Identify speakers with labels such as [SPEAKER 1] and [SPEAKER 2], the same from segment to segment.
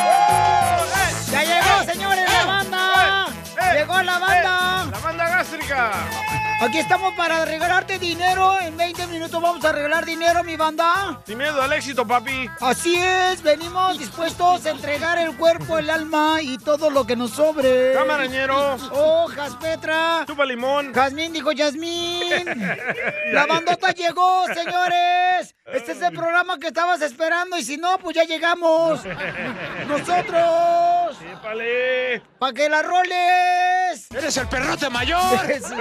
[SPEAKER 1] ¡Eso!
[SPEAKER 2] ¡Ya
[SPEAKER 3] ¡Eh!
[SPEAKER 2] llegó, señores, la banda! ¡Llegó la banda!
[SPEAKER 3] ¡La banda gástrica!
[SPEAKER 2] Aquí estamos para regalarte dinero. En 20 minutos vamos a regalar dinero, mi banda.
[SPEAKER 3] Sin miedo al éxito, papi.
[SPEAKER 2] Así es, venimos dispuestos a entregar el cuerpo, el alma y todo lo que nos sobre.
[SPEAKER 3] Camarañero.
[SPEAKER 2] Hojas, Petra.
[SPEAKER 3] Tupa limón.
[SPEAKER 2] Jazmín dijo Jazmín. La bandota llegó, señores. Este es el programa que estabas esperando y si no, pues ya llegamos. Nosotros.
[SPEAKER 3] ¡Épale!
[SPEAKER 2] ¡Para que la roles!
[SPEAKER 4] ¡Eres el perrote mayor!
[SPEAKER 2] Eso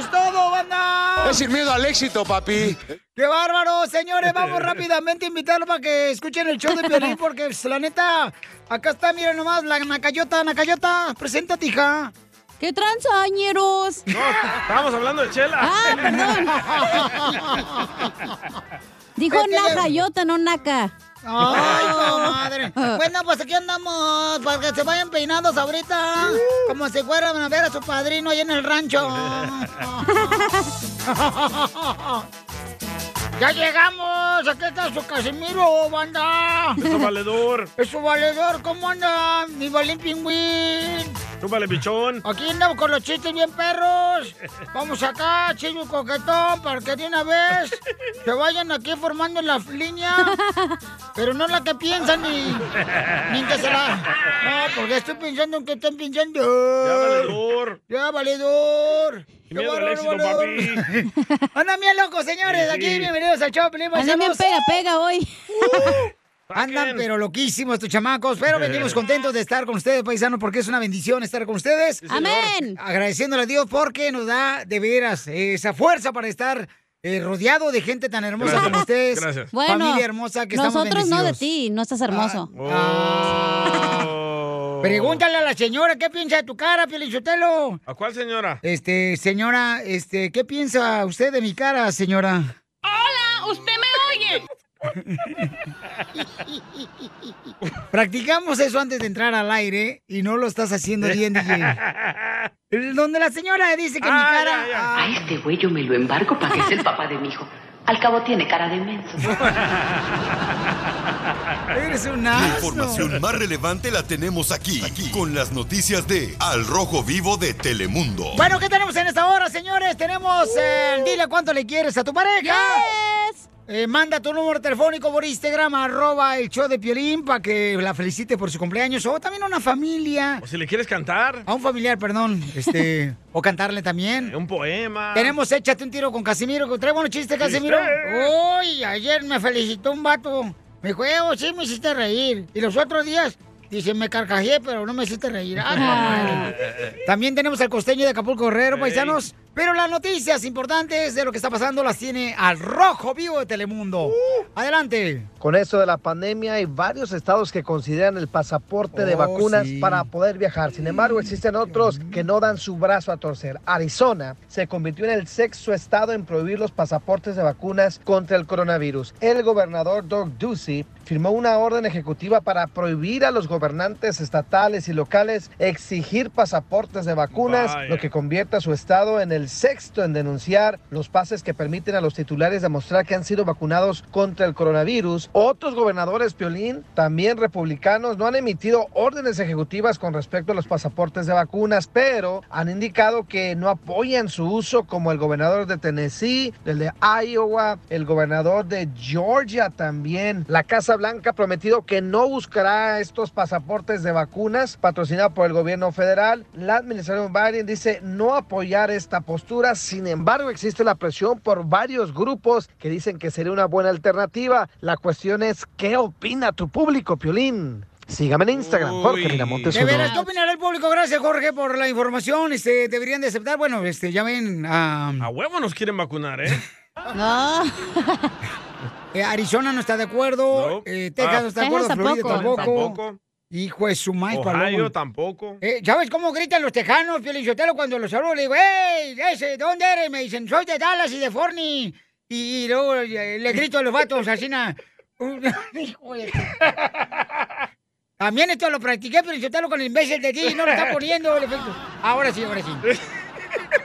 [SPEAKER 2] es todo, banda.
[SPEAKER 4] Es sin miedo al éxito, papi.
[SPEAKER 2] ¡Qué bárbaro, señores! Vamos rápidamente a invitarlos para que escuchen el show de Piolín, porque pues, la neta, acá está, miren nomás, la Nacayota, Nacayota, preséntate, hija.
[SPEAKER 5] ¿Qué transañeros?
[SPEAKER 3] No, estábamos hablando de chela.
[SPEAKER 5] Ah, perdón. Dijo Nacayota, no Naca.
[SPEAKER 2] ¡Ay, comadre! Bueno, pues aquí andamos para que se vayan peinados ahorita. Como si fueran a ver a su padrino ahí en el rancho. ¡Ya llegamos! ¡Aquí está su Casimiro, banda!
[SPEAKER 3] Es su valedor.
[SPEAKER 2] ¡Es su valedor! ¿Cómo anda? ¡Mi balín pingüín!
[SPEAKER 3] Túpale, pichón.
[SPEAKER 2] Aquí andamos con los chistes bien perros. Vamos acá, chillo y coquetón, para que de una vez se vayan aquí formando la línea. Pero no la que piensan ni, ni en que se la... No, porque estoy pensando en que están pensando.
[SPEAKER 3] Ya, valedor.
[SPEAKER 2] Ya, valedor.
[SPEAKER 3] Sin miedo al éxito, papi.
[SPEAKER 2] Andan bien locos, señores.
[SPEAKER 3] Sí, sí.
[SPEAKER 2] Aquí, bienvenidos al show, Pelín,
[SPEAKER 5] Andan bien
[SPEAKER 2] paisanos.
[SPEAKER 5] pega, pega hoy.
[SPEAKER 2] Andan
[SPEAKER 3] Saquen.
[SPEAKER 2] pero loquísimos tus chamacos, pero venimos contentos de estar con ustedes, paisanos, porque es una bendición estar con ustedes.
[SPEAKER 5] Amén.
[SPEAKER 2] Agradeciéndole a Dios porque nos da de veras eh, esa fuerza para estar eh, rodeado de gente tan hermosa
[SPEAKER 3] Gracias.
[SPEAKER 2] como ustedes.
[SPEAKER 3] Gracias.
[SPEAKER 5] Bueno,
[SPEAKER 2] familia hermosa que
[SPEAKER 5] nosotros
[SPEAKER 2] estamos
[SPEAKER 5] no de
[SPEAKER 2] bendecidos. Ah.
[SPEAKER 5] ti, no estás hermoso.
[SPEAKER 3] Oh.
[SPEAKER 2] Pregúntale a la señora qué piensa de tu cara, Pielichotelo.
[SPEAKER 3] ¿A cuál señora?
[SPEAKER 2] Este, señora, este, ¿qué piensa usted de mi cara, señora?
[SPEAKER 6] Hola, ¿usted me oye?
[SPEAKER 2] Practicamos eso antes de entrar al aire y no lo estás haciendo bien, DJ. Donde la señora dice que mi
[SPEAKER 3] Ah,
[SPEAKER 2] cara.
[SPEAKER 3] ya, ya.
[SPEAKER 2] ah,
[SPEAKER 7] A este güey yo me lo embarco para que sea el papá de mi hijo. Al cabo tiene cara de menso.
[SPEAKER 2] Eres un
[SPEAKER 8] La
[SPEAKER 2] asno.
[SPEAKER 8] información más relevante la tenemos aquí, aquí, con las noticias de Al Rojo Vivo de Telemundo.
[SPEAKER 2] Bueno, ¿qué tenemos en esta hora, señores? Tenemos
[SPEAKER 3] Uh.
[SPEAKER 2] el dile cuánto le quieres a tu pareja.
[SPEAKER 5] Yes.
[SPEAKER 2] Eh, manda tu número telefónico por Instagram, arroba el show de Piolín, para que la felicite por su cumpleaños. O también a una familia,
[SPEAKER 3] O si le quieres cantar, Eh,
[SPEAKER 2] a un familiar, perdón, este, o cantarle también.
[SPEAKER 3] un poema.
[SPEAKER 2] Tenemos Échate un tiro con Casimiro, que trae buenos chistes, Casimiro. Uy, ayer me felicitó un vato. Me dijo, eh, oh, sí me hiciste reír. Y los otros días, dice, me carcajeé, pero no me hiciste reír. Ah, comadre. También tenemos al costeño de Acapulco Correro,
[SPEAKER 3] Ey.
[SPEAKER 2] paisanos. Pero las noticias importantes de lo que está pasando las tiene al rojo vivo de Telemundo.
[SPEAKER 3] Uh.
[SPEAKER 2] Adelante.
[SPEAKER 9] Con esto de la pandemia hay varios estados que consideran el pasaporte de
[SPEAKER 2] Oh,
[SPEAKER 9] vacunas
[SPEAKER 2] sí.
[SPEAKER 9] para poder viajar. Sin embargo, existen otros que no dan su brazo a torcer. Arizona se convirtió en el sexto estado en prohibir los pasaportes de vacunas contra el coronavirus. El gobernador Doug Ducey firmó una orden ejecutiva para prohibir a los gobernantes estatales y locales exigir pasaportes de vacunas,
[SPEAKER 3] Vaya.
[SPEAKER 9] lo que que convierta a su estado en el sexto en denunciar los pases que permiten a los titulares demostrar que han sido vacunados contra el coronavirus. Otros gobernadores, Piolín, también republicanos, no han emitido órdenes ejecutivas con respecto a los pasaportes de vacunas, pero han indicado que no apoyan su uso, como el gobernador de Tennessee, el de Iowa, el gobernador de Georgia también. La Casa Blanca ha prometido que no buscará estos pasaportes de vacunas patrocinado por el gobierno federal. La administración Biden dice no apoyar esta postura. Sin embargo, existe la presión por varios grupos que dicen que sería una buena alternativa. La cuestión es qué opina tu público, Piolín. Sígame en Instagram, Jorge
[SPEAKER 3] Uy.
[SPEAKER 9] Miramontes.
[SPEAKER 2] De
[SPEAKER 9] uno.
[SPEAKER 2] veras, ¿qué opinará el público? Gracias, Jorge, por la información. Este, deberían de aceptar. Bueno, este, llamen a...
[SPEAKER 3] A huevo nos quieren vacunar, ¿eh?
[SPEAKER 5] No.
[SPEAKER 2] Eh, Arizona no está de acuerdo,
[SPEAKER 3] No. Ah.
[SPEAKER 2] eh, Texas no está de
[SPEAKER 5] Texas
[SPEAKER 2] acuerdo, Florida tampoco.
[SPEAKER 5] tampoco.
[SPEAKER 3] Tampoco.
[SPEAKER 2] Hijo de su maíz,
[SPEAKER 3] Ohio
[SPEAKER 2] paloma.
[SPEAKER 3] tampoco.
[SPEAKER 2] Eh, ¿Sabes cómo gritan los tejanos, Pielichotelo, cuando los saludo? Le digo, ¡Ey! Ese, ¿Dónde eres? Me dicen, soy de Dallas y de Forney. Y, y luego eh, le grito a los vatos, así na- un- Hijo de- También esto lo practiqué, Pielichotelo, con el imbécil de ti y no lo está poniendo el efecto. Ahora sí, ahora sí.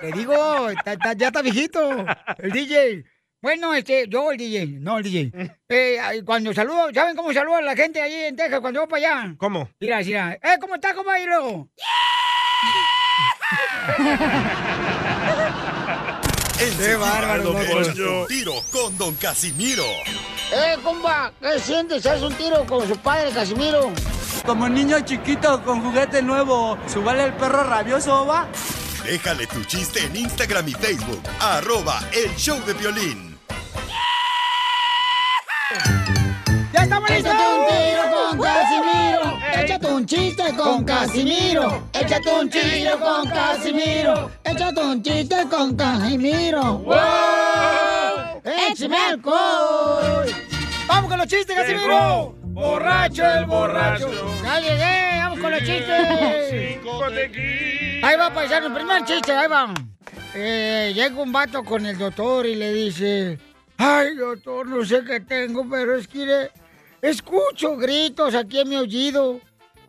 [SPEAKER 2] Te digo, ta- ta- ya está viejito el DJ. Bueno, este, yo el DJ, no el DJ. Eh, ay, cuando saludo, ¿saben cómo saludo a la gente ahí en Texas cuando voy para allá?
[SPEAKER 3] ¿Cómo?
[SPEAKER 2] Mira, mira, eh, ¿cómo está, compadre? Y luego,
[SPEAKER 8] Enseguida,
[SPEAKER 2] bárbaro,
[SPEAKER 8] Don
[SPEAKER 2] loco.
[SPEAKER 8] Poncho, un tiro con Don Casimiro.
[SPEAKER 2] eh, compa, ¿qué sientes? ¿Haz un tiro con su padre, Casimiro?
[SPEAKER 1] Como niño chiquito con juguete nuevo, ¿subale el perro rabioso va?
[SPEAKER 8] Déjale tu chiste en Instagram y Facebook. Arroba El Show de Violín.
[SPEAKER 2] ¡Ya estamos listos!
[SPEAKER 10] Échate un tiro con Casimiro. Échate un chiste con Casimiro. Échate un tiro con Casimiro. Échate un chiste con Casimiro. ¡Wow! ¡Échame alcohol!
[SPEAKER 2] ¡Vamos con los chistes, Casimiro!
[SPEAKER 3] Llegó borracho el borracho.
[SPEAKER 2] ¡Ya llegué! ¡Vamos con los chistes!
[SPEAKER 3] Cinco tequilas.
[SPEAKER 2] Ahí va, paisano, primer chiste, ahí va. Eh, llega un vato con el doctor y le dice, ay, doctor, no sé qué tengo, pero es que eh, escucho gritos aquí en mi oído.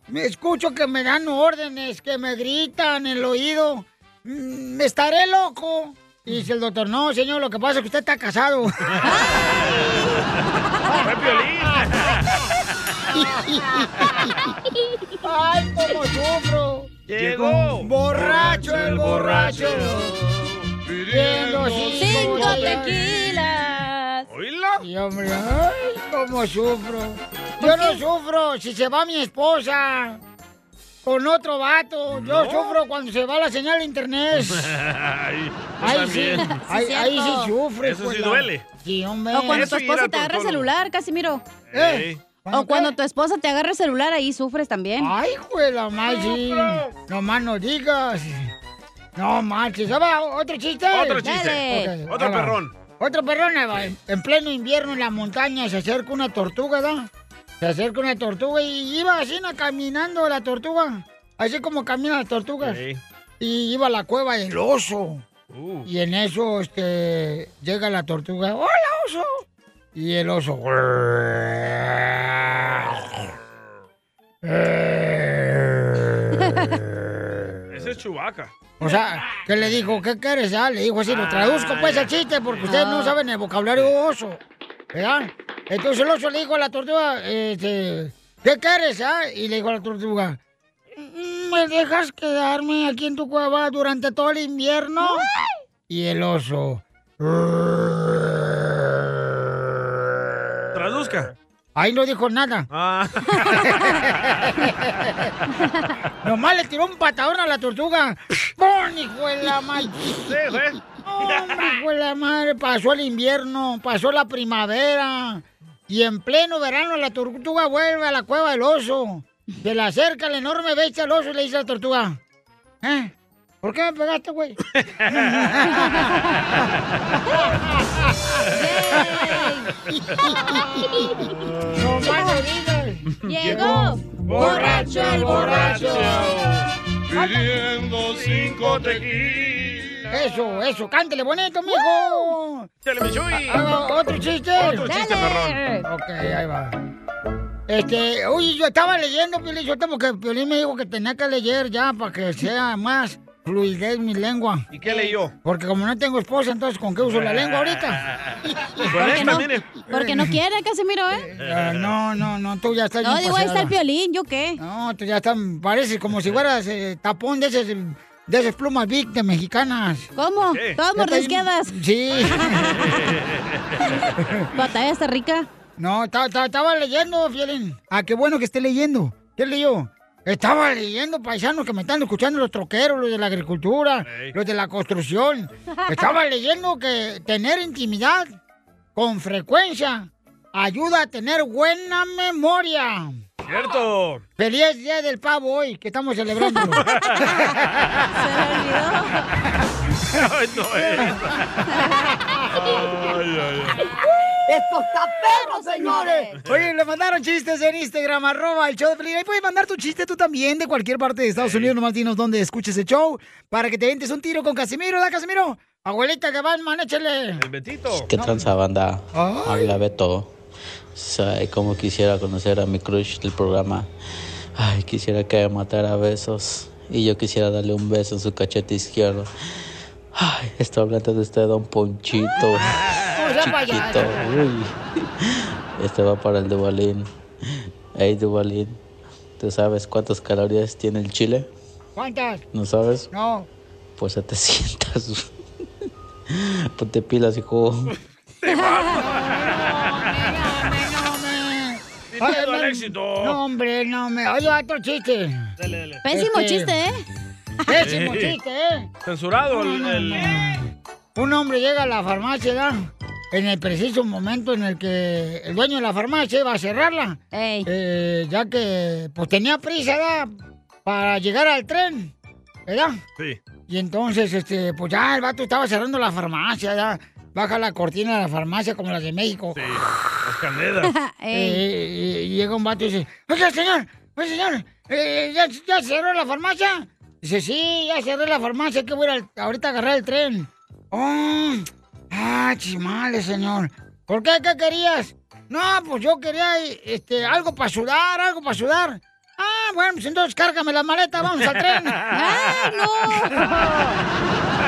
[SPEAKER 2] Me escucho que me dan órdenes, que me gritan en el oído. Mm, ¿Estaré loco? Y dice el doctor, no, señor, lo que pasa es que usted está casado. Ah.
[SPEAKER 3] Fue Piolín.
[SPEAKER 2] ¡Ay, cómo sufro!
[SPEAKER 3] Llegó
[SPEAKER 2] Borracho el borracho. Pidiendo
[SPEAKER 5] Cinco
[SPEAKER 2] tequilas.
[SPEAKER 5] tequilas.
[SPEAKER 3] Oíla.
[SPEAKER 2] Y hombre, ay, cómo sufro. Yo no sufro si se va mi esposa con otro vato. Yo
[SPEAKER 3] No.
[SPEAKER 2] sufro cuando se va la señal de internet.
[SPEAKER 3] Ay, yo
[SPEAKER 2] Ahí sí,
[SPEAKER 3] también.
[SPEAKER 2] ahí,
[SPEAKER 5] Sí,
[SPEAKER 2] ahí
[SPEAKER 5] cierto.
[SPEAKER 2] sí sufre.
[SPEAKER 3] Eso
[SPEAKER 2] pues,
[SPEAKER 3] sí
[SPEAKER 2] la-
[SPEAKER 3] duele.
[SPEAKER 2] Sí, hombre.
[SPEAKER 5] O cuando
[SPEAKER 3] Eso
[SPEAKER 5] tu
[SPEAKER 3] ir
[SPEAKER 5] esposa
[SPEAKER 3] al
[SPEAKER 5] te agarra el
[SPEAKER 3] odontólogo.
[SPEAKER 5] celular, Casimiro.
[SPEAKER 2] Eh,
[SPEAKER 5] O cuando tu esposa te agarra el celular, ahí sufres también.
[SPEAKER 2] Ay, juela, Maggi.
[SPEAKER 3] Sufro.
[SPEAKER 2] No más no digas. No manches. Ya va, otro chiste.
[SPEAKER 3] Otro chiste.
[SPEAKER 5] Dale.
[SPEAKER 2] Ok,
[SPEAKER 3] Otro
[SPEAKER 2] ahí va.
[SPEAKER 3] perrón.
[SPEAKER 2] Otro perrón, ahí va. En, en pleno invierno en la montaña se acerca una tortuga, ¿da? Se acerca una tortuga y iba así na, caminando la tortuga. Así como caminan las tortugas.
[SPEAKER 3] Ey.
[SPEAKER 2] Y iba a la cueva del oso.
[SPEAKER 3] Uh.
[SPEAKER 2] Y en eso este, llega la tortuga. ¡Hola, oso! Y el oso.
[SPEAKER 3] Ese es Chubaca.
[SPEAKER 2] O sea, ¿qué le dijo? ¿Qué quieres? Ah, le dijo así, lo traduzco pues al chiste, porque ustedes no saben el vocabulario oso. ¿Verdad? Entonces el oso le dijo a la tortuga, este, ¿qué quieres? Ah? Y le dijo a la tortuga, "Mm, ¿me dejas quedarme aquí en tu cueva durante todo el invierno? Y el oso,
[SPEAKER 3] Traduzca.
[SPEAKER 2] ahí no dijo nada.
[SPEAKER 3] Ah.
[SPEAKER 2] Nomás le tiró un patadón a la tortuga. ¡Pon, hijo de la madre!
[SPEAKER 3] Sí, sí.
[SPEAKER 2] Hombre, hijo de la madre, pasó el invierno, pasó la primavera y en pleno verano la tortuga vuelve a la cueva del oso. Se le acerca la enorme bestia al oso y le dice a la tortuga, ¿eh? ¿Por qué me pegaste, güey? No más no digas.
[SPEAKER 5] Llegó.
[SPEAKER 2] Borracho el borracho.
[SPEAKER 3] Pidiendo cinco tequilas.
[SPEAKER 2] Eso, eso, cántele bonito, mijo.
[SPEAKER 3] Chale, mi Chuy.
[SPEAKER 2] Ahí va, otro chiste.
[SPEAKER 3] Otro chiste, perrón.
[SPEAKER 5] Dale.
[SPEAKER 2] Ok, ahí va. Este, oye, yo estaba leyendo, Piolín, yo estaba- porque Piolín me dijo que tenía que leer ya para que sea más fluidez mi lengua.
[SPEAKER 3] ¿Y qué leyó?
[SPEAKER 2] Porque como no tengo esposa, entonces ¿con qué uso la lengua ahorita?
[SPEAKER 3] Con
[SPEAKER 5] Porque
[SPEAKER 3] esta,
[SPEAKER 5] no,
[SPEAKER 3] mire.
[SPEAKER 5] porque no quiere, Casimiro, ¿eh?
[SPEAKER 2] Ah, no, no, no, tú ya estás
[SPEAKER 5] No,
[SPEAKER 2] bien
[SPEAKER 5] digo, ahí está el
[SPEAKER 2] pasada.
[SPEAKER 5] violín, ¿yo qué?
[SPEAKER 2] No, tú ya estás, pareces como si fueras eh, tapón de esas, de esas plumas big de mexicanas.
[SPEAKER 5] ¿Cómo?
[SPEAKER 3] ¿Qué?
[SPEAKER 5] Todas mordisqueadas.
[SPEAKER 2] Sí.
[SPEAKER 5] Batalla está rica.
[SPEAKER 2] No, ta- ta- estaba leyendo, Fielin. Ah, qué bueno que esté leyendo. ¿Qué leyó? Estaba leyendo, paisanos, que me están escuchando los troqueros, los de la agricultura,
[SPEAKER 3] Ey.
[SPEAKER 2] los de la construcción. Estaba leyendo que tener intimidad con frecuencia ayuda a tener buena memoria.
[SPEAKER 3] Cierto.
[SPEAKER 2] Feliz Día del Pavo hoy, que estamos celebrando.
[SPEAKER 5] Se le olvidó.
[SPEAKER 3] Ay, no, eh. Ay, ay, ay.
[SPEAKER 2] señores. Oye, le mandaron chistes en Instagram, arroba el show de Pelín. Ahí puedes mandar tu chiste tú también de cualquier parte de Estados Unidos. Nomás dinos dónde escuches el show para que te ventes un tiro con Casimiro, ¿da, Casimiro? Abuelita de Batman, échale.
[SPEAKER 3] El Betito.
[SPEAKER 11] ¿Qué tranza banda?
[SPEAKER 2] Ay.
[SPEAKER 11] Habla Beto. Ay, cómo quisiera conocer a mi crush del programa. Ay, quisiera que me matara a besos. Y yo quisiera darle un beso en su cachete izquierdo. Ay, estoy hablando de usted, don Ponchito.
[SPEAKER 2] sea payaso.
[SPEAKER 12] chiquito. Uy. Este va para el Dubalín. Ey, Dubalín, ¿tú sabes cuántas calorías tiene el chile?
[SPEAKER 2] ¿Cuántas?
[SPEAKER 12] ¿No sabes?
[SPEAKER 2] No.
[SPEAKER 12] Pues 700. Ponte pilas, hijo.
[SPEAKER 2] Ay,
[SPEAKER 10] Miedo al
[SPEAKER 2] no,
[SPEAKER 10] éxito.
[SPEAKER 2] No, hombre, no me. Oye, otro chiste.
[SPEAKER 10] Dale, dale.
[SPEAKER 5] Pésimo
[SPEAKER 2] Este-
[SPEAKER 5] chiste, ¿eh?
[SPEAKER 2] Pésimo
[SPEAKER 10] Sí.
[SPEAKER 2] chiste, ¿eh?
[SPEAKER 10] Censurado el. el-
[SPEAKER 2] Un hombre llega a la farmacia, ¿verdad? En el preciso momento en el que el dueño de la farmacia iba a cerrarla.
[SPEAKER 5] Ey.
[SPEAKER 2] Eh, ya que pues tenía prisa, ¿verdad? Para llegar al tren, ¿verdad?
[SPEAKER 10] Sí.
[SPEAKER 2] Y entonces, este, pues ya el vato estaba cerrando la farmacia, ya. Baja la cortina de la farmacia como las de México.
[SPEAKER 10] Sí. Las canedas.
[SPEAKER 5] Ey.
[SPEAKER 2] Eh, y llega un vato y dice, oiga, señor, oiga, señor, eh, ¿ya, ya cerró la farmacia? Dice, sí, ya cerré la farmacia, que voy a ir al- ahorita a agarrar el tren. Oh, ah, chimale, señor. ¿Por qué? ¿Qué querías? No, pues yo quería eh, este, algo para sudar, algo para sudar. Ah, bueno, pues entonces cárgame la maleta, vamos al tren.
[SPEAKER 5] ¡Ah, no!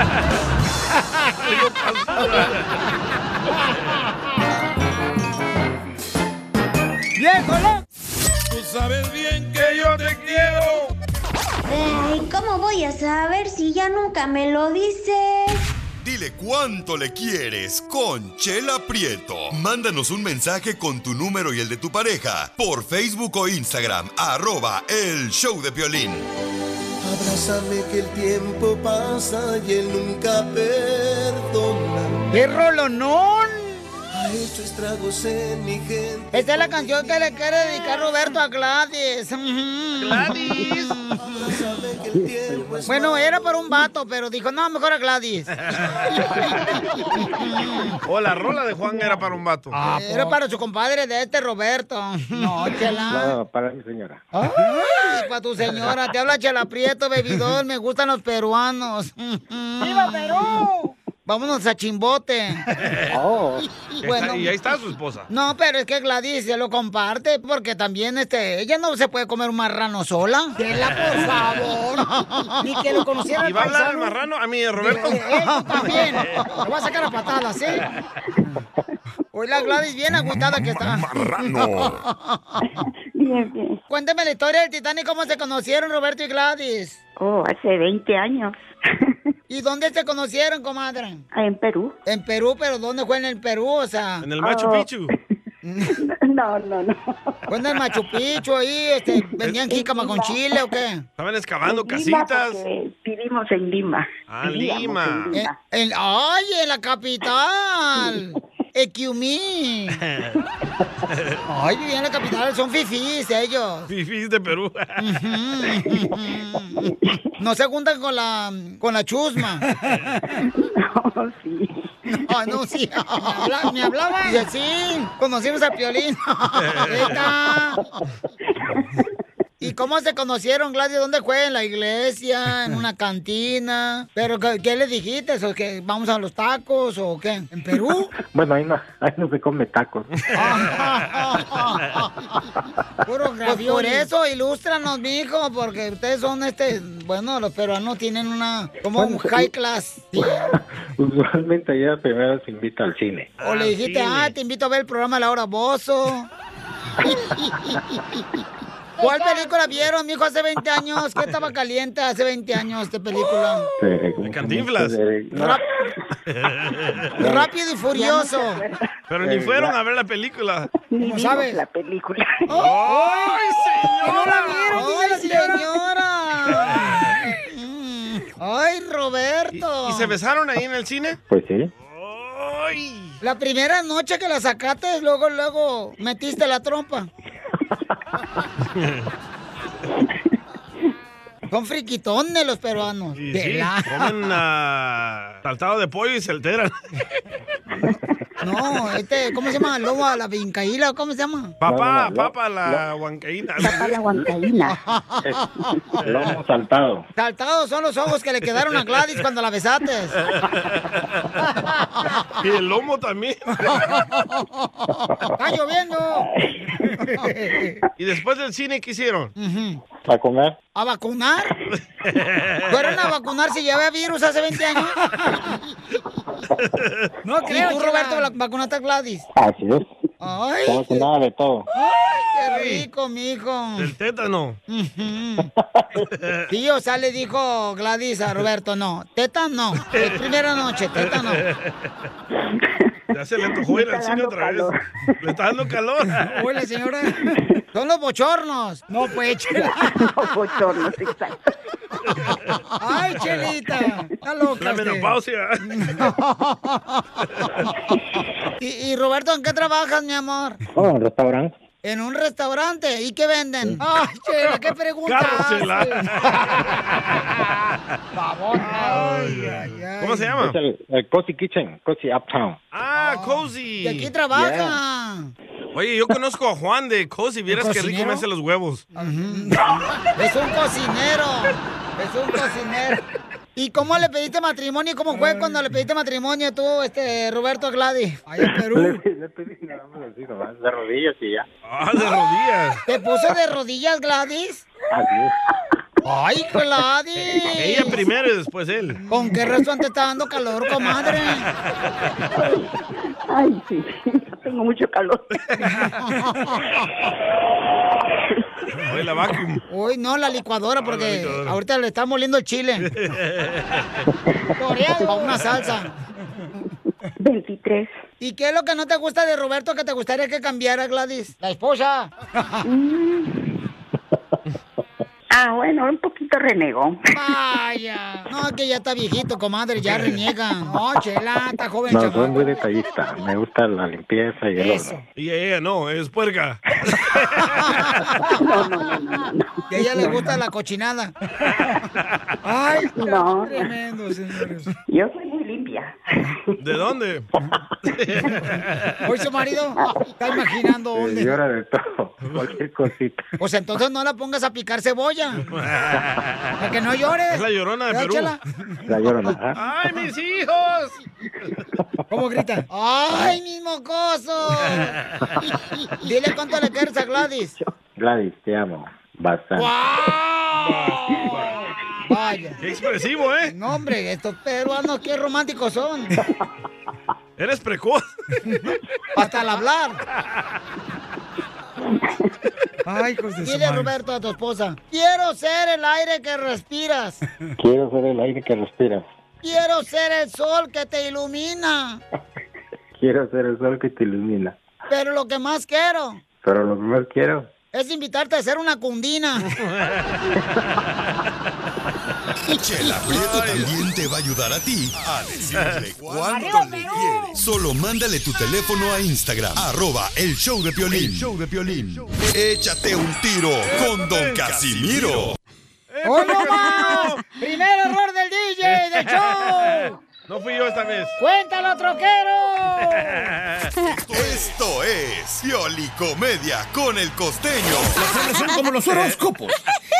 [SPEAKER 2] ¡Viejo loco!
[SPEAKER 10] Tú sabes bien que yo te quiero.
[SPEAKER 3] Ay, ¿cómo voy a saber si ya nunca me lo dices?
[SPEAKER 8] Dile cuánto le quieres con Chela Prieto. Mándanos un mensaje con tu número y el de tu pareja por Facebook o Instagram, arroba el show de violín.
[SPEAKER 13] Abrázame que el tiempo pasa y él nunca perdona.
[SPEAKER 2] ¡Qué rolonón!
[SPEAKER 13] Ha hecho estragos en mi gente.
[SPEAKER 2] Esta es la canción que le quiere dedicar Roberto a Gladys. Ujú.
[SPEAKER 10] Gladys.
[SPEAKER 13] Abrázame que el tiempo es
[SPEAKER 2] Bueno, era para un vato, pero dijo, no, mejor a Gladys.
[SPEAKER 11] O Oh, la rola de Juan era para un vato.
[SPEAKER 2] Era para su compadre de este Roberto. Ah, No, chela.
[SPEAKER 14] No, para mi señora.
[SPEAKER 2] Ay, para tu señora. Te habla Chela Prieto, bebidón. Me gustan los peruanos. ¡Viva Perú! Vámonos a Chimbote.
[SPEAKER 14] Oh,
[SPEAKER 2] Bueno.
[SPEAKER 11] Y ahí está su esposa.
[SPEAKER 2] No, pero es que Gladys se lo comparte porque también este, ella no se puede comer un marrano sola. Chela, por favor. Ni que lo conociera
[SPEAKER 11] ¿Y
[SPEAKER 2] el
[SPEAKER 11] va a hablar el
[SPEAKER 2] paisano.
[SPEAKER 11] marrano? A mí, Roberto.
[SPEAKER 2] Eh, eh, tú también. Lo voy a sacar a patadas, ¿eh? Hoy la Gladys bien agüitada que está.
[SPEAKER 15] Bien, bien.
[SPEAKER 2] Cuéntame la historia del Titanic, cómo se conocieron Roberto y Gladys.
[SPEAKER 15] Oh, hace 20 años
[SPEAKER 2] ¿Y dónde se conocieron, comadre?
[SPEAKER 15] en Perú.
[SPEAKER 2] En Perú, pero ¿dónde fue en el Perú? O sea.
[SPEAKER 11] En el Machu
[SPEAKER 15] Oh.
[SPEAKER 11] Picchu.
[SPEAKER 15] No, no, no.
[SPEAKER 2] Fue en el Machu Picchu ahí, este, vendían jícama con chile o qué?
[SPEAKER 11] Estaban excavando
[SPEAKER 15] Lima,
[SPEAKER 11] casitas.
[SPEAKER 15] porque Vivimos en Lima.
[SPEAKER 11] Ah,
[SPEAKER 15] Vivíamos
[SPEAKER 11] Lima.
[SPEAKER 15] en
[SPEAKER 2] En- Eh, en- ¡Ay, en la capital! Equiumí. Ay, vivían en la capital, son fifís ellos.
[SPEAKER 11] Fifís de Perú.
[SPEAKER 2] No se juntan con la con la chusma. No, sí. No, no, sí. Me, habla- me hablaba. Y así conocimos a Piolín. Neta. ¿Y cómo se conocieron, Gladys? ¿Dónde fue? ¿En la iglesia? ¿En una cantina? ¿Pero qué, qué le dijiste? ¿O que vamos a los tacos o qué? ¿En Perú? Ah,
[SPEAKER 14] bueno, ahí no, ahí no se come tacos.
[SPEAKER 2] Puro Pues por eso, ilústranos, mijo, porque ustedes son este... Bueno, los peruanos tienen una... Como un high class.
[SPEAKER 14] Usualmente allá primero se invita al cine.
[SPEAKER 2] O le dijiste, ah, te invito a ver el programa La Hora Bozo. ¿Cuál película vieron, mijo, hace 20 años? ¿Qué estaba caliente hace 20 años esta película?
[SPEAKER 14] Ah, Se- ¿cómo se
[SPEAKER 11] Cantinflas.
[SPEAKER 14] dice? Se- no,
[SPEAKER 2] Rápido y Furioso.
[SPEAKER 11] Pero
[SPEAKER 2] Eh,
[SPEAKER 11] ni fueron a ver la película.
[SPEAKER 2] ¿Cómo sabes? la
[SPEAKER 15] película.
[SPEAKER 2] ¡Ay,
[SPEAKER 11] señora!
[SPEAKER 2] ¡No la vieron, dice la señora! ¡Ay, Roberto!
[SPEAKER 11] ¿Y se besaron ahí en el cine?
[SPEAKER 14] Pues sí.
[SPEAKER 2] La primera noche que la sacaste, luego, luego metiste la trompa. Son friquitones los peruanos.
[SPEAKER 11] Y sí,
[SPEAKER 2] Vela.
[SPEAKER 11] comen ah, saltado de pollo y se alteran.
[SPEAKER 2] No, este, ¿cómo se llama? Lobo a la vincaíla, ¿cómo se llama?
[SPEAKER 11] Papá, papá, la huancaína.
[SPEAKER 15] Papá la huancaína.
[SPEAKER 14] Lomo saltado.
[SPEAKER 2] Saltados son los ojos que le quedaron a Gladys cuando la besaste.
[SPEAKER 11] Y el lomo también.
[SPEAKER 2] ¡Está lloviendo!
[SPEAKER 11] ¿Y después del cine qué hicieron?
[SPEAKER 14] ¿Para comer?
[SPEAKER 2] ¿A vacunar? ¿Fueron a vacunar si ya había virus hace 20 años? No creo. ¿Y tú, Roberto, la vacunaste a Gladys?
[SPEAKER 14] Así es.
[SPEAKER 2] Ay,
[SPEAKER 14] Estamos con nada de todo.
[SPEAKER 2] ay, qué rico, mijo.
[SPEAKER 16] El tétano.
[SPEAKER 2] Tío, o sea, le dijo Gladys a Roberto, no, teta no, es primera noche, teta no.
[SPEAKER 16] Ya se le antojó ir al cine otra vez. Le está dando calor.
[SPEAKER 2] Hola, señora. Son los bochornos. No, pues, chela. Los bochornos, exacto. Ay, chelita. Está loca.
[SPEAKER 16] La
[SPEAKER 2] usted.
[SPEAKER 16] menopausia.
[SPEAKER 2] y, y, Roberto, ¿en qué trabajas, mi amor?
[SPEAKER 14] Oh, en restaurante.
[SPEAKER 2] En un restaurante. ¿Y qué venden? Ay, chela, qué pregunta.
[SPEAKER 16] Claro, chela.
[SPEAKER 2] haces? Babona. Ay, ay, ay.
[SPEAKER 16] ¿Cómo se llama?
[SPEAKER 14] Es el, el Cozy Kitchen, Cozy Uptown.
[SPEAKER 16] Ah, Cozy.
[SPEAKER 2] Y Oh. aquí trabaja.
[SPEAKER 16] Oye, yo conozco a Juan de Cozy. Vieras qué rico
[SPEAKER 2] cocinero?
[SPEAKER 16] me hace los huevos.
[SPEAKER 2] Es un cocinero. Es un cocinero. ¿Y cómo le pediste matrimonio? y ¿Cómo fue cuando le pediste matrimonio tú, este, Roberto Gladys? Ahí en Perú.
[SPEAKER 14] Le, le pedí nada más así, nomás, de rodillas y ya.
[SPEAKER 16] Ah, de rodillas.
[SPEAKER 2] ¿Te puso de rodillas, Gladys?
[SPEAKER 14] Así es.
[SPEAKER 2] ¡Ay, Gladys!
[SPEAKER 16] Ella primero y después él.
[SPEAKER 2] ¿Con qué razón te está dando calor, comadre?
[SPEAKER 15] Ay, sí, tengo mucho calor.
[SPEAKER 16] Oye, la vacuum.
[SPEAKER 2] Uy, no, la licuadora, porque
[SPEAKER 16] licuadora.
[SPEAKER 2] ahorita le está moliendo el chile. Coreado, a una salsa.
[SPEAKER 15] 23.
[SPEAKER 2] ¿Y qué es lo que no te gusta de Roberto que te gustaría que cambiara, Gladys? La esposa.
[SPEAKER 15] Ah, bueno, un poquito renegón.
[SPEAKER 2] Vaya. No, que ya está viejito, comadre, ya reniega. No, chela, está joven,
[SPEAKER 14] No,
[SPEAKER 2] chamaco.
[SPEAKER 14] soy muy detallista. Me gusta la limpieza y el
[SPEAKER 2] Eso.
[SPEAKER 14] orden.
[SPEAKER 16] Y ella no, es puerca.
[SPEAKER 2] Y a ella le gusta la cochinada. Ay,
[SPEAKER 15] No.
[SPEAKER 2] tremendo, señores.
[SPEAKER 15] Yo soy muy limpia.
[SPEAKER 16] ¿De dónde?
[SPEAKER 2] Hoy su marido está imaginando
[SPEAKER 14] Se
[SPEAKER 2] dónde.
[SPEAKER 14] Eh, llora de todo, cualquier cosita.
[SPEAKER 2] Pues entonces no la pongas a picar cebolla. Para que no llores.
[SPEAKER 16] Es la llorona de
[SPEAKER 2] Ya,
[SPEAKER 16] Perú.
[SPEAKER 2] chela.
[SPEAKER 14] La llorona. ¿ah? ajá.
[SPEAKER 16] ¡Ay, mis hijos!
[SPEAKER 2] ¿Cómo grita? ¡Ay, mi mocoso! Dile cuánto le quieres a Gladys.
[SPEAKER 14] Gladys, te amo. Bastante.
[SPEAKER 2] Oh, Vaya.
[SPEAKER 16] ¡Qué expresivo, eh!
[SPEAKER 2] No, hombre, estos peruanos qué románticos son.
[SPEAKER 16] Eres precoz.
[SPEAKER 2] Hasta al hablar.
[SPEAKER 16] Ay, hijos
[SPEAKER 2] Dile, Roberto, a tu esposa. Quiero ser el aire que respiras.
[SPEAKER 14] Quiero ser el aire que respiras.
[SPEAKER 2] Quiero ser el sol que te ilumina.
[SPEAKER 14] Quiero ser el sol que te ilumina.
[SPEAKER 2] Pero lo que más quiero
[SPEAKER 14] Pero lo que más quiero
[SPEAKER 2] es invitarte a hacer una cundina.
[SPEAKER 8] Chela Prieto también te va a ayudar a ti a decirle cuánto le quieres. Solo mándale tu teléfono a Instagram, arroba el show de Piolín. show de Piolín. Échate un tiro con Don Casimiro.
[SPEAKER 2] ¡Hoy no más! ¡Primer error del DJ del show!
[SPEAKER 16] No fui yo esta vez.
[SPEAKER 2] ¡Cuéntalo, troquero!
[SPEAKER 8] Esto es Pioli Comedia con el costeño.
[SPEAKER 17] son como los horóscopos.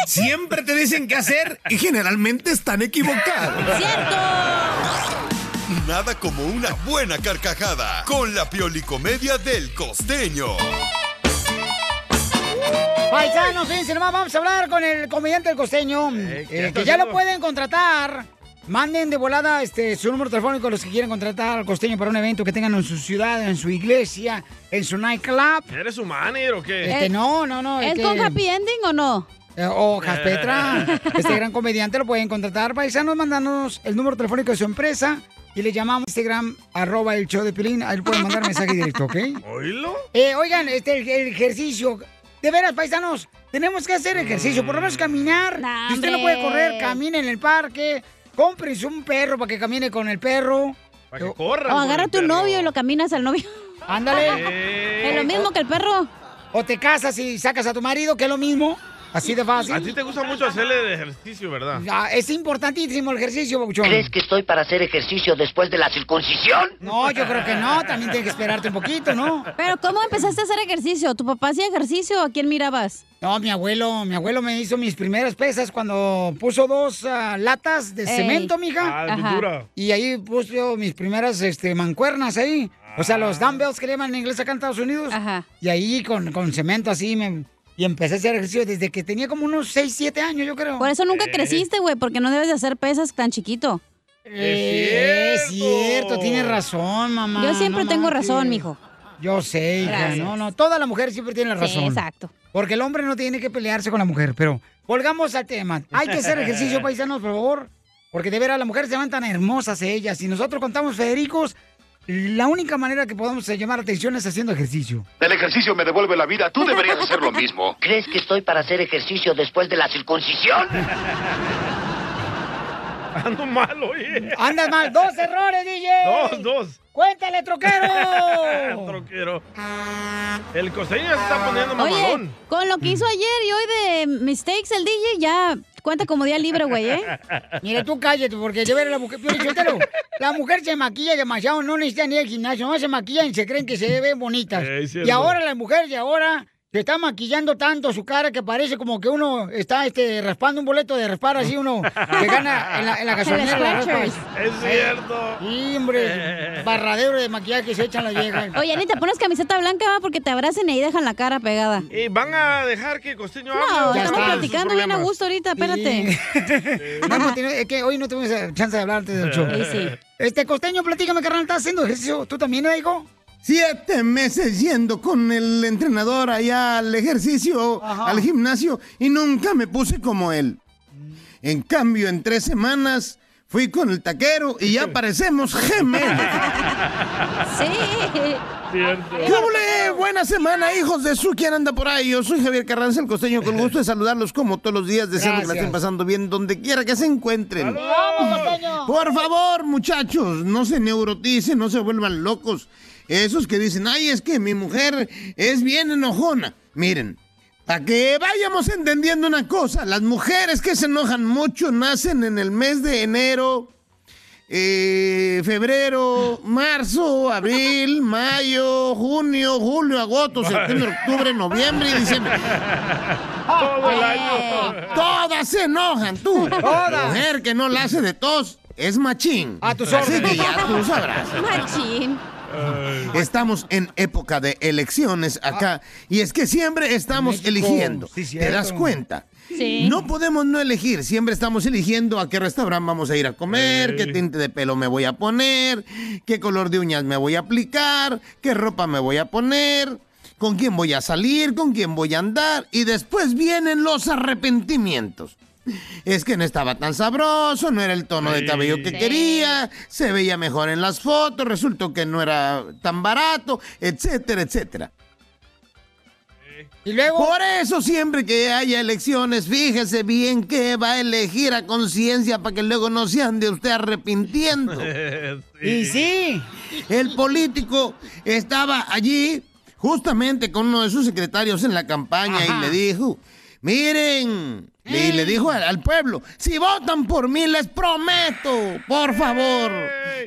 [SPEAKER 17] Siempre te dicen qué hacer y generalmente están equivocados.
[SPEAKER 8] Nada como una buena carcajada con la Pioli Comedia del costeño.
[SPEAKER 2] Paisanos, fíjense nomás, vamos a hablar con el comediante El Costeño,
[SPEAKER 16] Eh, ¿qué
[SPEAKER 2] eh,
[SPEAKER 16] está
[SPEAKER 2] que ya lo
[SPEAKER 16] haciendo?
[SPEAKER 2] pueden contratar. Manden de volada este, su número telefónico los que quieren contratar al Costeño para un evento que tengan en su ciudad, en su iglesia, en su nightclub.
[SPEAKER 16] ¿Eres su manager o
[SPEAKER 11] Eh.
[SPEAKER 16] qué?
[SPEAKER 2] Este, no, no, no. Eh,
[SPEAKER 5] ¿Es con happy
[SPEAKER 2] ending o no? o Jaspetra, oh, este gran comediante lo pueden contratar. Paisanos, mandándonos el número telefónico de su empresa y le llamamos Instagram, arroba el show de Pilín. Ahí le pueden mandar mensaje directo, ¿ok?
[SPEAKER 16] ¿Oílo?
[SPEAKER 2] Eh, oigan, este, el, el ejercicio. De veras, paisanos, tenemos que hacer ejercicio. Por lo menos caminar.
[SPEAKER 5] Nah,
[SPEAKER 2] si usted no
[SPEAKER 5] hombre.
[SPEAKER 2] puede correr, camine en el parque. Cómprense un perro para que camine con el perro.
[SPEAKER 16] Para que
[SPEAKER 5] O
[SPEAKER 16] corra.
[SPEAKER 5] agarra a tu novio y lo caminas al novio.
[SPEAKER 2] Ándale.
[SPEAKER 5] Es lo mismo
[SPEAKER 2] que el perro. O te casas y sacas a tu marido, que es lo mismo. Así de
[SPEAKER 16] A ti
[SPEAKER 2] fácil.
[SPEAKER 16] te gusta mucho hacerle el ejercicio, ¿verdad?
[SPEAKER 2] Ah, Es importantísimo el ejercicio, Bauchón.
[SPEAKER 18] ¿Crees que estoy para hacer ejercicio después de la circuncisión?
[SPEAKER 2] No, yo creo que no. También tienes que esperarte un poquito, Eh, ¿no?
[SPEAKER 5] Pero ¿cómo empezaste a hacer ejercicio? ¿Tu papá hacía ejercicio? ¿A quién mirabas?
[SPEAKER 2] No, mi abuelo, mi abuelo me hizo mis primeras pesas cuando puso dos ah, latas de
[SPEAKER 5] Ey.
[SPEAKER 2] cemento, mija.
[SPEAKER 5] Ah, de Ajá. pintura.
[SPEAKER 2] Y ahí puso mis primeras este, mancuernas ahí. O sea, los
[SPEAKER 5] Ah.
[SPEAKER 2] dumbbells que le llaman en inglés acá en Estados Unidos. Y ahí con, con cemento así me- y empecé a hacer ejercicio desde que tenía como unos 6, 7 años, yo creo. Eh,
[SPEAKER 5] Por eso nunca creciste, güey, porque no debes de hacer pesas tan chiquito.
[SPEAKER 2] Es cierto, tiene razón, mamá.
[SPEAKER 5] Yo siempre
[SPEAKER 2] No
[SPEAKER 5] tengo
[SPEAKER 2] marches.
[SPEAKER 5] razón, mijo.
[SPEAKER 2] Yo sé, hija,
[SPEAKER 5] Gracias.
[SPEAKER 2] no, no. Toda la mujer siempre tiene la
[SPEAKER 5] Sí,
[SPEAKER 2] razón.
[SPEAKER 5] exacto.
[SPEAKER 2] Porque el hombre no tiene que pelearse con la mujer, pero volvamos al tema. Hay que hacer ejercicio, paisanos, por favor. Porque de veras, las mujeres se van tan hermosas ellas. Y nosotros contamos Federicos, la única manera que podamos eh, llamar atención es haciendo ejercicio.
[SPEAKER 18] El ejercicio me devuelve la vida. Tú deberías hacer lo mismo. ¿Crees que estoy para hacer ejercicio después de la circuncisión?
[SPEAKER 16] Ando mal, oye.
[SPEAKER 2] Andas mal, dos errores, DJ.
[SPEAKER 16] Dos, dos.
[SPEAKER 2] Cuéntale, troquero.
[SPEAKER 16] Troquero. El costeño se está poniendo
[SPEAKER 5] Oye,
[SPEAKER 16] mamalón.
[SPEAKER 5] con lo que
[SPEAKER 2] Mm.
[SPEAKER 5] hizo ayer y hoy de mistakes el DJ, ya cuenta como día libre, güey, ¿eh?
[SPEAKER 2] Mira, tú cállate, porque de veras la mujer, Pio Lichotero, la mujer se maquilla demasiado, no necesita ni el gimnasio, no se maquillan y se creen que se ven bonitas.
[SPEAKER 10] Eh, es cierto.
[SPEAKER 2] y ahora la mujer de ahora se está maquillando tanto su cara que parece como que uno está este, raspando un boleto de raspar así uno que gana en la, en la gasolinera.
[SPEAKER 10] En las
[SPEAKER 2] la raspas.
[SPEAKER 10] Skechers.
[SPEAKER 16] Es cierto.
[SPEAKER 2] Sí, hombre, barradero de maquillaje se echan la vieja.
[SPEAKER 5] Oye, ni te pones camiseta blanca, va, porque te abracen y ahí dejan la cara pegada.
[SPEAKER 16] Y van a dejar que Costeño hable.
[SPEAKER 5] No,
[SPEAKER 16] Ya
[SPEAKER 5] estamos
[SPEAKER 16] está,
[SPEAKER 5] platicando
[SPEAKER 16] sus
[SPEAKER 5] bien a
[SPEAKER 16] problemas.
[SPEAKER 5] gusto ahorita, espérate.
[SPEAKER 2] No, no, tiene- es que hoy no tuvimos chance de hablar antes del show.
[SPEAKER 10] Sí, sí.
[SPEAKER 2] Este, Costeño, platícame, carnal, ¿estás haciendo ejercicio? ¿Tú también, eh, hijo?
[SPEAKER 13] Siete meses yendo con el entrenador allá al ejercicio, al gimnasio, y nunca me puse como él. En cambio, en tres semanas fui con el taquero y ya parecemos gemelos.
[SPEAKER 5] Sí.
[SPEAKER 16] Cierto.
[SPEAKER 13] ¿Qué hule? Buena semana, hijos de su. ¿Quién anda por ahí? Yo soy Javier Carranza, el costeño, con el gusto de saludarlos como todos los días, deseando que la
[SPEAKER 10] Gracias.
[SPEAKER 13] estén pasando bien donde quiera que se encuentren. Mm.
[SPEAKER 10] ¡Vamos, costeño!
[SPEAKER 13] Por favor, muchachos, no se neuroticen, no se vuelvan locos. Esos que dicen, ay, es que mi mujer es bien enojona. Miren, para que vayamos entendiendo una cosa, las mujeres que se enojan mucho nacen en el mes de enero, eh, febrero, marzo, abril, mayo, junio, julio, agosto, septiembre, octubre, noviembre y diciembre. Eh,
[SPEAKER 10] Todo el año.
[SPEAKER 13] Todas se enojan, tú.
[SPEAKER 10] Todas.
[SPEAKER 13] La Mujer que no la hace de tos es machín. A
[SPEAKER 10] tus
[SPEAKER 13] Así
[SPEAKER 10] órdenes.
[SPEAKER 13] que ya tú sabrás.
[SPEAKER 5] Machín.
[SPEAKER 13] Estamos en época de elecciones acá y es que siempre estamos
[SPEAKER 10] México.
[SPEAKER 13] eligiendo.
[SPEAKER 10] Sí,
[SPEAKER 13] ¿Te
[SPEAKER 10] cierto.
[SPEAKER 13] das cuenta?
[SPEAKER 10] Sí.
[SPEAKER 13] No podemos no elegir, siempre estamos eligiendo a qué restaurante vamos a ir a comer, qué tinte de pelo me voy a poner, qué color de uñas me voy a aplicar, qué ropa me voy a poner, con quién voy a salir, con quién voy a andar y después vienen los arrepentimientos. Es que no estaba tan sabroso, no era el tono de cabello que
[SPEAKER 10] Sí.
[SPEAKER 13] quería, se veía mejor en las fotos, resultó que no era tan barato, etcétera, etcétera.
[SPEAKER 2] Y luego.
[SPEAKER 13] Por eso siempre que haya elecciones, fíjese bien que va a elegir a conciencia para que luego no se ande usted arrepintiendo.
[SPEAKER 10] Y
[SPEAKER 13] sí. El político estaba allí justamente con uno de sus secretarios en la campaña y le dijo, miren, y le dijo al, al pueblo, si votan por mí les prometo, por favor,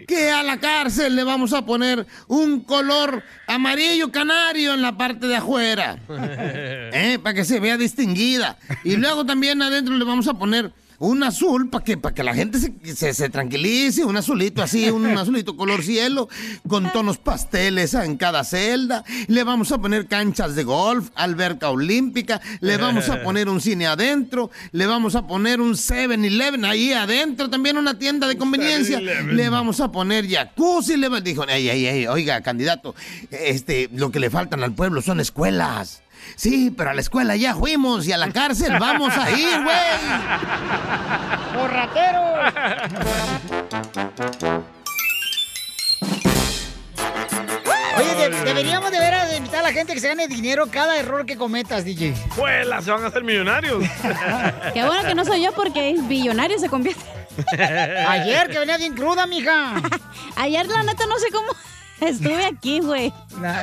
[SPEAKER 13] que a la cárcel le vamos a poner un color amarillo canario en la parte de afuera. ¿eh? Para que se vea distinguida. Y luego también adentro le vamos a poner un azul para que, para que la gente se, se- se tranquilice, un azulito así, un, azulito color cielo, con tonos pasteles en cada celda. Le vamos a poner canchas de golf, alberca olímpica, le vamos a poner un cine adentro, le vamos a poner un 7-Eleven ahí adentro, también una tienda de conveniencia,
[SPEAKER 10] 7-Eleven.
[SPEAKER 13] le vamos a poner jacuzzi, le va- dijo, "Ey, ey, ey, oiga, candidato, este, lo que le faltan al pueblo son escuelas. Sí, pero a la escuela ya fuimos y a la cárcel vamos a ir, güey.
[SPEAKER 2] ¡Por ratero! Oye, de- deberíamos de ver a de invitar a la gente que se gane dinero cada error que cometas, DJ.
[SPEAKER 16] Escuela, se van a hacer millonarios.
[SPEAKER 5] Qué bueno que no soy yo porque es billonario se convierte.
[SPEAKER 2] Ayer que venía bien cruda, mija.
[SPEAKER 5] Ayer la neta no sé cómo estuve aquí, güey.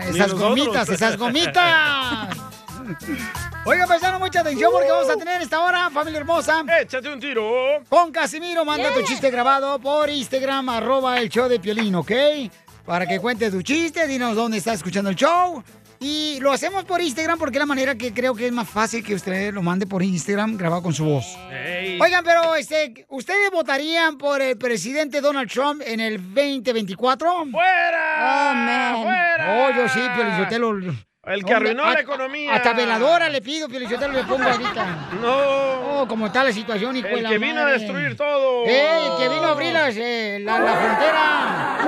[SPEAKER 2] esas gomitas, esas gomitas. Oiga, paisano, mucha atención porque vamos a tener esta hora, familia hermosa.
[SPEAKER 16] Uh. Échate un tiro.
[SPEAKER 2] Con Casimiro, manda tu chiste grabado por Instagram, arroba el show de Piolín, ¿ok? Para que cuentes tu chiste, dinos dónde estás escuchando el show. Y lo hacemos por Instagram porque es la manera que creo que es más fácil que usted lo mande por Instagram grabado con su voz. Oigan, pero este, ¿ustedes votarían por el presidente Donald Trump en el 2024? ¡Fuera!
[SPEAKER 5] Oh, man.
[SPEAKER 2] Oh, yo sí, Piolín, yo te lo...
[SPEAKER 19] El que arruinó
[SPEAKER 2] Hombre,
[SPEAKER 19] la
[SPEAKER 2] a-
[SPEAKER 19] economía.
[SPEAKER 2] Hasta veladora le pido, Pio Lizotero, le pongo ahorita.
[SPEAKER 19] No.
[SPEAKER 2] Oh, como está la situación, hijo
[SPEAKER 19] El
[SPEAKER 2] de la
[SPEAKER 19] que vino a
[SPEAKER 2] madre.
[SPEAKER 19] destruir todo.
[SPEAKER 2] ¡Ey, el que vino a abrir las, eh, la, la frontera!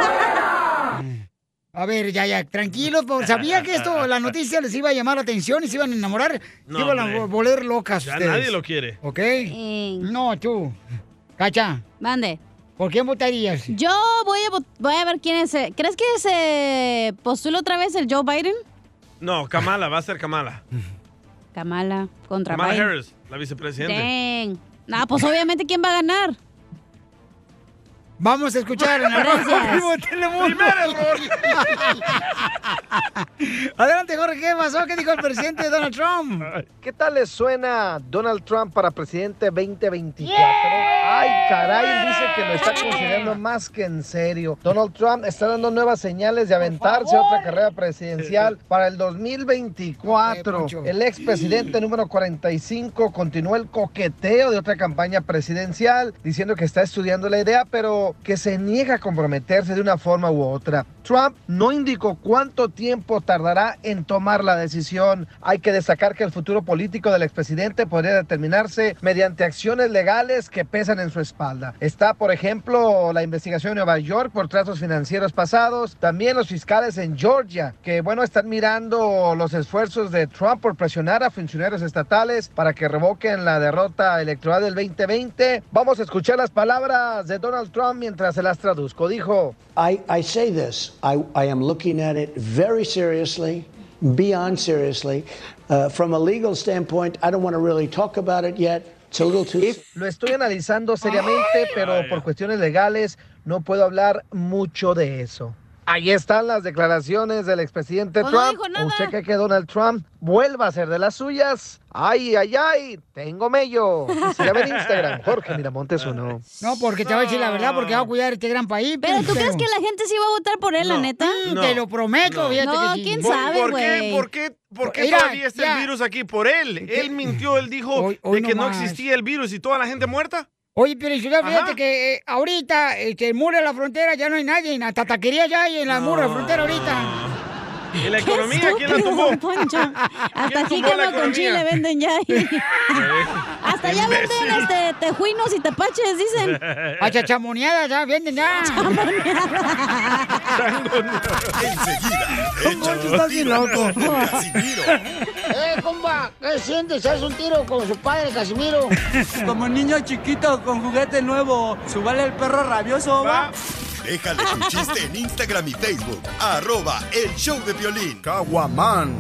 [SPEAKER 2] A ver, ya, ya, tranquilos. por- Sabía que esto, la noticia les iba a llamar la atención y se iban a enamorar.
[SPEAKER 19] No,
[SPEAKER 2] se iban a
[SPEAKER 19] hombre.
[SPEAKER 2] vo- volver locas
[SPEAKER 19] Ya
[SPEAKER 2] ustedes.
[SPEAKER 19] nadie lo quiere.
[SPEAKER 2] ¿Ok? No, tú. Cacha.
[SPEAKER 5] Mande.
[SPEAKER 2] ¿Por quién votarías?
[SPEAKER 5] Yo voy a, vot- voy a ver quién es. eh, ¿Crees que se postula otra vez el Joe Biden?
[SPEAKER 19] No, Kamala, va a ser Kamala.
[SPEAKER 5] Kamala contra
[SPEAKER 19] Kamala
[SPEAKER 5] Biden.
[SPEAKER 19] Harris, la vicepresidenta.
[SPEAKER 5] Dang. Ah, pues obviamente quién va a ganar.
[SPEAKER 2] Vamos a escuchar en el
[SPEAKER 5] Gracias.
[SPEAKER 2] próximo Telemundo. Adelante, Jorge, ¿qué pasó? ¿Qué dijo el presidente Donald Trump?
[SPEAKER 9] ¿Qué tal les suena Donald Trump para presidente 2024? Ay, caray, dice que lo está considerando más que en serio. Donald Trump está dando nuevas señales de aventarse a otra carrera presidencial para el 2024. El expresidente número 45 continuó el coqueteo de otra campaña presidencial, diciendo que está estudiando la idea, pero que se niega a comprometerse de una forma u otra. Trump no indicó cuánto tiempo tardará en tomar la decisión. Hay que destacar que el futuro político del expresidente podría determinarse mediante acciones legales que pesan en su espalda. Está, por ejemplo, la investigación en Nueva York por tratos financieros pasados, también los fiscales en Georgia, que bueno, están mirando los esfuerzos de Trump por presionar a funcionarios estatales para que revoquen la derrota electoral del 2020. Vamos a escuchar las palabras de Donald Trump mientras se las traduzco. Dijo...
[SPEAKER 20] I, I say this I, I am looking at it very seriously, beyond seriously. Uh, from a legal standpoint, I don't want to really talk about it yet. It's a little too.
[SPEAKER 9] Pues, Lo estoy analizando seriamente, pero por cuestiones legales no puedo hablar mucho de eso. Ahí están las declaraciones del expresidente
[SPEAKER 5] Pues no
[SPEAKER 9] Trump.
[SPEAKER 5] dijo nada.
[SPEAKER 9] ¿Usted cree que Donald Trump vuelva a ser de las suyas? Ay, ay, ay, tengo mello. Sígame en Instagram, Jorge Miramontes uno.
[SPEAKER 2] No, porque te voy a decir la verdad, porque va a cuidar este gran país.
[SPEAKER 5] Pero tú crees que la gente sí va a votar por él, ¿eh, la neta?
[SPEAKER 2] Mm, Te lo prometo, fíjate
[SPEAKER 5] No,
[SPEAKER 2] que sí.
[SPEAKER 5] quién
[SPEAKER 19] ¿Por-
[SPEAKER 5] sabe,
[SPEAKER 19] ¿Por qué,
[SPEAKER 5] güey.
[SPEAKER 19] por qué, por qué
[SPEAKER 2] Mira,
[SPEAKER 19] todavía está
[SPEAKER 2] ya.
[SPEAKER 19] el virus aquí? Por él. Él mintió, él dijo
[SPEAKER 2] hoy
[SPEAKER 19] de que no
[SPEAKER 2] nomás.
[SPEAKER 19] existía el virus y toda la gente muerta.
[SPEAKER 2] Oye, pero fíjate
[SPEAKER 19] Ajá.
[SPEAKER 2] que eh, ahorita este, el muro de la frontera ya no hay nadie, hasta taquería ya hay en la muro de la frontera ahorita.
[SPEAKER 19] ¿Y la economía quién la tomó?
[SPEAKER 5] Hasta
[SPEAKER 19] ¿Quién tumbó la
[SPEAKER 5] jícama con
[SPEAKER 19] economía?
[SPEAKER 5] chile venden ya. Hasta ya venden este, tejuinos y tepaches, dicen.
[SPEAKER 2] Hasta chamoneadas ya venden ya.
[SPEAKER 10] Poncho, estás bien loco.
[SPEAKER 2] ¡Eh, comba! ¿Qué sientes? ¿Haz un tiro con su padre, Casimiro?
[SPEAKER 1] Como niño chiquito con juguete nuevo, subale el perro rabioso, va.
[SPEAKER 8] Déjale tu chiste en Instagram y Facebook. Arroba el show de violín. Caguaman.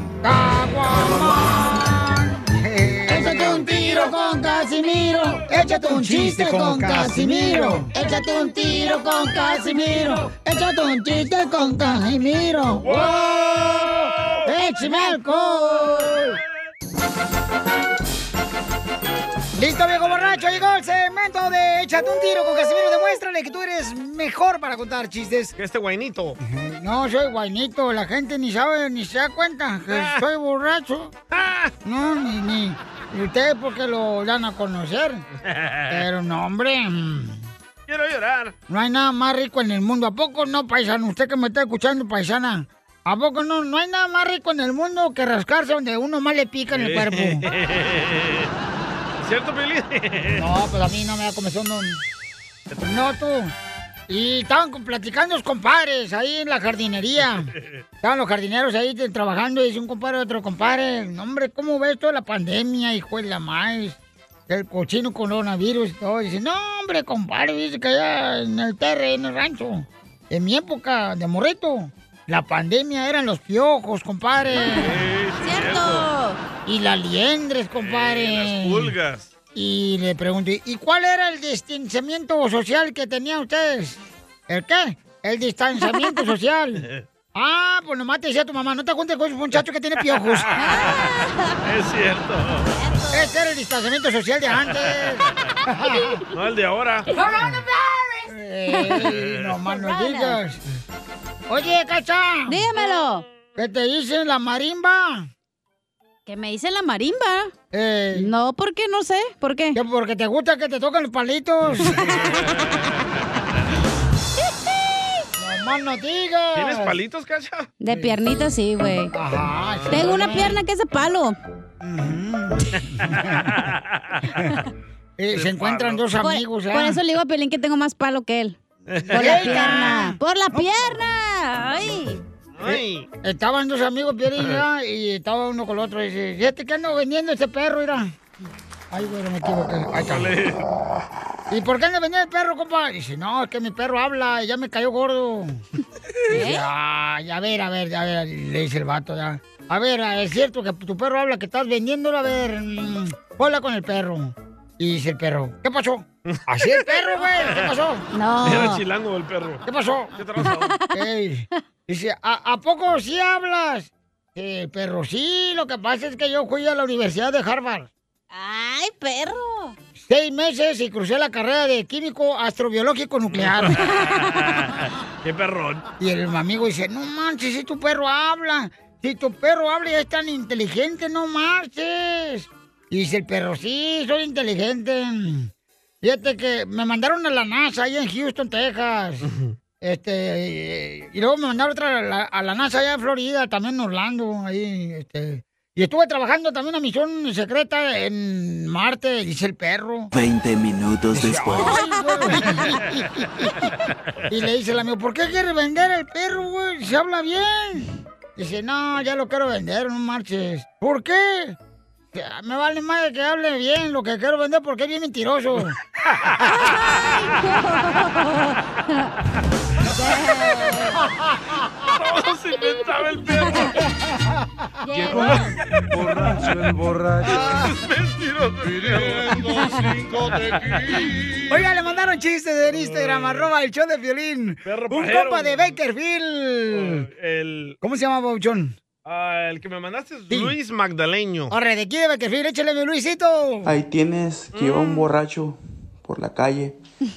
[SPEAKER 10] Échate un tiro con Casimiro. Échate un chiste con Casimiro. Échate un tiro con Casimiro. Échate un chiste con Casimiro. ¡Wow!
[SPEAKER 2] ¡Échame alcohol! ¡Listo, viejo borracho! Llegó el segmento de Échate un tiro con Casimiro. Demuéstrale que tú eres mejor para contar chistes.
[SPEAKER 19] Que este guainito.
[SPEAKER 2] No, soy guainito. La gente ni sabe, ni se da cuenta que
[SPEAKER 19] Ah.
[SPEAKER 2] soy borracho. No, ni, ni. Y ustedes porque lo dan a conocer. Pero no, hombre. mm,
[SPEAKER 19] Quiero llorar.
[SPEAKER 2] No hay nada más rico en el mundo. ¿A poco no, paisano? Usted que me está escuchando, paisana. ¿A poco no? No hay nada más rico en el mundo que rascarse donde uno más le pica en el cuerpo.
[SPEAKER 19] ¿Cierto, Pelín?
[SPEAKER 2] No, pues a mí no me da comezón. No, no tú. Y estaban con- platicando los compadres ahí en la jardinería. Estaban los jardineros ahí te- trabajando y dice un compadre a otro compadre. "No, Hombre, ¿cómo ves toda la pandemia, hijo de la maíz? El cochino coronavirus y todo. Dice, no, hombre, compadre, dice que allá en el terreno, en el rancho. En mi época de morrito, la pandemia eran los piojos, compadre.
[SPEAKER 19] ¡Cierto!
[SPEAKER 2] Y las liendres, compadre.
[SPEAKER 19] Las pulgas.
[SPEAKER 2] Y le pregunté, ¿y cuál era el distanciamiento social que tenían ustedes? ¿El qué? El distanciamiento social. Ah, pues nomás te decía tu mamá, no te juntes con ese muchacho que tiene piojos.
[SPEAKER 19] es cierto.
[SPEAKER 2] Ese era el distanciamiento social de antes.
[SPEAKER 19] No el de ahora.
[SPEAKER 2] Ey, no más no digas. Oye, Cacha.
[SPEAKER 5] Dígamelo.
[SPEAKER 2] ¿Qué te dice la marimba?
[SPEAKER 5] ¿Qué me dice la marimba?
[SPEAKER 2] No, porque no sé. ¿Por qué? Porque te gusta que te toquen los palitos. ¡Más no digas!
[SPEAKER 19] ¿Tienes palitos, Cacha?
[SPEAKER 5] De piernita sí, güey.
[SPEAKER 2] Ajá. sí,
[SPEAKER 5] Tengo una
[SPEAKER 2] güey.
[SPEAKER 5] pierna que es de palo.
[SPEAKER 2] Eh, se encuentran dos
[SPEAKER 5] Por-
[SPEAKER 2] amigos.
[SPEAKER 5] Por,
[SPEAKER 2] ¿ah?
[SPEAKER 5] eso le digo a Pelín que tengo más palo que él. Por la
[SPEAKER 2] ¡Ey! Ah.
[SPEAKER 5] pierna. Por
[SPEAKER 2] Oh.
[SPEAKER 5] la pierna. Ay.
[SPEAKER 2] Eh, Estaban dos amigos, Piolín, ¿verdad? y estaba uno con el otro. Y dice, fíjate que ando vendiendo este perro, mira. Ay, güey, me equivoqué. Ahí está. ¿Y por qué anda vendiendo el perro, compa? Dice, no, es que mi perro habla y ya me cayó gordo. Dice, ay, a ver, a ver, a ver, le dice el vato ya. A ver, es cierto que tu perro habla, que estás vendiéndolo, a ver, mm, hola con el perro. Y dice el perro, ¿qué pasó? Así el perro, güey, ¿qué pasó?
[SPEAKER 19] Era chilango el perro.
[SPEAKER 2] ¿Qué pasó? ¿Qué Ey, Dice, ¿a, a poco sí hablas? Eh, perro, sí, lo que pasa es que yo fui a la Universidad de Harvard.
[SPEAKER 5] Ay, perro.
[SPEAKER 2] Seis meses y crucé la carrera de químico astrobiológico nuclear.
[SPEAKER 19] ¡Qué perrón!
[SPEAKER 2] y el amigo dice, no manches, si tu perro habla, si tu perro habla y es tan inteligente, no marches. Y dice el perro, sí, soy inteligente. Fíjate que me mandaron a la NASA allá en Houston, Texas. Este, eh, y luego me mandaron otra a la, a la NASA allá en Florida, también en Orlando, ahí, este. Y estuve trabajando también una misión secreta en Marte, dice el perro.
[SPEAKER 4] 20 minutos después.
[SPEAKER 2] Y le dice el amigo, ¿por qué quieres vender el perro, güey? Se habla bien. Dice, no, ya lo quiero vender, no marches. ¿Por qué? Me vale más que hable bien lo que quiero vender porque es bien mentiroso.
[SPEAKER 3] Todo se inventaba el perro.
[SPEAKER 5] Llegó
[SPEAKER 3] borracho el borracho. Mentiroso. Pidiendo cinco
[SPEAKER 2] Oiga, le mandaron chistes en Instagram, arroba el show de violín. Un
[SPEAKER 19] pajero.
[SPEAKER 2] copa de Bakerfield.
[SPEAKER 19] El,
[SPEAKER 2] ¿Cómo se llama, Bouchón?
[SPEAKER 19] ah, el que me mandaste es Luis Magdaleño.
[SPEAKER 2] Arre, de aquí de Bakerfield, échale mi Luisito.
[SPEAKER 4] Ahí tienes que
[SPEAKER 19] Mm.
[SPEAKER 4] iba un borracho por la calle.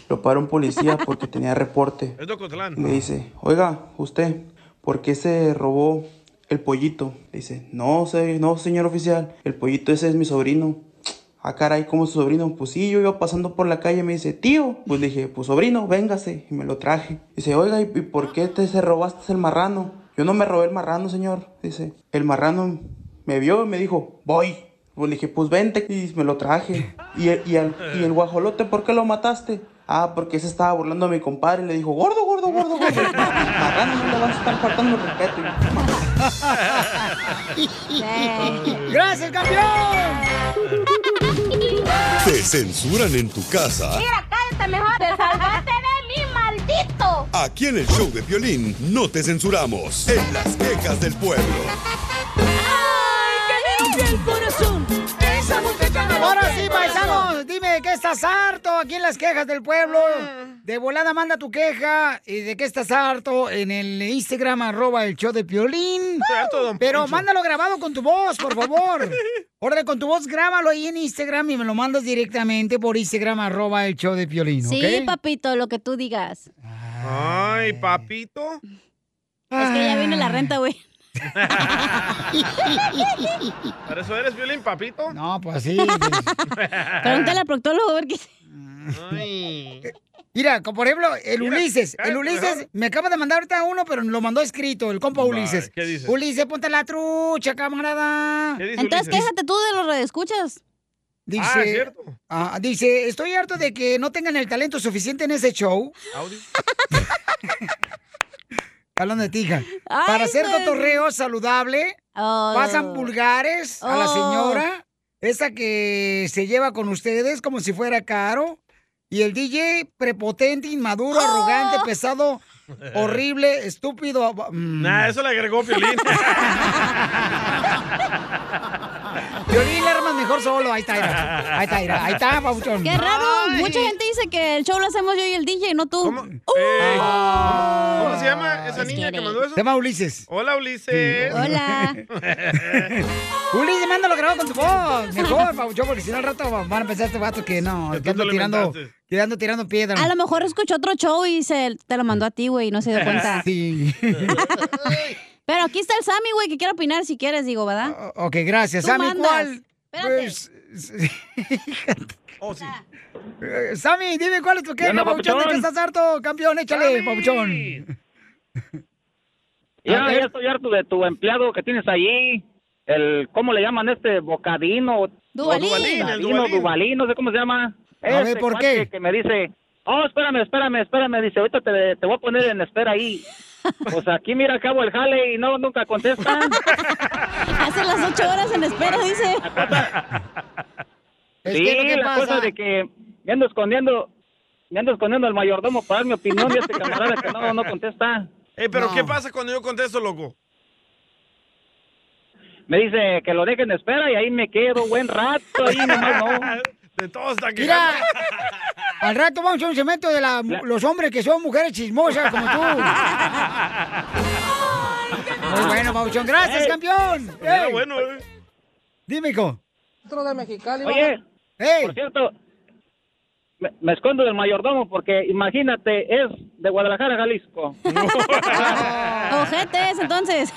[SPEAKER 4] Lo paró un policía porque tenía reporte.
[SPEAKER 19] Es de Ocotlán.
[SPEAKER 4] Le dice, oiga, usted, ¿por qué se robó el pollito? Le dice, no, sé, no, señor oficial, el pollito ese es mi sobrino. Ah, caray, ¿cómo es su sobrino? Pues sí, yo iba pasando por la calle y me dice, tío. Pues le dije, pues sobrino, véngase. Y me lo traje. Dice, oiga, ¿y y por qué te se robaste el marrano? Yo no me robé el marrano, señor. Dice, el marrano me vio y me dijo, voy. Pues le dije, pues vente. Y me lo traje. Y el, y al- y el guajolote, ¿por qué lo mataste? Ah, porque se estaba burlando de mi compadre y le dijo, gordo, gordo, gordo, gordo. Marrano, no le vas a estar faltando el respeto.
[SPEAKER 2] ¡Gracias, campeón!
[SPEAKER 8] Te censuran en tu casa.
[SPEAKER 6] cállate mejor. Te salvaste de mí, maldito.
[SPEAKER 8] Aquí en el show de violín no te censuramos. En las quejas del pueblo.
[SPEAKER 2] el corazón! ¡Esa muchacha
[SPEAKER 3] me
[SPEAKER 2] Ahora
[SPEAKER 3] rompió
[SPEAKER 2] sí,
[SPEAKER 3] el
[SPEAKER 2] paisanos,
[SPEAKER 3] corazón.
[SPEAKER 2] dime de qué estás harto aquí en las quejas del pueblo. De volada manda tu queja y de qué estás harto en el Instagram arroba el show de Piolín. Pero mándalo grabado con tu voz, por favor. Orden, con tu voz grábalo ahí en Instagram y me lo mandas directamente por Instagram arroba el show de Piolín, ¿ok?
[SPEAKER 5] Sí, papito, lo que tú digas.
[SPEAKER 19] Ay, papito.
[SPEAKER 5] Es
[SPEAKER 2] Ah.
[SPEAKER 5] que ya vino la renta, güey.
[SPEAKER 19] ¿Para eso eres violín, papito?
[SPEAKER 2] No, pues sí.
[SPEAKER 11] Ah.
[SPEAKER 5] Pregúntale al proctólogo a ver qué dice.
[SPEAKER 2] Mira, como por ejemplo, el
[SPEAKER 5] Mira,
[SPEAKER 2] Ulises. El
[SPEAKER 5] cállate,
[SPEAKER 2] Ulises
[SPEAKER 5] mejor.
[SPEAKER 2] me acaba de mandar ahorita uno, pero lo mandó escrito, el compa Ulises.
[SPEAKER 19] ¿qué dice?
[SPEAKER 2] Ulises, ponte la trucha, camarada.
[SPEAKER 5] Entonces, quéjate tú de los redescuchas.
[SPEAKER 2] Dice,
[SPEAKER 5] Ah, es cierto.
[SPEAKER 2] ah, dice, estoy harto de que no tengan el talento suficiente en ese show. Hablando de tija.
[SPEAKER 5] Ay,
[SPEAKER 2] Para hacer
[SPEAKER 5] no.
[SPEAKER 2] cotorreo saludable, pasan vulgares a la
[SPEAKER 5] Oh.
[SPEAKER 2] señora, esa que se lleva con ustedes como si fuera caro. Y el DJ prepotente, inmaduro, arrogante,
[SPEAKER 5] Oh.
[SPEAKER 2] pesado, horrible, estúpido. mm.
[SPEAKER 19] Nah, eso le agregó violín.
[SPEAKER 2] Piolín le armas mejor solo. Ahí está, mira. Ahí está, mira. Ahí está, Pauchón.
[SPEAKER 5] Qué raro. Mucha gente dice que el show lo hacemos yo y el DJ, no tú. Oh.
[SPEAKER 19] ¿Cómo se llama esa niña que mandó eso?
[SPEAKER 2] Se llama Ulises.
[SPEAKER 19] Hola, Ulises.
[SPEAKER 5] Hola.
[SPEAKER 2] Ulises, mándalo grabado con tu voz. Mejor, Pauchón, porque si no al rato van a pensar este vato que no, que ando
[SPEAKER 5] lo
[SPEAKER 2] tirando,
[SPEAKER 5] inventaste.
[SPEAKER 2] tirando, tirando piedra.
[SPEAKER 5] A lo mejor escuchó otro show y se te lo mandó a ti, güey, y no se dio cuenta.
[SPEAKER 2] Ah, Sí.
[SPEAKER 5] Pero aquí está el Sammy, güey, que quiere opinar si quieres, digo, ¿verdad?
[SPEAKER 2] Oh, Ok, gracias.
[SPEAKER 5] Tú
[SPEAKER 2] Sammy,
[SPEAKER 5] mandas.
[SPEAKER 2] ¿cuál?
[SPEAKER 5] Espérate.
[SPEAKER 2] Pues, Eh, Sammy, dime cuál es tu
[SPEAKER 3] ¿Qué
[SPEAKER 2] queja,
[SPEAKER 3] onda,
[SPEAKER 2] Eh, Pauchón, de
[SPEAKER 3] papuchón?
[SPEAKER 2] que estás harto, campeón, échale, Pauchón.
[SPEAKER 5] Ah,
[SPEAKER 18] Ya, ya estoy harto de tu empleado que tienes allí. El, ¿Cómo le llaman este? Bocadino.
[SPEAKER 5] Duvalín.
[SPEAKER 18] O
[SPEAKER 5] El
[SPEAKER 18] Duvalín,
[SPEAKER 5] Duvalín.
[SPEAKER 18] Duvalín, no sé cómo se llama. Este
[SPEAKER 5] A ver, ¿por qué?
[SPEAKER 18] cuate Que me dice, oh, espérame, espérame, espérame. Dice, ahorita te, te voy a poner en espera ahí. Pues aquí mira, acabo el jale y no, nunca contesta.
[SPEAKER 5] Hace las ocho horas en espera, dice.
[SPEAKER 18] Sí,
[SPEAKER 5] Es que lo que
[SPEAKER 18] la
[SPEAKER 5] pasa-
[SPEAKER 18] cosa de que me ando escondiendo, me ando escondiendo al mayordomo para dar mi opinión de este camarada que no, no contesta.
[SPEAKER 11] Eh, pero ¿qué pasa cuando yo contesto, loco?
[SPEAKER 18] Me dice que lo dejen en espera y ahí me quedo buen rato, ahí nomás no.
[SPEAKER 11] De todos está aquí.
[SPEAKER 2] Mira, al rato vamos a un cemento de la- los hombres que son mujeres chismosas como tú. Muy bueno, Pabuchón. Gracias,
[SPEAKER 10] Ey.
[SPEAKER 2] campeón.
[SPEAKER 10] Era
[SPEAKER 2] Ey.
[SPEAKER 10] bueno, eh.
[SPEAKER 2] Dime, hijo.
[SPEAKER 10] Centro de Mexicali.
[SPEAKER 18] Oye,
[SPEAKER 2] Ey.
[SPEAKER 18] por cierto, me, me escondo del mayordomo porque imagínate, es de Guadalajara, Jalisco.
[SPEAKER 5] Ojetes, entonces.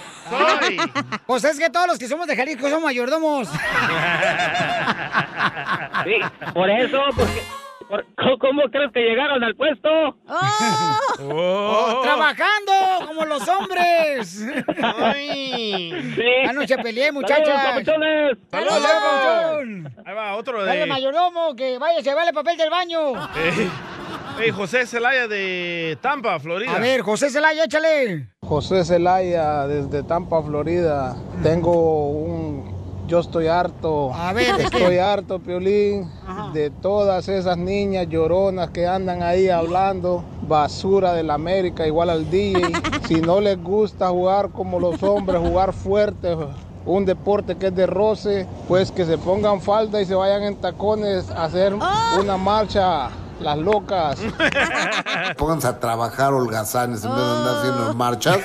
[SPEAKER 2] Pues es que todos los que somos de Jalisco somos mayordomos.
[SPEAKER 18] Sí, por eso, porque, por- ¿cómo- ¿cómo crees que llegaron al puesto?
[SPEAKER 2] Oh, ¡Trabajando como los hombres! Anoche peleé, muchachas.
[SPEAKER 18] Saludos,
[SPEAKER 2] ¡Saludos, papuchón!
[SPEAKER 11] Ahí va, otro
[SPEAKER 2] Dale,
[SPEAKER 11] de...
[SPEAKER 2] mayordomo, que vaya, se va el papel del baño.
[SPEAKER 11] Eh, eh, José Celaya de Tampa, Florida.
[SPEAKER 2] A ver, José Zelaya, échale.
[SPEAKER 21] José Zelaya, desde Tampa, Florida. Tengo un... Yo estoy harto.
[SPEAKER 2] A ver, ¿de qué?
[SPEAKER 21] Estoy harto, Piolín, de todas esas niñas lloronas que andan ahí hablando basura de la América, igual al DJ. si no les gusta jugar como los hombres, jugar fuerte, un deporte que es de roce, pues que se pongan falda y se vayan en tacones a hacer
[SPEAKER 2] ¡Oh!
[SPEAKER 21] una marcha, las locas.
[SPEAKER 13] Pónganse a trabajar holgazanes en vez de andar
[SPEAKER 20] Ah.
[SPEAKER 13] haciendo marchas.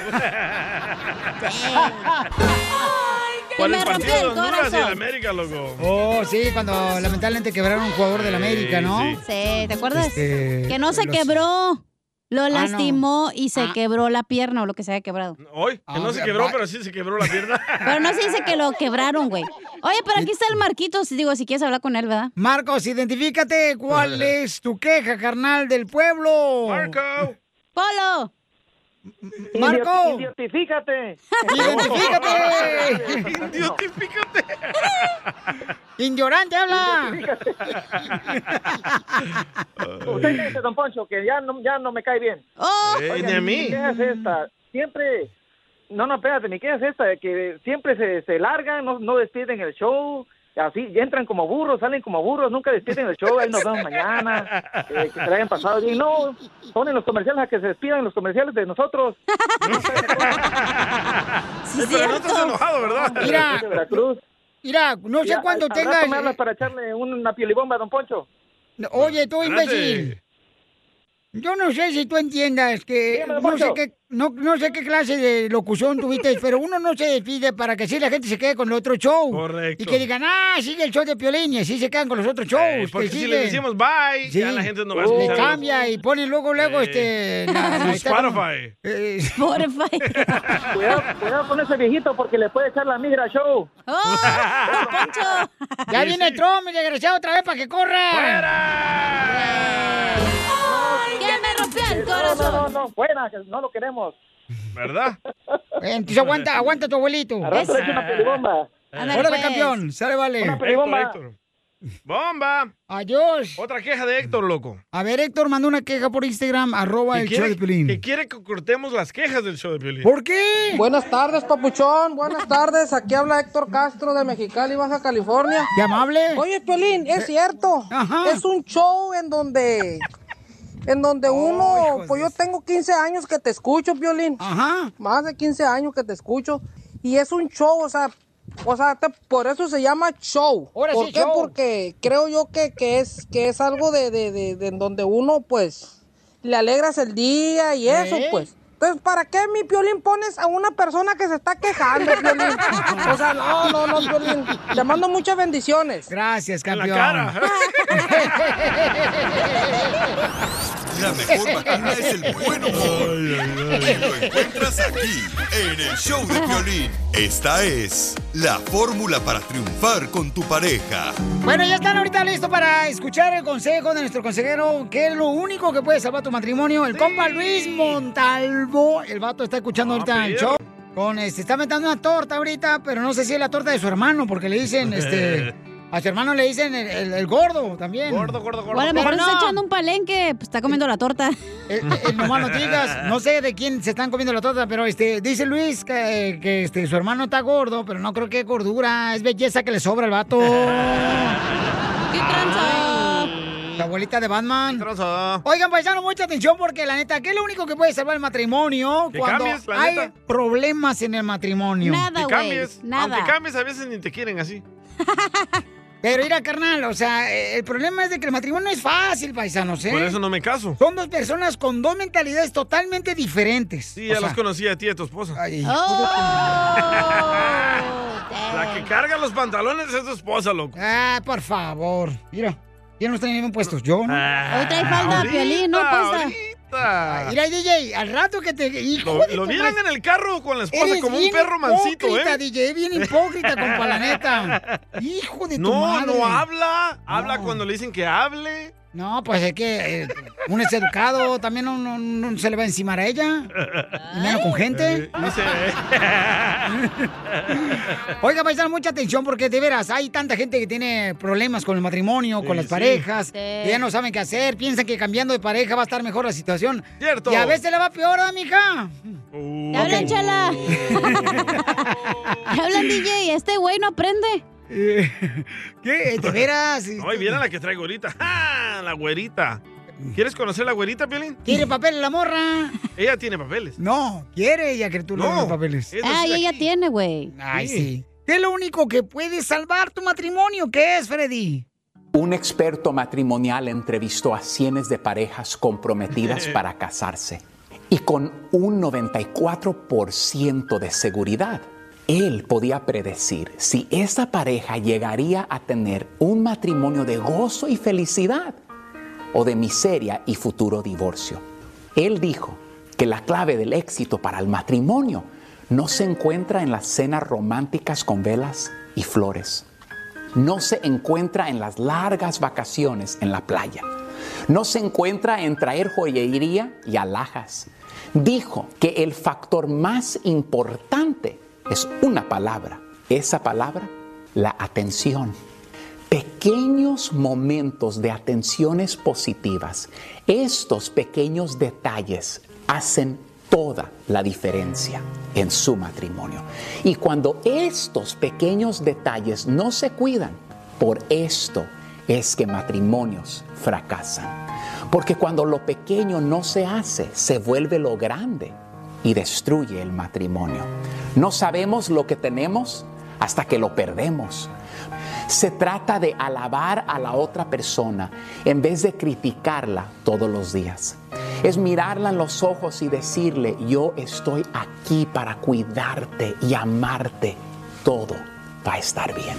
[SPEAKER 11] ¿Cuál
[SPEAKER 2] me
[SPEAKER 11] es el
[SPEAKER 2] rompió
[SPEAKER 11] partido de
[SPEAKER 2] el
[SPEAKER 11] Honduras y
[SPEAKER 2] corazón.
[SPEAKER 11] el América, loco?
[SPEAKER 2] Oh, sí, cuando lamentablemente quebraron un jugador de la América, ¿no?
[SPEAKER 5] Sí, ¿te acuerdas?
[SPEAKER 2] Este,
[SPEAKER 5] que no se
[SPEAKER 2] los-
[SPEAKER 5] quebró. Lo
[SPEAKER 2] Ah, no. Ah.
[SPEAKER 5] lastimó y se quebró la pierna o lo que se haya quebrado.
[SPEAKER 11] Hoy, que no se quebró, pero sí se quebró la pierna.
[SPEAKER 5] Pero no se dice que lo quebraron, güey. Oye, pero aquí está el Marquitos. Digo, si quieres hablar con él, ¿verdad?
[SPEAKER 2] Marcos, identifícate cuál es tu queja, carnal, del pueblo.
[SPEAKER 11] Marco.
[SPEAKER 5] Polo.
[SPEAKER 2] Marco.
[SPEAKER 22] Identifícate.
[SPEAKER 2] Identifícate. Indiorante habla.
[SPEAKER 22] Usted que dice, don Poncho, que ya no, ya no me cae bien.
[SPEAKER 2] Oh.
[SPEAKER 11] Eh,
[SPEAKER 22] Oigan,
[SPEAKER 11] ni a mí.
[SPEAKER 22] ¿y ¿Qué es esta? Siempre... No, no, espérate, ni qué es esta, de que siempre se, se largan, no, no despiden el show, así, ya entran como burros, salen como burros, nunca despiden el show, ahí nos vemos mañana, eh, que se la hayan pasado bien. No, ponen los comerciales a que se despidan los comerciales de nosotros.
[SPEAKER 5] Sí,
[SPEAKER 11] pero no estás cierto. enojado, ¿verdad?
[SPEAKER 2] Mira.
[SPEAKER 22] De Veracruz.
[SPEAKER 2] Mira, no sé
[SPEAKER 22] Ya,
[SPEAKER 2] cuándo
[SPEAKER 22] al- al rato
[SPEAKER 2] tengas.
[SPEAKER 22] me hablas para echarme una piolibomba, don Poncho.
[SPEAKER 2] Oye, tú, imbécil. Yo no sé si tú entiendas que
[SPEAKER 22] Dígame, don
[SPEAKER 2] no sé
[SPEAKER 22] Poncho.
[SPEAKER 2] qué no, no sé qué clase de locución tuviste, pero uno no se despide para que así la gente se quede con el otro show.
[SPEAKER 11] Correcto.
[SPEAKER 2] Y que digan, ah, sigue el show de Piolín y así se quedan con los otros shows.
[SPEAKER 11] Eh, porque
[SPEAKER 2] que
[SPEAKER 11] si
[SPEAKER 2] siguen.
[SPEAKER 11] le decimos bye, ya
[SPEAKER 2] Sí.
[SPEAKER 11] la gente no va a
[SPEAKER 2] Le
[SPEAKER 11] escuchar. Eh,
[SPEAKER 2] cambia y pone luego, luego, este... la- la- está como-
[SPEAKER 11] Spotify.
[SPEAKER 2] Eh,
[SPEAKER 22] Cuidado, cuidado con ese viejito porque le puede echar la migra al show.
[SPEAKER 5] ¡Oh,
[SPEAKER 2] ya
[SPEAKER 22] Sí,
[SPEAKER 2] viene
[SPEAKER 22] sí.
[SPEAKER 2] Trump, el desgraciado, otra vez para que corra.
[SPEAKER 5] ¡Que me rompió el
[SPEAKER 22] No, no, no,
[SPEAKER 5] corazón!
[SPEAKER 22] no, buena, que no lo queremos.
[SPEAKER 11] ¿Verdad?
[SPEAKER 2] Entonces aguanta, aguanta tu abuelito.
[SPEAKER 22] Al rato le echo una pelibomba.
[SPEAKER 2] Ándale, Órale, pues. campeón, sale, vale.
[SPEAKER 22] Una
[SPEAKER 11] Héctor,
[SPEAKER 22] pelibomba.
[SPEAKER 11] Héctor. ¡Bomba!
[SPEAKER 2] Adiós.
[SPEAKER 11] Otra queja de Héctor, loco.
[SPEAKER 2] A ver, Héctor mandó una queja por Instagram, arroba
[SPEAKER 11] Que
[SPEAKER 2] el
[SPEAKER 11] quiere-
[SPEAKER 2] show de Piolín.
[SPEAKER 11] Que quiere que cortemos las quejas del show de Piolín.
[SPEAKER 2] ¿Por qué?
[SPEAKER 21] Buenas tardes, papuchón. Buenas tardes. Aquí habla Héctor Castro de Mexicali, Baja California.
[SPEAKER 2] ¡Qué amable! Eh,
[SPEAKER 21] Oye, Piolín, es cierto. Es un show en donde. En
[SPEAKER 2] Oh,
[SPEAKER 21] donde uno. Pues yo tengo 15 años que te escucho, Piolín.
[SPEAKER 2] Ajá.
[SPEAKER 21] Más de 15 años que te escucho. Y es un show, o sea. O sea, te- por eso se llama show.
[SPEAKER 2] Ahora
[SPEAKER 21] ¿Por
[SPEAKER 2] sí,
[SPEAKER 21] qué?
[SPEAKER 2] show.
[SPEAKER 21] Porque creo yo que, que es que es algo de, de, de- de en donde uno, pues, le alegras el día y eso,
[SPEAKER 2] ¿Eh?
[SPEAKER 21] pues. Entonces, ¿para qué mi piolín pones a una persona que se está quejando, piolín? O sea, no, no, no, piolín. Te mando muchas bendiciones.
[SPEAKER 2] Gracias,
[SPEAKER 21] campeón. cara.
[SPEAKER 8] La mejor vacuna es el buen
[SPEAKER 13] pues,
[SPEAKER 8] humor. Y lo encuentras aquí, en el show de violín. Esta es la fórmula para triunfar con tu pareja.
[SPEAKER 2] Bueno, ya están ahorita listos para escuchar el consejo de nuestro consejero, que es lo único que puede salvar tu matrimonio. El compa Luis Montalvo, el vato está escuchando ahorita el show. Con este, está metiendo una torta ahorita, pero no sé si es la torta de su hermano, porque le dicen, este, a su hermano le dicen el, el- el gordo también. Gordo, gordo,
[SPEAKER 5] O a lo mejor está echando un palenque, pues está comiendo la torta.
[SPEAKER 2] Eh, Nomás no digas, no sé de quién se están comiendo la torta, pero este, dice Luis que, que, este, su hermano está gordo, pero no creo que es gordura, es belleza que le sobra al vato. ¿Qué tranza? La abuelita de Batman. Oigan, paisano, mucha atención porque la neta, ¿qué es lo único que puede salvar el matrimonio
[SPEAKER 11] Que
[SPEAKER 2] cuando
[SPEAKER 11] cambies, la
[SPEAKER 2] hay
[SPEAKER 11] neta.
[SPEAKER 2] problemas en el matrimonio?
[SPEAKER 11] Que cambies. Aunque cambies, a veces ni te quieren así.
[SPEAKER 2] Pero mira, carnal, o sea, eh, el problema es de que el matrimonio no es fácil, paisanos, ¿eh?
[SPEAKER 11] Por eso no me caso.
[SPEAKER 2] Son dos personas con dos mentalidades totalmente diferentes.
[SPEAKER 11] Sí,
[SPEAKER 2] O
[SPEAKER 11] ya
[SPEAKER 2] sea,
[SPEAKER 11] los conocí a ti y a tu esposa.
[SPEAKER 2] Oh,
[SPEAKER 11] La que carga los pantalones es tu esposa, loco.
[SPEAKER 2] Ah, por favor. Mira, ya no están bien puestos yo, ¿no?
[SPEAKER 11] Hoy trae falda, Ah, ahorita, Piolín, ¿no, puesta? ahorita.
[SPEAKER 2] Mira, DJ, al rato que te... hijo
[SPEAKER 11] Lo,
[SPEAKER 2] de
[SPEAKER 11] lo
[SPEAKER 2] tu
[SPEAKER 11] vieron
[SPEAKER 2] madre.
[SPEAKER 11] en el carro con la esposa
[SPEAKER 2] Eres
[SPEAKER 11] como un
[SPEAKER 2] bien
[SPEAKER 11] perro mansito,
[SPEAKER 2] hipócrita,
[SPEAKER 11] ¿eh?
[SPEAKER 2] DJ, bien hipócrita, compa, la neta. Hijo de tu
[SPEAKER 11] no,
[SPEAKER 2] madre.
[SPEAKER 11] no habla. Habla cuando le dicen que hable.
[SPEAKER 2] No, pues es que eh, uno es educado, también no, no- no se le va a encimar a ella. Y menos con gente.
[SPEAKER 11] Eh, Dice.
[SPEAKER 2] Oiga, paisano, mucha atención porque de veras hay tanta gente que tiene problemas con el matrimonio, con las
[SPEAKER 10] sí.
[SPEAKER 2] parejas,
[SPEAKER 10] Sí.
[SPEAKER 2] que ya no saben qué hacer, piensan que cambiando de pareja va a estar mejor la situación.
[SPEAKER 11] Cierto.
[SPEAKER 2] Y a veces le va peor, ¿ah, mija.
[SPEAKER 5] Te hablan, chala. Te hablan, DJ. Este güey no aprende.
[SPEAKER 2] ¿Qué? ¿De veras?
[SPEAKER 11] No, y viene la que traigo ahorita. ¡Ja! La güerita. ¿Quieres conocer la güerita, Piolín?
[SPEAKER 2] ¿Tiene papel la morra?
[SPEAKER 11] Ella tiene papeles.
[SPEAKER 2] No, quiere ella que tú le
[SPEAKER 11] No.
[SPEAKER 2] des los papeles.
[SPEAKER 11] Es
[SPEAKER 5] Ay, ella tiene, güey.
[SPEAKER 2] Ay, sí. ¿Qué es lo único que puede salvar tu matrimonio? ¿Qué es, Freddy?
[SPEAKER 23] Un experto matrimonial entrevistó a cientos de parejas comprometidas para casarse y con un 94% de seguridad, él podía predecir si esa pareja llegaría a tener un matrimonio de gozo y felicidad o de miseria y futuro divorcio. Él dijo que la clave del éxito para el matrimonio no se encuentra en las cenas románticas con velas y flores no se encuentra en las largas vacaciones en la playa. No se encuentra en traer joyería y alhajas. Dijo que el factor más importante es una palabra. Esa palabra, la atención. Pequeños momentos de atenciones positivas. Estos pequeños detalles hacen toda la diferencia en su matrimonio. Y cuando estos pequeños detalles no se cuidan, por esto es que matrimonios fracasan. Porque cuando lo pequeño no se hace, se vuelve lo grande y destruye el matrimonio. No sabemos lo que tenemos hasta que lo perdemos. Se trata de alabar a la otra persona en vez de criticarla todos los días. Es mirarla en los ojos y decirle, yo estoy aquí para cuidarte y amarte. Todo va a estar bien.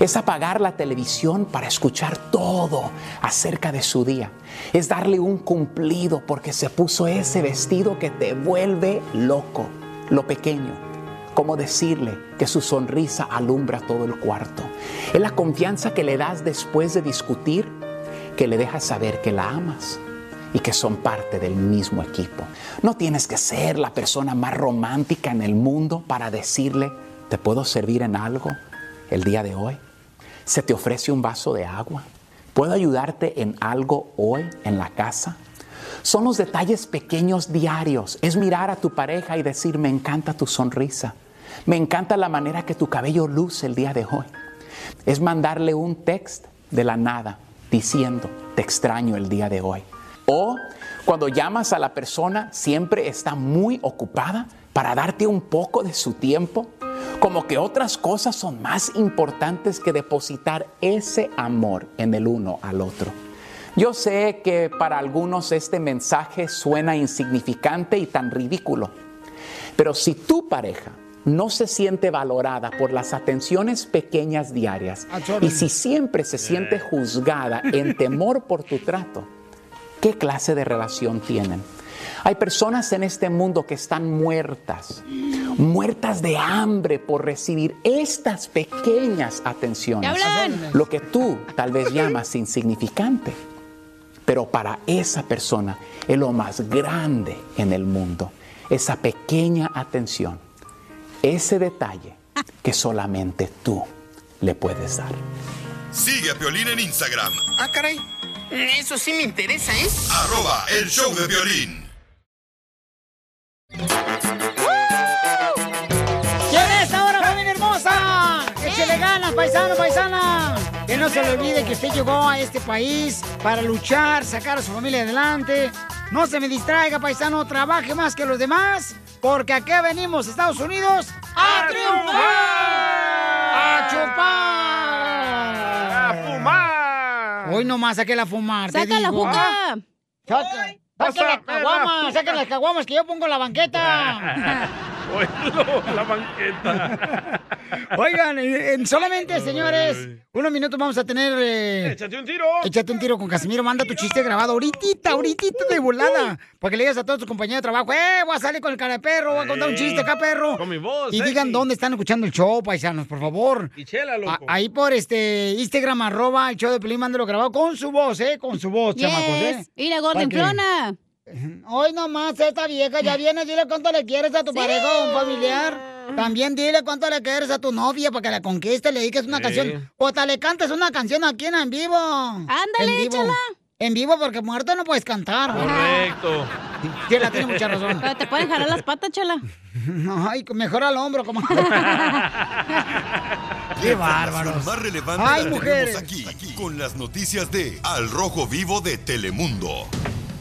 [SPEAKER 23] Es apagar la televisión para escuchar todo acerca de su día. Es darle un cumplido porque se puso ese vestido que te vuelve loco. Lo pequeño cómo decirle que su sonrisa alumbra todo el cuarto. Es la confianza que le das después de discutir, que le dejas saber que la amas y que son parte del mismo equipo. No tienes que ser la persona más romántica en el mundo para decirle, ¿te puedo servir en algo el día de hoy? ¿Se te ofrece un vaso de agua? ¿Puedo ayudarte en algo hoy en la casa? Son los detalles pequeños diarios. Es mirar a tu pareja y decir, me encanta tu sonrisa. Me encanta la manera que tu cabello luce el día de hoy. Es mandarle un text de la nada diciendo, te extraño el día de hoy. O cuando llamas a la persona, siempre está muy ocupada para darte un poco de su tiempo. Como que otras cosas son más importantes que depositar ese amor en el uno al otro. Yo sé que para algunos este mensaje suena insignificante y tan ridículo, pero si tu pareja no se siente valorada por las atenciones pequeñas diarias y si siempre se siente juzgada en temor por tu trato, ¿Qué clase de relación tienen? Hay personas en este mundo que están muertas, muertas de hambre por recibir estas pequeñas atenciones.
[SPEAKER 5] ¡Te hablan!
[SPEAKER 23] Lo que tú tal vez llamas insignificante, pero para esa persona es lo más grande en el mundo. Esa pequeña atención, ese detalle que solamente tú le puedes dar.
[SPEAKER 8] Sigue a Violín en Instagram.
[SPEAKER 24] Ah, caray. Eso sí me interesa, ¿eh?
[SPEAKER 8] Arroba el show de violín.
[SPEAKER 2] ¡Llega esta hora, familia hermosa!
[SPEAKER 5] Eh.
[SPEAKER 2] ¡Échale ganas, paisano, paisana! Que no se le olvide que usted llegó a este país para luchar, sacar a su familia adelante. No se me distraiga, paisano, trabaje más que los demás, porque aquí venimos, Estados Unidos, a
[SPEAKER 5] Ah.
[SPEAKER 2] triunfar, a chupar. Hoy nomás saqué la fumar. te
[SPEAKER 5] Saca la
[SPEAKER 2] digo.
[SPEAKER 5] juca.
[SPEAKER 2] Ah, Saca, saca las caguamas, saca las caguamas que yo pongo la banqueta.
[SPEAKER 11] la banqueta.
[SPEAKER 2] Oigan, en- en solamente, señores, unos minutos vamos a tener. eh,
[SPEAKER 11] Échate un tiro.
[SPEAKER 2] Échate un tiro con Casimiro. Manda tu chiste grabado ahorita, ahorita de volada. Para que le digas a todos tus compañeros de trabajo, ¡eh! Voy a salir con el cara de perro, voy a contar un
[SPEAKER 11] Sí.
[SPEAKER 2] chiste acá, perro.
[SPEAKER 11] Eh, Con mi voz, eh,
[SPEAKER 2] Y
[SPEAKER 11] sexy.
[SPEAKER 2] digan dónde están escuchando el show, paisanos, por favor.
[SPEAKER 11] Y chela, loco.
[SPEAKER 2] A- ahí por este Instagram, arroba el show de Pelín, mándalo grabado con su voz, ¿eh? Con su voz, chamacos, ¿eh?
[SPEAKER 5] Yes. Mira, Golden Plona.
[SPEAKER 2] Hoy nomás esta vieja
[SPEAKER 5] Mm.
[SPEAKER 2] ya viene, dile cuánto le quieres a tu pareja o a un familiar. También dile cuánto le quieres a tu novia para que la conquiste, le dediques una
[SPEAKER 10] Sí.
[SPEAKER 2] canción. O hasta le cantes una canción aquí en En Vivo. Ándale, en vivo. En vivo, porque muerto no puedes cantar.
[SPEAKER 11] Correcto.
[SPEAKER 2] Chela tiene mucha razón.
[SPEAKER 5] Pero te pueden jalar las patas, chela.
[SPEAKER 2] Ay, mejor al hombro, como.
[SPEAKER 8] La
[SPEAKER 2] Qué
[SPEAKER 8] información
[SPEAKER 2] bárbaros.
[SPEAKER 8] más relevante
[SPEAKER 2] Ay,
[SPEAKER 8] la
[SPEAKER 2] mujeres.
[SPEAKER 8] tenemos aquí, aquí, con las noticias de Al Rojo Vivo de Telemundo.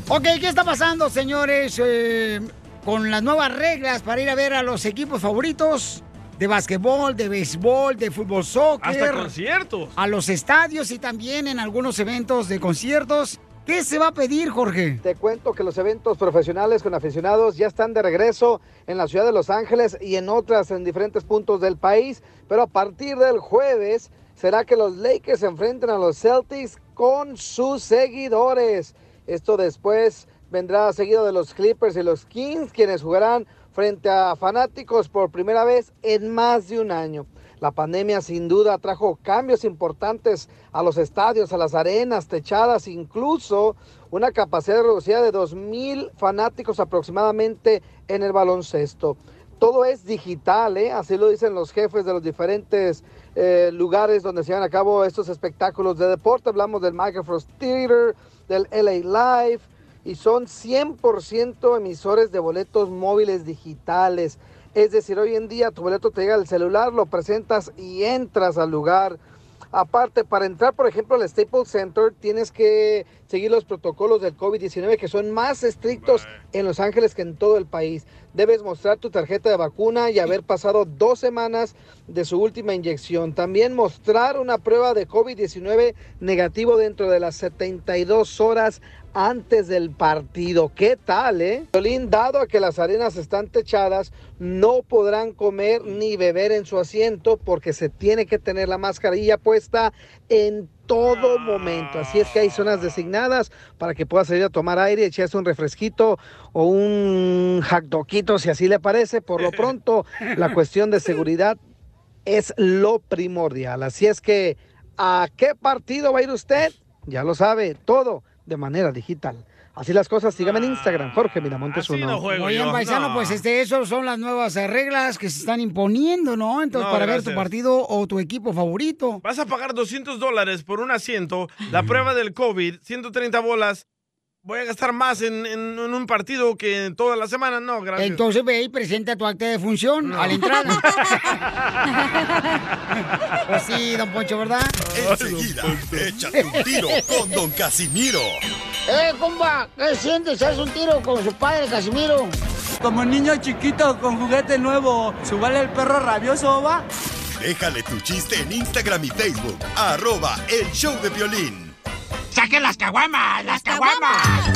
[SPEAKER 2] Ok, ¿qué está pasando, señores? eh, con las nuevas reglas para ir a ver a los equipos favoritos de básquetbol, de béisbol, de fútbol soccer.
[SPEAKER 11] Hasta conciertos.
[SPEAKER 2] a los estadios y también en algunos eventos de conciertos. ¿Qué se va a pedir, Jorge?
[SPEAKER 9] Te cuento que los eventos profesionales con aficionados ya están de regreso en la ciudad de Los Ángeles y en otras en diferentes puntos del país, pero a partir del jueves será que los Lakers se enfrenten a los Celtics con sus seguidores. Esto después vendrá seguido de los Clippers y los Kings, quienes jugarán frente a fanáticos por primera vez en más de un año. La pandemia sin duda trajo cambios importantes a los estadios, a las arenas techadas, incluso una capacidad reducida de 2.000 fanáticos aproximadamente en el baloncesto. Todo es digital, ¿eh? así lo dicen los jefes de los diferentes eh, lugares donde se llevan a cabo estos espectáculos de deporte. Hablamos del Microfrost Theater, del LA Live, y son 100% emisores de boletos móviles digitales. Es decir, hoy en día tu boleto te llega al celular, lo presentas y entras al lugar. Aparte, para entrar, por ejemplo, al Staples Center, tienes que seguir los protocolos del COVID-19 que son más estrictos en Los Ángeles que en todo el país. Debes mostrar tu tarjeta de vacuna y haber pasado dos semanas de su última inyección. También mostrar una prueba de COVID-19 negativo dentro de las 72 horas antes del partido. ¿Qué tal, eh? Violín, dado a que las arenas están techadas, no podrán comer ni beber en su asiento porque se tiene que tener la mascarilla puesta en todo momento. Así es que hay zonas designadas para que pueda salir a tomar aire, echarse un refresquito o un hackdoquito, si así le parece. Por lo pronto, la cuestión de seguridad es lo primordial. Así es que, ¿a qué partido va a ir usted? Ya lo sabe, todo de manera digital. Así las cosas, síganme en Instagram, Jorge Miramontes uno.
[SPEAKER 2] Oigan, paisano, pues este, esas son las nuevas eh, reglas que se están imponiendo, ¿no? Entonces,
[SPEAKER 11] No,
[SPEAKER 2] para ver
[SPEAKER 11] gracias.
[SPEAKER 2] tu partido o tu equipo favorito.
[SPEAKER 11] Vas a pagar 200 dólares por un asiento, la prueba del COVID, 130 bolas. Voy a gastar más en, en- en un partido que en toda la semana. No, gracias.
[SPEAKER 2] Entonces ve y presenta tu acta de función a la entrada. pues sí, don Poncho, ¿verdad?
[SPEAKER 8] Enseguida, échate un tiro con Don Casimiro.
[SPEAKER 2] ¡Eh, comba! ¿Qué sientes? ¿Haz un tiro con su padre, Casimiro?
[SPEAKER 1] Como niño chiquito con juguete nuevo, ¿subale el perro rabioso va?
[SPEAKER 8] Déjale tu chiste en Instagram y Facebook. Arroba el show de violín.
[SPEAKER 24] ¡Saquen las caguamas! ¡Las caguamas!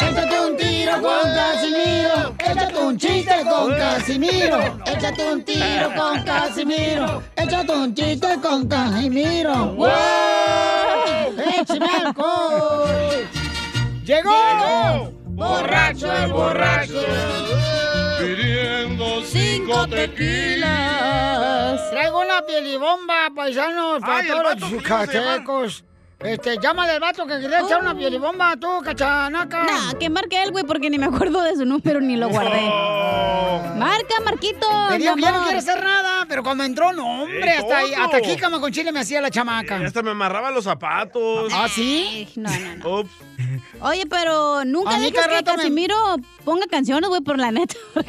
[SPEAKER 10] Échate un tiro con Casimiro. Échate un chiste con Casimiro. Échate un tiro con Casimiro. Échate un chiste con Casimiro. ¡Wow! ¡Échame alcohol!
[SPEAKER 2] llegó.
[SPEAKER 10] Llegó.
[SPEAKER 2] Borracho el borracho.
[SPEAKER 3] Pidiendo cinco tequilas.
[SPEAKER 2] Traigo una pielibomba, paisanos, para
[SPEAKER 3] Ay, el
[SPEAKER 2] todos
[SPEAKER 3] vato
[SPEAKER 2] los
[SPEAKER 3] que yo se llama.
[SPEAKER 2] yucatecos. Este, llámale al vato que quería echar una pielibomba, tú, cachanaca.
[SPEAKER 5] Nah, que marque él, güey, porque ni me acuerdo de su número ni lo guardé. Marca, Marquito.
[SPEAKER 2] Te
[SPEAKER 5] mi
[SPEAKER 2] digo que ya no
[SPEAKER 5] amor.
[SPEAKER 2] quiere hacer nada, pero cuando entró, no, hombre,
[SPEAKER 11] Eh,
[SPEAKER 2] hasta, ahí,
[SPEAKER 11] todo.
[SPEAKER 2] hasta aquí cama con chile me hacía la chamaca.
[SPEAKER 11] Hasta me amarraba los zapatos.
[SPEAKER 2] ¿Ah, sí?
[SPEAKER 5] No, no,
[SPEAKER 11] no. Ups.
[SPEAKER 5] Oye, pero nunca
[SPEAKER 2] A mí
[SPEAKER 5] dejes
[SPEAKER 2] cada
[SPEAKER 5] que
[SPEAKER 2] rato me-
[SPEAKER 5] Casimiro ponga canciones, güey, por la neta.
[SPEAKER 2] por,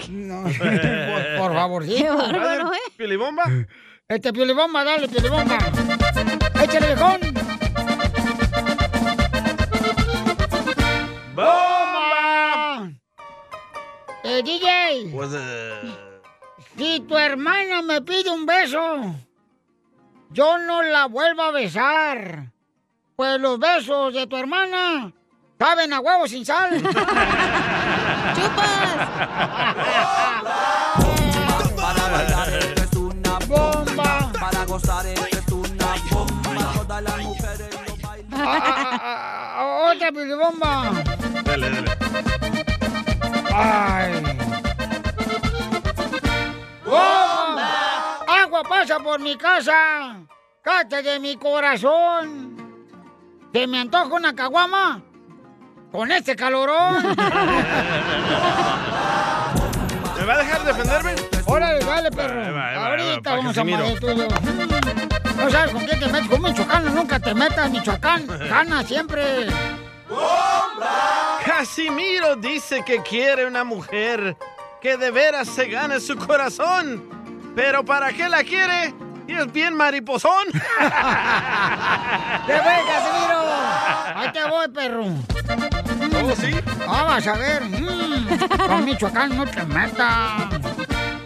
[SPEAKER 2] por favor, sí.
[SPEAKER 5] Qué bárbaro, ¿eh?
[SPEAKER 11] ¿Piolibomba?
[SPEAKER 2] Este, piolibomba, dale, piolibomba. Échale, viejón. ¡Bomba! Eh, DJ,
[SPEAKER 11] Pues, eh,
[SPEAKER 2] si tu hermana me pide un beso, yo no la vuelvo a besar. Pues los besos de tu hermana saben a huevo sin sal.
[SPEAKER 10] Para bailar esto es una bomba. Para gozar esto es una bomba. Todas las mujeres lo bailan.
[SPEAKER 2] Ah, ¡Otra bomba!
[SPEAKER 11] dale, dale.
[SPEAKER 2] ¡Ay! ¡Bomba! Agua pasa por mi casa, cate de mi corazón. ¿Te me antoja una caguama? Con este calorón.
[SPEAKER 11] ¿Me va a dejar defenderme?
[SPEAKER 2] Órale, dale, perro.
[SPEAKER 11] Ahí va, ahí va, ahí va,
[SPEAKER 2] Ahorita
[SPEAKER 11] pa'
[SPEAKER 2] vamos a
[SPEAKER 11] Casimiro.
[SPEAKER 2] madre tuyo. No sabes con quién te metes. Con Michoacán nunca te metas, Michoacán. Gana siempre.
[SPEAKER 11] Casimiro dice que quiere una mujer que de veras se gane su corazón. Pero ¿para qué la quiere? Y es bien mariposón.
[SPEAKER 2] ¡Te voy, Casimiro! Ahí te voy, perro. ¿Cómo sí? Ah, vas a ver. Mm. Con Michoacán no te metas.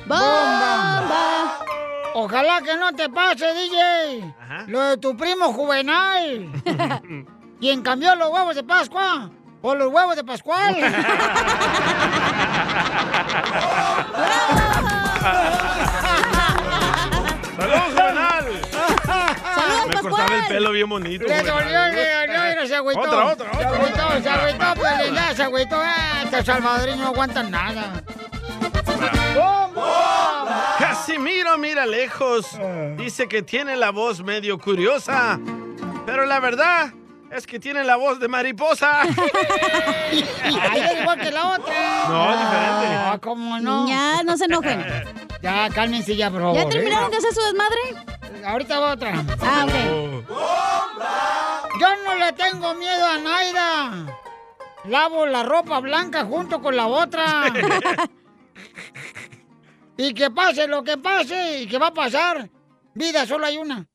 [SPEAKER 2] ¡Bomba! Ojalá que no te pase, DJ. Lo de tu primo juvenal. Quien cambió los huevos de Pascua por los huevos de Pascual.
[SPEAKER 11] ¡Saludos, Juvenal! Me cortaba el pelo bien bonito.
[SPEAKER 2] Le
[SPEAKER 11] Juvenal.
[SPEAKER 2] dolió, le dolió, mira, se agüitó.
[SPEAKER 11] Otra, otra,
[SPEAKER 2] Se
[SPEAKER 11] otra.
[SPEAKER 2] agüitó, se agüitó, pues, ya se agüitó. Ah, Estos salvadoreños no aguantan nada.
[SPEAKER 11] Casimiro mira lejos.
[SPEAKER 2] Ah.
[SPEAKER 11] Dice que tiene la voz medio curiosa. Pero la verdad es que tiene la voz de mariposa.
[SPEAKER 2] Ahí es igual que la otra.
[SPEAKER 11] No, diferente.
[SPEAKER 2] Ah, ¿cómo no?
[SPEAKER 5] Ya, no se enojen.
[SPEAKER 2] Ya, cálmense ya, por favor. ¿eh?
[SPEAKER 5] ¿Ya terminaron de hacer su desmadre?
[SPEAKER 2] Ahorita va otra.
[SPEAKER 5] Ah, ok.
[SPEAKER 2] Yo no le tengo miedo a Naida. Lavo la ropa blanca junto con la otra. y que pase lo que pase y que va a pasar. Vida, solo hay una.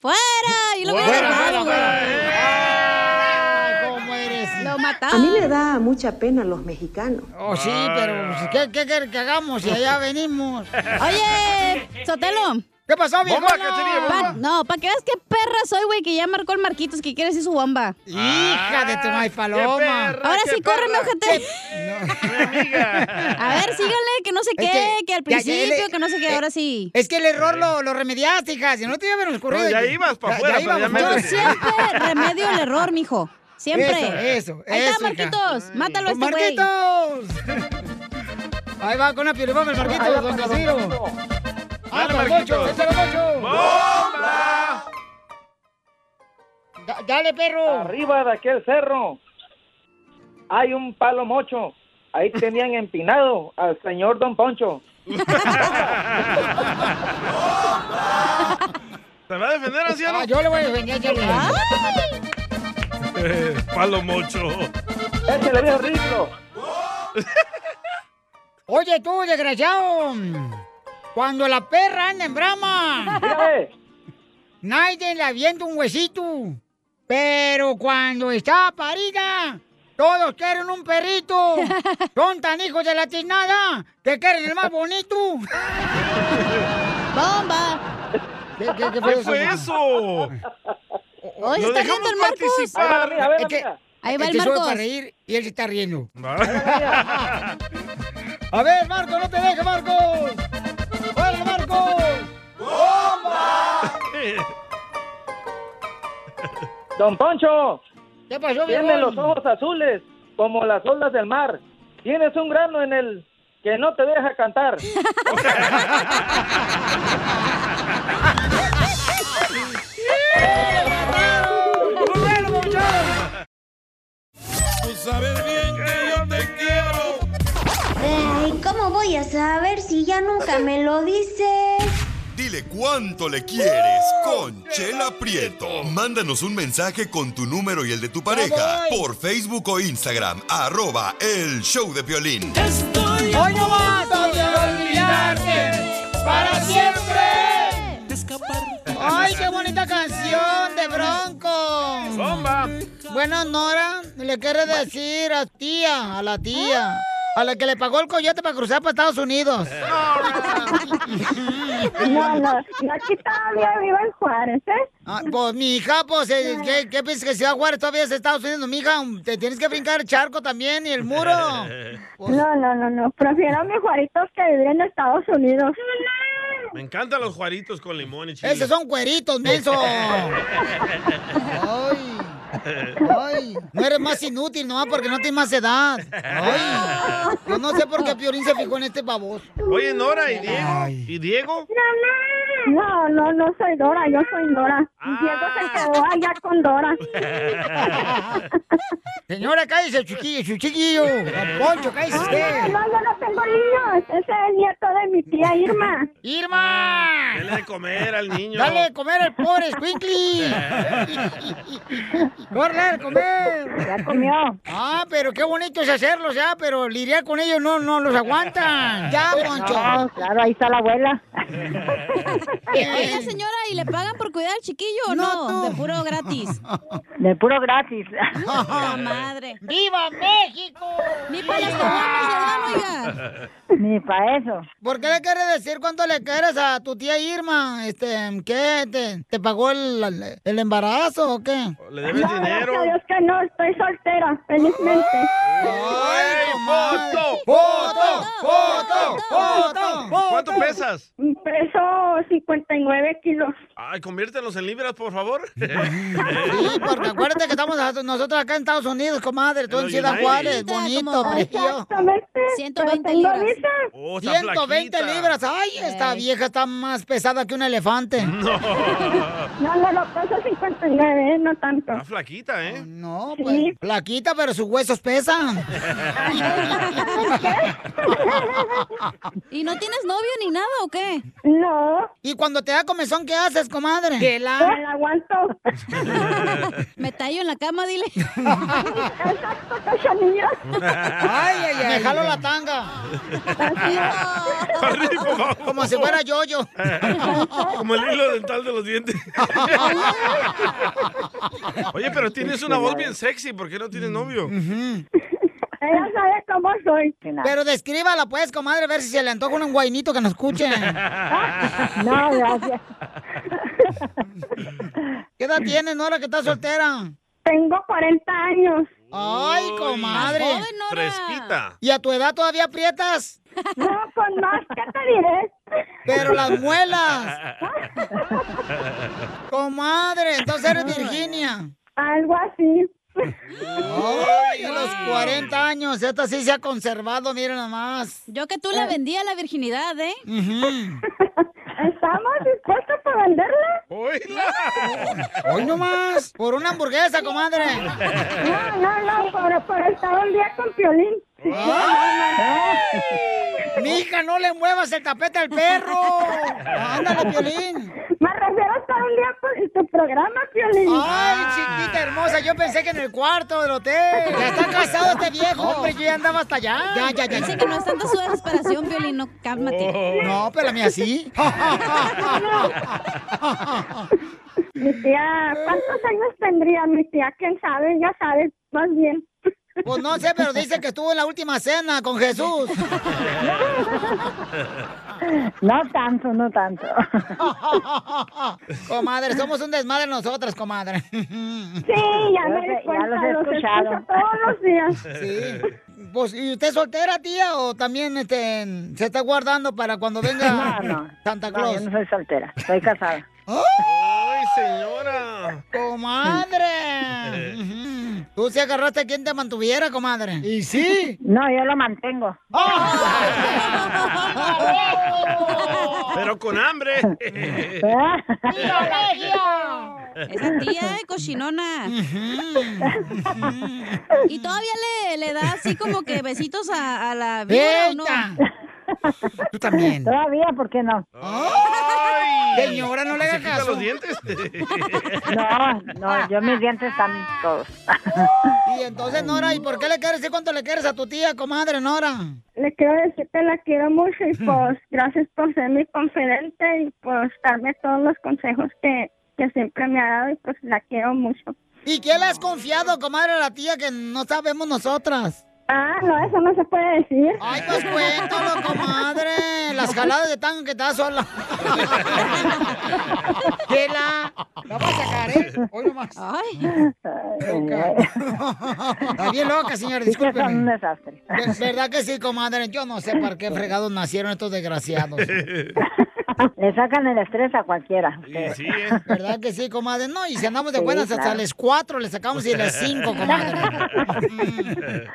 [SPEAKER 5] ¡Fuera! Y lo hubiera dejado, güey.
[SPEAKER 2] ¿Cómo eres?
[SPEAKER 5] Lo
[SPEAKER 25] A mí
[SPEAKER 5] mataron.
[SPEAKER 25] me da mucha pena los mexicanos. pues.
[SPEAKER 2] Oh, sí, pero pues, ¿qué, qué quieres que hagamos si allá venimos?
[SPEAKER 5] Oye, Sotelo.
[SPEAKER 2] ¿Qué pasó, viejona?
[SPEAKER 5] Bomba,
[SPEAKER 2] Caterina, bomba.
[SPEAKER 5] no, para que veas qué perra soy, güey, que ya marcó el Marquitos que quiere decir su bomba.
[SPEAKER 11] Ah,
[SPEAKER 2] Hija de tu maíz paloma.
[SPEAKER 5] Ahora sí, córreme, ojete. A ver, síganle, que no sé qué,
[SPEAKER 2] Es
[SPEAKER 5] que,
[SPEAKER 2] que-
[SPEAKER 5] al
[SPEAKER 2] ya, ya,
[SPEAKER 5] principio,
[SPEAKER 2] le-
[SPEAKER 5] que no sé qué,
[SPEAKER 2] eh,
[SPEAKER 5] ahora sí.
[SPEAKER 2] Es que el error lo, lo remediaste, hija. Si no te iban a ocurrido.
[SPEAKER 11] No, ya ibas pa' afuera, pero ya
[SPEAKER 5] Yo
[SPEAKER 11] métete.
[SPEAKER 5] siempre remedio el error, mijo. Siempre.
[SPEAKER 2] Eso, eso,
[SPEAKER 5] Ahí
[SPEAKER 2] eso,
[SPEAKER 5] está,
[SPEAKER 2] hija.
[SPEAKER 5] Marquitos.
[SPEAKER 11] Mm.
[SPEAKER 5] Mátalo a este güey.
[SPEAKER 2] ¡Marquitos! Ahí va con una piolibomba el
[SPEAKER 10] Ahí va
[SPEAKER 2] Marquito, don
[SPEAKER 10] para
[SPEAKER 2] Casimiro. ¡Ah,
[SPEAKER 10] Dale,
[SPEAKER 2] para Poncho!
[SPEAKER 10] Marquitos.
[SPEAKER 2] ¡Échale, Poncho!
[SPEAKER 11] ¡Bomba!
[SPEAKER 2] Da- dale, perro.
[SPEAKER 22] Arriba de aquel cerro hay un palo mocho. Ahí tenían empinado al señor Don Poncho.
[SPEAKER 11] ¿Te va a defender, anciano?
[SPEAKER 2] Ah, yo le voy a defender, échale.
[SPEAKER 5] ¿Ah?
[SPEAKER 11] Eh, Palo mocho.
[SPEAKER 22] Échale, viejo rico.
[SPEAKER 2] Oye, tú, desgraciado. Cuando la perra anda en brama.
[SPEAKER 22] eh.
[SPEAKER 2] Nadie le avienta un huesito. Pero cuando está parida, todos quieren un perrito. Son tan hijos de la tiznada que quieren el más bonito.
[SPEAKER 5] ¡Bomba!
[SPEAKER 2] ¿Qué,
[SPEAKER 11] ¿Qué fue eso?
[SPEAKER 2] Hoy
[SPEAKER 11] Lo está dejamos riendo el Marcos. participar.
[SPEAKER 2] Ahí va,
[SPEAKER 11] Ahí va la mía, ahí va la
[SPEAKER 2] es que-
[SPEAKER 11] mía.
[SPEAKER 5] Ahí va
[SPEAKER 2] es
[SPEAKER 5] el
[SPEAKER 2] que sube
[SPEAKER 5] Marcos.
[SPEAKER 2] para reír y él se está riendo. A ver, Marco, no te dejes, Marcos. ¡Órale, Marcos! ¡Bomba!
[SPEAKER 22] Don Poncho,
[SPEAKER 2] ¿Qué pasó,
[SPEAKER 22] tiene
[SPEAKER 2] viejón?
[SPEAKER 22] los ojos azules como las olas del mar. Tienes un grano en el que no te deja cantar.
[SPEAKER 2] ¡Ah!
[SPEAKER 3] Tú sabes bien que yo te quiero.
[SPEAKER 15] Ay, ¿cómo voy a saber si ya nunca me lo dices?
[SPEAKER 8] Dile cuánto le quieres con Chela Prieto. Mándanos un mensaje con tu número y el de tu pareja por Facebook o Instagram, arroba el show de violín.
[SPEAKER 10] Hoy no basta de olvidarte para siempre. Ay, qué bonita canción de Bronco.
[SPEAKER 11] Bomba.
[SPEAKER 2] Bueno, Nora, le quiere decir a tía, a la tía, a la que le pagó el coyote para cruzar para Estados Unidos.
[SPEAKER 15] No, no, no, aquí todavía vivo en Juárez, ¿eh?
[SPEAKER 2] Ah, pues, mi hija, pues, eh, ¿qué, qué piensas que Ciudad Juárez todavía es Estados Unidos, mi hija? Te tienes que brincar el charco también y el muro.
[SPEAKER 15] No, no, no, no. Prefiero a mis juaritos que vivir en Estados Unidos.
[SPEAKER 11] Me encantan los juaritos con limón y chile.
[SPEAKER 2] Esos son cueritos, menso. Ay, ay. No eres más inútil, ¿no? Porque no tienes más edad. Ay. Yo no sé por qué Piorín se fijó en este baboso.
[SPEAKER 11] Oye, Nora, ¿y Diego? ¿Y Diego?
[SPEAKER 15] No, no, no soy Dora, yo soy Dora.
[SPEAKER 11] Ah.
[SPEAKER 15] Diego se quedó allá con Dora.
[SPEAKER 2] Señora, cállese, chiquillo, su chiquillo. Don Poncho, cállese
[SPEAKER 15] No,
[SPEAKER 2] usted.
[SPEAKER 15] no, yo no tengo niños. Ese es el nieto de mi tía Irma.
[SPEAKER 2] ¡Irma!
[SPEAKER 11] Dale de comer al niño.
[SPEAKER 2] Dale de comer al pobre Squinkly. Corre a comer.
[SPEAKER 15] Ya comió.
[SPEAKER 2] Ah, pero qué bonito es hacerlos ya, pero lidiar con ellos no, no los aguantan. Ya, Poncho.
[SPEAKER 15] No, Ah, claro, ahí está la abuela.
[SPEAKER 5] Oiga, señora, ¿y le pagan por cuidar al chiquillo o no? De puro gratis.
[SPEAKER 15] De puro gratis.
[SPEAKER 5] La madre.
[SPEAKER 2] ¡Viva México!
[SPEAKER 5] Ni para las caguamas le dan, oiga.
[SPEAKER 15] Ni para eso.
[SPEAKER 2] ¿Por qué le quieres decir cuánto le quieres a tu tía Irma? Este, ¿Qué? ¿Te, te pagó el, el embarazo o qué?
[SPEAKER 11] Le debes
[SPEAKER 15] No,
[SPEAKER 11] dinero.
[SPEAKER 15] gracias a Dios que no, estoy soltera, felizmente.
[SPEAKER 11] ¡Ay, foto!
[SPEAKER 2] ¡Foto! ¡Foto!
[SPEAKER 11] ¿Cuánto pesas?
[SPEAKER 15] Peso 59 kilos.
[SPEAKER 11] Ay, conviértelos en libras, por favor.
[SPEAKER 2] Sí, porque acuérdate que estamos a- nosotros acá en Estados Unidos, comadre, tú en
[SPEAKER 11] Hello,
[SPEAKER 2] Ciudad
[SPEAKER 11] United.
[SPEAKER 2] Juárez, bonito, precioso.
[SPEAKER 15] Exactamente.
[SPEAKER 5] 120
[SPEAKER 15] pero tengo
[SPEAKER 5] libras.
[SPEAKER 15] visa.
[SPEAKER 11] Oh, está
[SPEAKER 2] 120
[SPEAKER 11] flaquita.
[SPEAKER 2] libras. Ay, esta vieja está más pesada que un elefante.
[SPEAKER 11] No.
[SPEAKER 15] No, no, no, peso 59, eh, no tanto.
[SPEAKER 11] Está flaquita, ¿eh?
[SPEAKER 2] No, pues, flaquita, pero sus huesos pesan.
[SPEAKER 5] ¿Y no tienes novio ni nada o qué?
[SPEAKER 15] No,
[SPEAKER 2] ¿Y cuando te da comezón, qué haces, comadre?
[SPEAKER 15] me la aguanto.
[SPEAKER 5] Me tallo en la cama, dile.
[SPEAKER 15] Exacto, cachanilla.
[SPEAKER 2] Ay, ay, ay. Me jalo la tanga.
[SPEAKER 11] Arriba, por favor.
[SPEAKER 2] Como si fuera yo-yo.
[SPEAKER 11] Como el hilo dental de los dientes. Oye, pero tienes una voz bien sexy, ¿por qué no
[SPEAKER 2] Mm,
[SPEAKER 11] tienes novio?
[SPEAKER 15] Ella sabe cómo soy.
[SPEAKER 2] Pero descríbala, pues, comadre, a ver si se le antoja un guainito que nos escuche.
[SPEAKER 15] No, gracias.
[SPEAKER 2] ¿Qué edad tienes, Nora, que estás soltera?
[SPEAKER 15] Tengo 40 años.
[SPEAKER 2] Ay, comadre.
[SPEAKER 5] Joven, Nora.
[SPEAKER 11] Fresquita.
[SPEAKER 2] ¿Y a tu edad todavía aprietas?
[SPEAKER 15] No, con más, ¿qué te diré?
[SPEAKER 2] Pero las muelas. Comadre, entonces eres Virginia.
[SPEAKER 15] Algo así.
[SPEAKER 2] Ay, a los 40 años, esta sí se ha conservado, miren nomás.
[SPEAKER 5] Yo que tú le vendía la virginidad, ¿eh?
[SPEAKER 2] Ujú.
[SPEAKER 15] ¿Estamos dispuestos para venderla?
[SPEAKER 11] ¡Hola!
[SPEAKER 2] Hoy nomás, por una hamburguesa, comadre.
[SPEAKER 15] No, no, no, por, por estar un día con Piolín.
[SPEAKER 2] Mija, no le muevas el tapete al perro. Ándale, Piolín.
[SPEAKER 15] Me refiero a estar un día con- en tu programa, Piolín.
[SPEAKER 2] Ay, chiquita hermosa, yo pensé que en el cuarto del hotel. Ya está casado este viejo, hombre, yo ya andaba hasta allá. Ya, ya,
[SPEAKER 5] Dice que no es tanta su desesperación, Violín. No, cálmate.
[SPEAKER 2] No, pero a mí así.
[SPEAKER 15] Mi tía, ¿cuántos años tendría mi tía? ¿Quién sabe? Ya sabes, más bien.
[SPEAKER 2] Pues no sé, pero dice que estuvo en la última cena con Jesús.
[SPEAKER 15] No tanto, no tanto.
[SPEAKER 2] Comadre, somos un desmadre nosotras, comadre.
[SPEAKER 15] Sí, ya me
[SPEAKER 10] Ya
[SPEAKER 15] di
[SPEAKER 10] los
[SPEAKER 15] cuenta,
[SPEAKER 10] he
[SPEAKER 15] los
[SPEAKER 10] escuchado.
[SPEAKER 15] escucho todos los días.
[SPEAKER 2] Sí. Pues, ¿y usted es soltera, tía? ¿O también este, se está guardando para cuando venga
[SPEAKER 10] No, no.
[SPEAKER 2] Santa
[SPEAKER 10] No, yo
[SPEAKER 2] Claus?
[SPEAKER 10] no soy soltera, soy casada.
[SPEAKER 11] ¡Ay, señora!
[SPEAKER 2] ¡Comadre! Ujú. Tú se agarraste a quien te mantuviera, comadre. Y sí.
[SPEAKER 15] No, yo lo mantengo.
[SPEAKER 11] Pero con hambre.
[SPEAKER 5] Esa tía de cochinona. y todavía le, le da así como que besitos a, a la víbora, ¿o no?
[SPEAKER 10] Tú también.
[SPEAKER 15] Todavía, ¿por qué no?
[SPEAKER 2] Señora, no le haga
[SPEAKER 11] quita
[SPEAKER 2] caso.
[SPEAKER 11] los dientes?
[SPEAKER 15] No, no, yo mis dientes están todos.
[SPEAKER 2] Y entonces, Nora, ¿y por qué le quieres decir cuánto le quieres a tu tía, comadre, Nora?
[SPEAKER 15] Le quiero decir que la quiero mucho y pues gracias por ser mi confidente y pues darme todos los consejos que, que siempre me ha dado y pues la quiero mucho.
[SPEAKER 2] ¿Y qué le has confiado, comadre, a la tía que no sabemos nosotras?
[SPEAKER 15] Ah, no, eso no se puede decir.
[SPEAKER 2] Ay, pues cuéntalo, comadre. Las jaladas de tango que te da sola. Chela, la vas a sacar, ¿eh? Hoy nomás. Ay. Está bien loca, señor,
[SPEAKER 15] Sí que son un
[SPEAKER 2] discúlpeme.
[SPEAKER 15] desastre.
[SPEAKER 2] Es verdad que sí, comadre. Yo no sé para qué fregados nacieron estos desgraciados.
[SPEAKER 15] Le sacan el estrés a cualquiera.
[SPEAKER 2] ¿Verdad que sí, comadre? No, y si andamos de
[SPEAKER 15] Sí,
[SPEAKER 2] buenas hasta
[SPEAKER 15] claro.
[SPEAKER 2] las 4, le sacamos y las 5, comadre.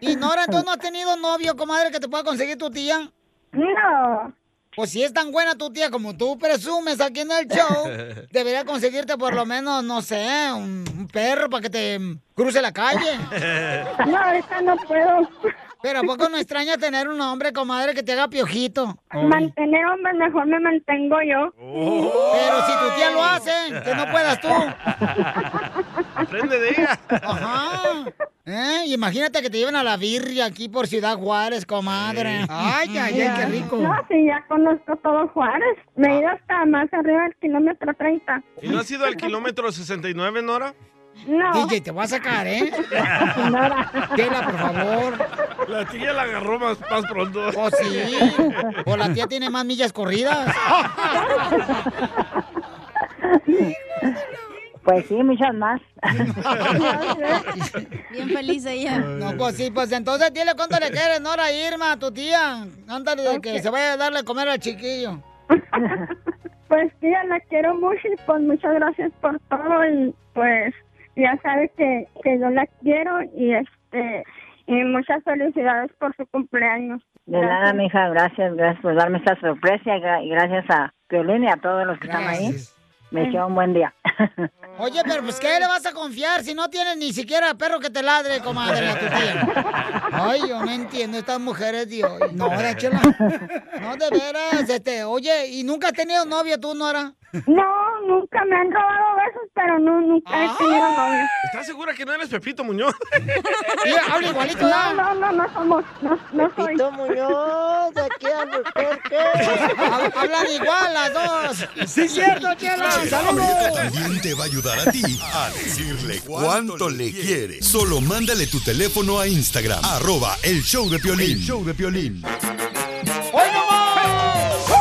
[SPEAKER 2] Y Nora, ¿entonces no has tenido novio, comadre, que te pueda conseguir tu tía?
[SPEAKER 15] No.
[SPEAKER 2] Pues si es tan buena tu tía como tú presumes aquí en el show, debería conseguirte por lo menos, no sé, un, un perro para que te cruce la calle.
[SPEAKER 15] No, ahorita no puedo.
[SPEAKER 2] Pero ¿a poco no extraña tener un hombre, comadre, que te haga piojito?
[SPEAKER 15] Mantener hombres mejor me mantengo yo.
[SPEAKER 10] Oh.
[SPEAKER 2] Pero si tu tía lo hace, que no puedas tú.
[SPEAKER 11] Aprende de ella.
[SPEAKER 2] Ajá. Eh, Imagínate que te lleven a la birria aquí por Ciudad Juárez, comadre. Ay, ay, ay, qué rico.
[SPEAKER 15] Ah, No, sí, ya conozco todo Juárez. Me he ido hasta más arriba del kilómetro 30.
[SPEAKER 11] ¿Y no has ido al kilómetro 69, Nora?
[SPEAKER 15] No.
[SPEAKER 2] DJ, te voy a sacar, ¿eh? Tela, por favor.
[SPEAKER 11] La tía la agarró más, más pronto.
[SPEAKER 2] O Oh, sí. O la tía tiene más millas corridas.
[SPEAKER 15] Pues sí, muchas más.
[SPEAKER 5] Bien feliz ella.
[SPEAKER 2] No, pues sí, pues entonces dile cuánto le quieres, Nora Irma, a tu tía. Ándale de que
[SPEAKER 15] Ok.
[SPEAKER 2] se vaya a darle a comer al chiquillo.
[SPEAKER 15] Pues tía, la quiero mucho y pues muchas gracias por todo y pues ya sabe que, que yo la quiero y este y muchas felicidades por su cumpleaños.
[SPEAKER 16] De nada,
[SPEAKER 15] Gracias.
[SPEAKER 16] mija, gracias, gracias por darme esta sorpresa y gra- y gracias a Piolín y a todos los que están ahí. Me
[SPEAKER 2] Mm.
[SPEAKER 16] dio un buen día.
[SPEAKER 2] Oye, pero pues ¿qué le vas a confiar si no tienes ni siquiera perro que te ladre, comadre, a tu tía? Ay, yo no entiendo estas mujeres de hoy. No, de hecho, la- no, de veras, este, oye, ¿y nunca has tenido novio tú, Nora?
[SPEAKER 15] No, nunca me han robado besos, pero no, nunca he tenido
[SPEAKER 2] Ah.
[SPEAKER 15] novio.
[SPEAKER 11] ¿Estás segura que no eres Pepito Muñoz?
[SPEAKER 15] No, no, no, no somos, no, no soy.
[SPEAKER 10] Muñoz, aquí
[SPEAKER 2] Hablan igual las dos.
[SPEAKER 10] Sí, cierto, Chela. Saludos.
[SPEAKER 8] También te va a ayudar a ti a decirle cuánto le quiere. Solo mándale tu teléfono a Instagram, arroba el show de Piolín. show de Piolín.
[SPEAKER 2] ¡Hoy no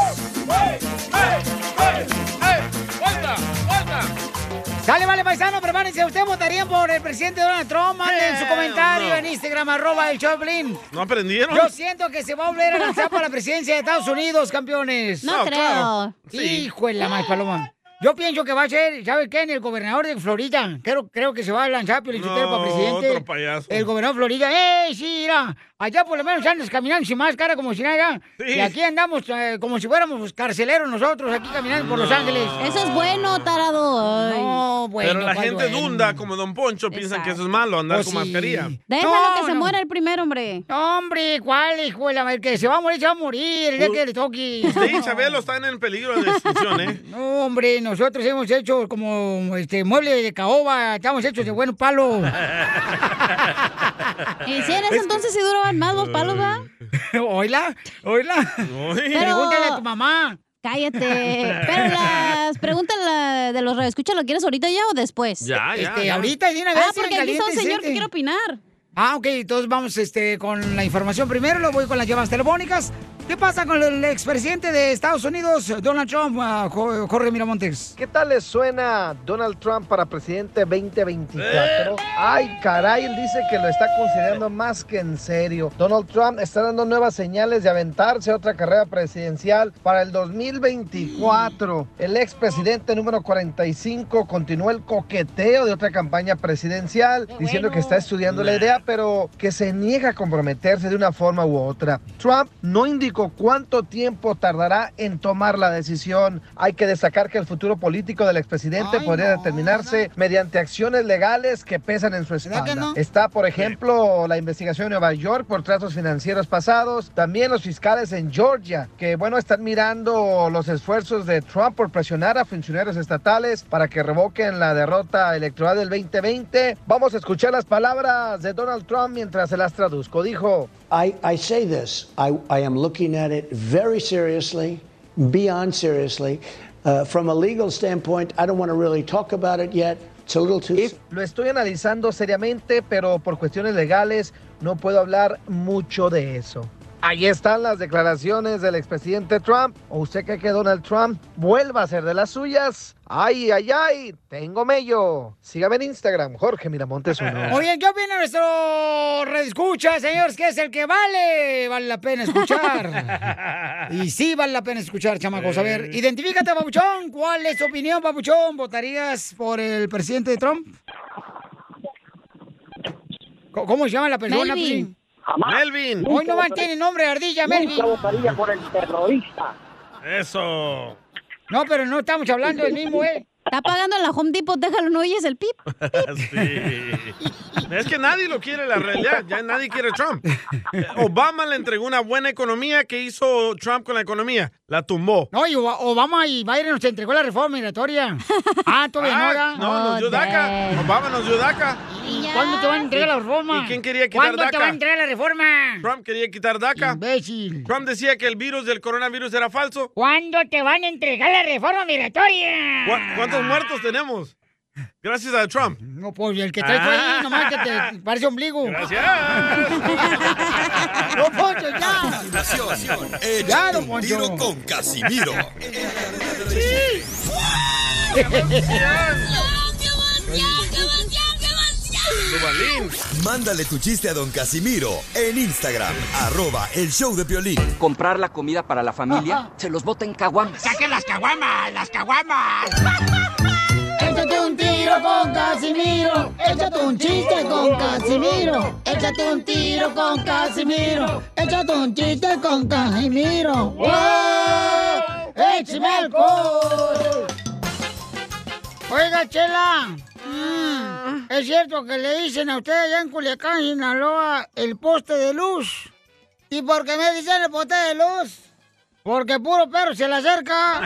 [SPEAKER 3] ¡Vuelta! ¡Vuelta!
[SPEAKER 2] Sale, vale, paisano, prepárense. ¿Ustedes votarían por el presidente Donald Trump? Manden su
[SPEAKER 11] Hell
[SPEAKER 2] comentario
[SPEAKER 11] no.
[SPEAKER 2] en Instagram, arroba el Choplin.
[SPEAKER 11] ¿No aprendieron?
[SPEAKER 2] Yo siento que se va a volver a lanzar para la presidencia de Estados Unidos, campeones.
[SPEAKER 11] No No, creo. claro. Sí.
[SPEAKER 2] Hijo de la más paloma. Yo pienso que va a ser, ¿sabe qué? En el gobernador de Florida. Creo, creo que se va a lanzar Piolín Sotelo,
[SPEAKER 11] No,
[SPEAKER 2] para presidente.
[SPEAKER 11] otro payaso.
[SPEAKER 2] El gobernador de Florida. ¡Ey, sí, mira! Allá por lo menos andas caminando sin máscara como si nada.
[SPEAKER 5] Sí.
[SPEAKER 2] Y aquí andamos eh, como si fuéramos carceleros nosotros, aquí caminando por Los
[SPEAKER 11] No.
[SPEAKER 2] Ángeles.
[SPEAKER 5] Eso es bueno, tarado. Ay.
[SPEAKER 2] No, bueno.
[SPEAKER 11] Pero la
[SPEAKER 2] ¿cuál
[SPEAKER 11] gente
[SPEAKER 2] bueno?
[SPEAKER 11] dunda, como Don Poncho, piensan que eso es malo, andar
[SPEAKER 2] Oh,
[SPEAKER 11] con
[SPEAKER 2] sí.
[SPEAKER 11] mascarilla.
[SPEAKER 5] Déjalo
[SPEAKER 2] No,
[SPEAKER 5] que se
[SPEAKER 2] no.
[SPEAKER 5] muera el primero, hombre.
[SPEAKER 2] Hombre, ¿cuál hijo de la madre? El que se va a morir, se va a morir. El día
[SPEAKER 11] U-
[SPEAKER 2] que le toque.
[SPEAKER 11] Usted y Chabelo están en peligro de extinción, ¿eh?
[SPEAKER 2] No, hombre, nosotros hemos hecho como este mueble de caoba, estamos hechos de buen palo.
[SPEAKER 5] Y si eres entonces si duraban más los palos, ¿va?
[SPEAKER 2] Oila, oila.
[SPEAKER 5] Pero-
[SPEAKER 2] Pregúntale a tu mamá.
[SPEAKER 5] Cállate. Pero las preguntas la- de los radioescuchas, ¿lo quieres ahorita ya o después?
[SPEAKER 2] Ya, ya, Este, ya. ahorita, de una vez,
[SPEAKER 5] Ah, porque
[SPEAKER 2] en
[SPEAKER 5] aquí está un
[SPEAKER 2] caliente,
[SPEAKER 5] señor
[SPEAKER 2] siente.
[SPEAKER 5] que quiere opinar.
[SPEAKER 2] Ah, ok, entonces vamos este, con la información primero, luego voy con las llamadas telefónicas. ¿Qué pasa con el expresidente de Estados Unidos, Donald Trump, ah, Jo- Jorge Miramontes?
[SPEAKER 9] ¿Qué tal les suena Donald Trump para presidente 2024? Ay, caray, él dice que lo está considerando más que en serio. Donald Trump está dando nuevas señales de aventarse a otra carrera presidencial para el 2024. El expresidente número 45 continuó el coqueteo de otra campaña presidencial, diciendo que está estudiando la idea, pero que se niega a comprometerse de una forma u otra. Trump no indicó cuánto tiempo tardará en tomar la decisión. Hay que destacar que el futuro político del expresidente podría determinarse mediante acciones legales que pesan en su espalda. Está, por ejemplo, la investigación en Nueva York por tratos financieros pasados. También los fiscales en Georgia, que, bueno, están mirando los esfuerzos de Trump por presionar a funcionarios estatales para que revoquen la derrota electoral del 2020. Vamos a escuchar las palabras de Donald Trump mientras se las traduzco. Dijo.
[SPEAKER 14] I, I say this. I, I am looking at it very seriously, beyond seriously. Uh, from a legal standpoint, I don't want to really talk about it yet. It's a little too.
[SPEAKER 9] Lo estoy analizando seriamente, pero por cuestiones legales no puedo hablar mucho de eso. Ahí están las declaraciones del expresidente Trump. ¿O usted cree que Donald Trump vuelva a ser de las suyas? ¡Ay, ay, ay! Tengo mello. Sígame en Instagram, Jorge Miramontes uno.
[SPEAKER 2] Oye, ¿qué opina nuestro redescucha, señores? Que es el que vale, vale la pena escuchar. y sí vale la pena escuchar, chamacos. A ver, identifícate, Papuchón. ¿Cuál es tu opinión, Papuchón? ¿Votarías por el presidente de Trump? Co- ¿Cómo se llama la persona?
[SPEAKER 3] Melvin.
[SPEAKER 2] Jamás. Melvin. Hoy no más tiene nombre, Ardilla, Melvin. votaría por el terrorista.
[SPEAKER 11] Eso.
[SPEAKER 2] No, pero no estamos hablando del mismo, ¿eh?
[SPEAKER 5] Está pagando en la Home Depot, déjalo, no oyes el pip.
[SPEAKER 11] Sí. Es que nadie lo quiere, la realidad. Ya nadie quiere a Trump. Eh, Obama le entregó una buena economía. ¿Qué hizo Trump con la economía? La tumbó.
[SPEAKER 2] No, y Ob- Obama y Biden nos entregó la reforma migratoria. Ah, todavía no,
[SPEAKER 11] Ah,
[SPEAKER 2] ¿verdad?
[SPEAKER 11] no, nos dio DACA. Obama nos dio DACA.
[SPEAKER 2] ¿Y cuándo te van a entregar la reforma?
[SPEAKER 11] ¿Y quién quería quitar
[SPEAKER 2] ¿Cuándo te
[SPEAKER 11] DACA?
[SPEAKER 2] van a entregar la reforma?
[SPEAKER 11] Trump quería quitar DACA. Trump decía que el virus del coronavirus era falso.
[SPEAKER 2] ¿Cuándo te van a entregar la reforma migratoria?
[SPEAKER 11] ¿Cu- ¿Cuántos muertos tenemos? Gracias a Trump. Ah.
[SPEAKER 2] No, pues el que traes tú ahí, nomás que te parece ombligo.
[SPEAKER 11] Gracias.
[SPEAKER 2] No, pues. Poncho, ya.
[SPEAKER 8] Continuación, échate
[SPEAKER 2] Ya, don
[SPEAKER 8] un
[SPEAKER 2] Poncho.
[SPEAKER 8] tiro con Casimiro. Mándale tu chiste a don Casimiro en Instagram, arroba el show de Piolín. Comprar la comida para la familia, se los bota en caguamas.
[SPEAKER 24] ¡Saquen las caguamas! ¡Las caguamas!
[SPEAKER 10] Échate un tiro con Casimiro. Échate un chiste con Casimiro. Échate un tiro con Casimiro. Échate un chiste con Casimiro. ¡Wow! ¡Échame alcohol!
[SPEAKER 2] Oiga, Chela. mm, ¿Es cierto que le dicen a usted allá en Culiacán, Sinaloa, el poste de luz? ¿Y por qué me dicen el poste de luz? Porque puro perro se le acerca.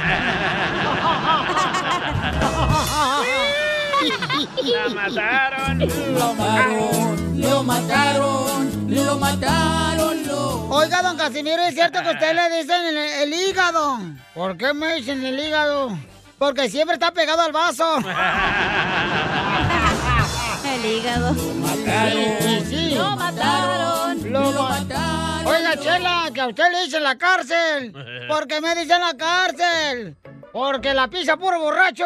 [SPEAKER 10] ¡La mataron! ¡Lo mataron! ¡Lo mataron! ¡Lo mataron! Lo...
[SPEAKER 2] Oiga, don Casimiro, ¿es cierto que a usted le dicen el, el hígado? ¿Por qué me dicen el hígado? Porque siempre está pegado al vaso. El hígado. Sí, sí.
[SPEAKER 10] Lo mataron,
[SPEAKER 2] Lo
[SPEAKER 10] lo
[SPEAKER 2] ma-
[SPEAKER 10] mataron.
[SPEAKER 2] Oiga, Chela, que a usted le dicen la cárcel. Porque me dicen la cárcel. Porque la pisa puro borracho.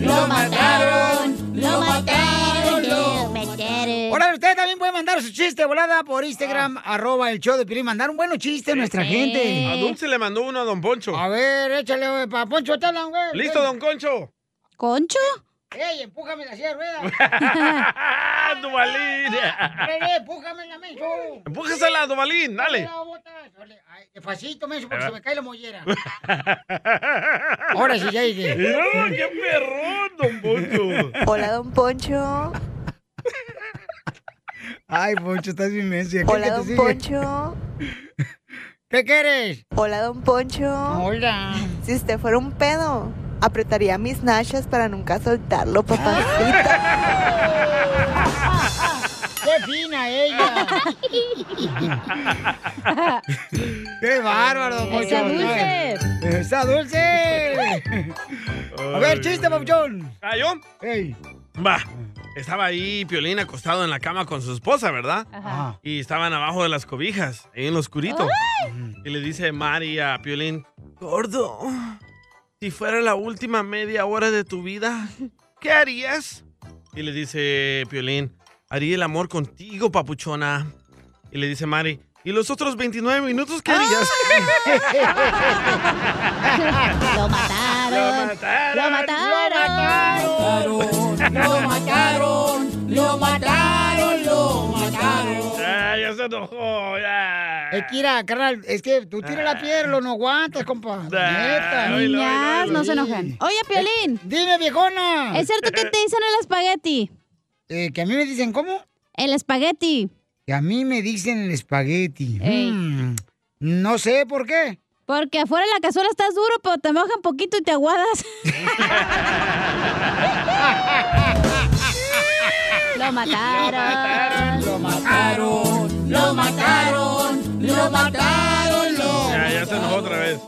[SPEAKER 10] ¡Lo mataron! ¡Lo mataron!
[SPEAKER 2] Lo Ahora usted también puede mandar su chiste volada por Instagram,
[SPEAKER 10] Ah.
[SPEAKER 2] arroba el show de Piolín. Mandar un buen chiste a nuestra gente.
[SPEAKER 11] A Dulce le mandó uno a Don Poncho.
[SPEAKER 2] A ver, échale güey, pa' Poncho Tela, güey.
[SPEAKER 11] Listo, Don Concho.
[SPEAKER 2] ¿Concho? ¡Ey, empújame la silla de ruedas!
[SPEAKER 11] ¡Ah, Duvalín!
[SPEAKER 2] ¡Ey, empújame la menso!
[SPEAKER 11] Empújesela, Duvalín, dale.
[SPEAKER 2] Despacito, menso, porque
[SPEAKER 11] Ahí
[SPEAKER 2] se
[SPEAKER 11] va.
[SPEAKER 2] me cae la mollera. Ahora sí ya llegué.
[SPEAKER 11] Mira, ¡Qué perrón, Don Poncho!
[SPEAKER 17] Hola, don Poncho.
[SPEAKER 2] Ay, Poncho, estás bien necia. ¿Qué
[SPEAKER 17] Hola,
[SPEAKER 2] que te
[SPEAKER 17] don
[SPEAKER 2] sigue?
[SPEAKER 17] Poncho.
[SPEAKER 2] ¿Qué quieres?
[SPEAKER 17] Hola, don Poncho.
[SPEAKER 2] Hola.
[SPEAKER 17] Si usted fuera un pedo, apretaría mis nachas para nunca soltarlo, papacita.
[SPEAKER 2] ¡Qué fina ella! ¡Qué bárbaro, don Poncho!
[SPEAKER 10] Está dulce.
[SPEAKER 2] ¡Está dulce! A ver, chiste, papuchón.
[SPEAKER 11] ¿Ah, yo?
[SPEAKER 2] ¡Ey!
[SPEAKER 11] Va. Estaba ahí Piolín acostado en la cama con su esposa, ¿verdad?
[SPEAKER 2] Ah.
[SPEAKER 10] Ajá.
[SPEAKER 11] Y estaban abajo de las cobijas, ahí en lo oscurito. Y le dice Mari a Piolín, Gordo, si fuera la última media hora de tu vida, ¿qué harías? Y le dice Piolín, haría el amor contigo, papuchona. Y le dice Mari, ¿y los otros 29 minutos qué harías?
[SPEAKER 10] Lo mataron. Lo mataron. Lo mataron. Lo mataron. Lo mataron.
[SPEAKER 11] Ah, ya se enojó, ya.
[SPEAKER 2] Es que, mira, carnal, es que tú tiras la piedra, lo no aguantas, compa. Neta. Eh,
[SPEAKER 5] oílo, Niñas, oílo. no se enojan. Oye, Piolín.
[SPEAKER 2] Dime, viejona.
[SPEAKER 5] ¿Es cierto que te dicen el espagueti?
[SPEAKER 2] Eh, que a mí me dicen, ¿cómo?
[SPEAKER 5] El espagueti.
[SPEAKER 2] Que a mí me dicen el espagueti.
[SPEAKER 5] Ey.
[SPEAKER 2] Mm, no sé por qué.
[SPEAKER 5] Porque afuera en la cazuela estás duro, pero te mojan poquito y te aguadas. Lo mataron.
[SPEAKER 10] Lo mataron. Lo mataron. Lo mataron. Lo
[SPEAKER 11] Ya, ya se enojó otra vez.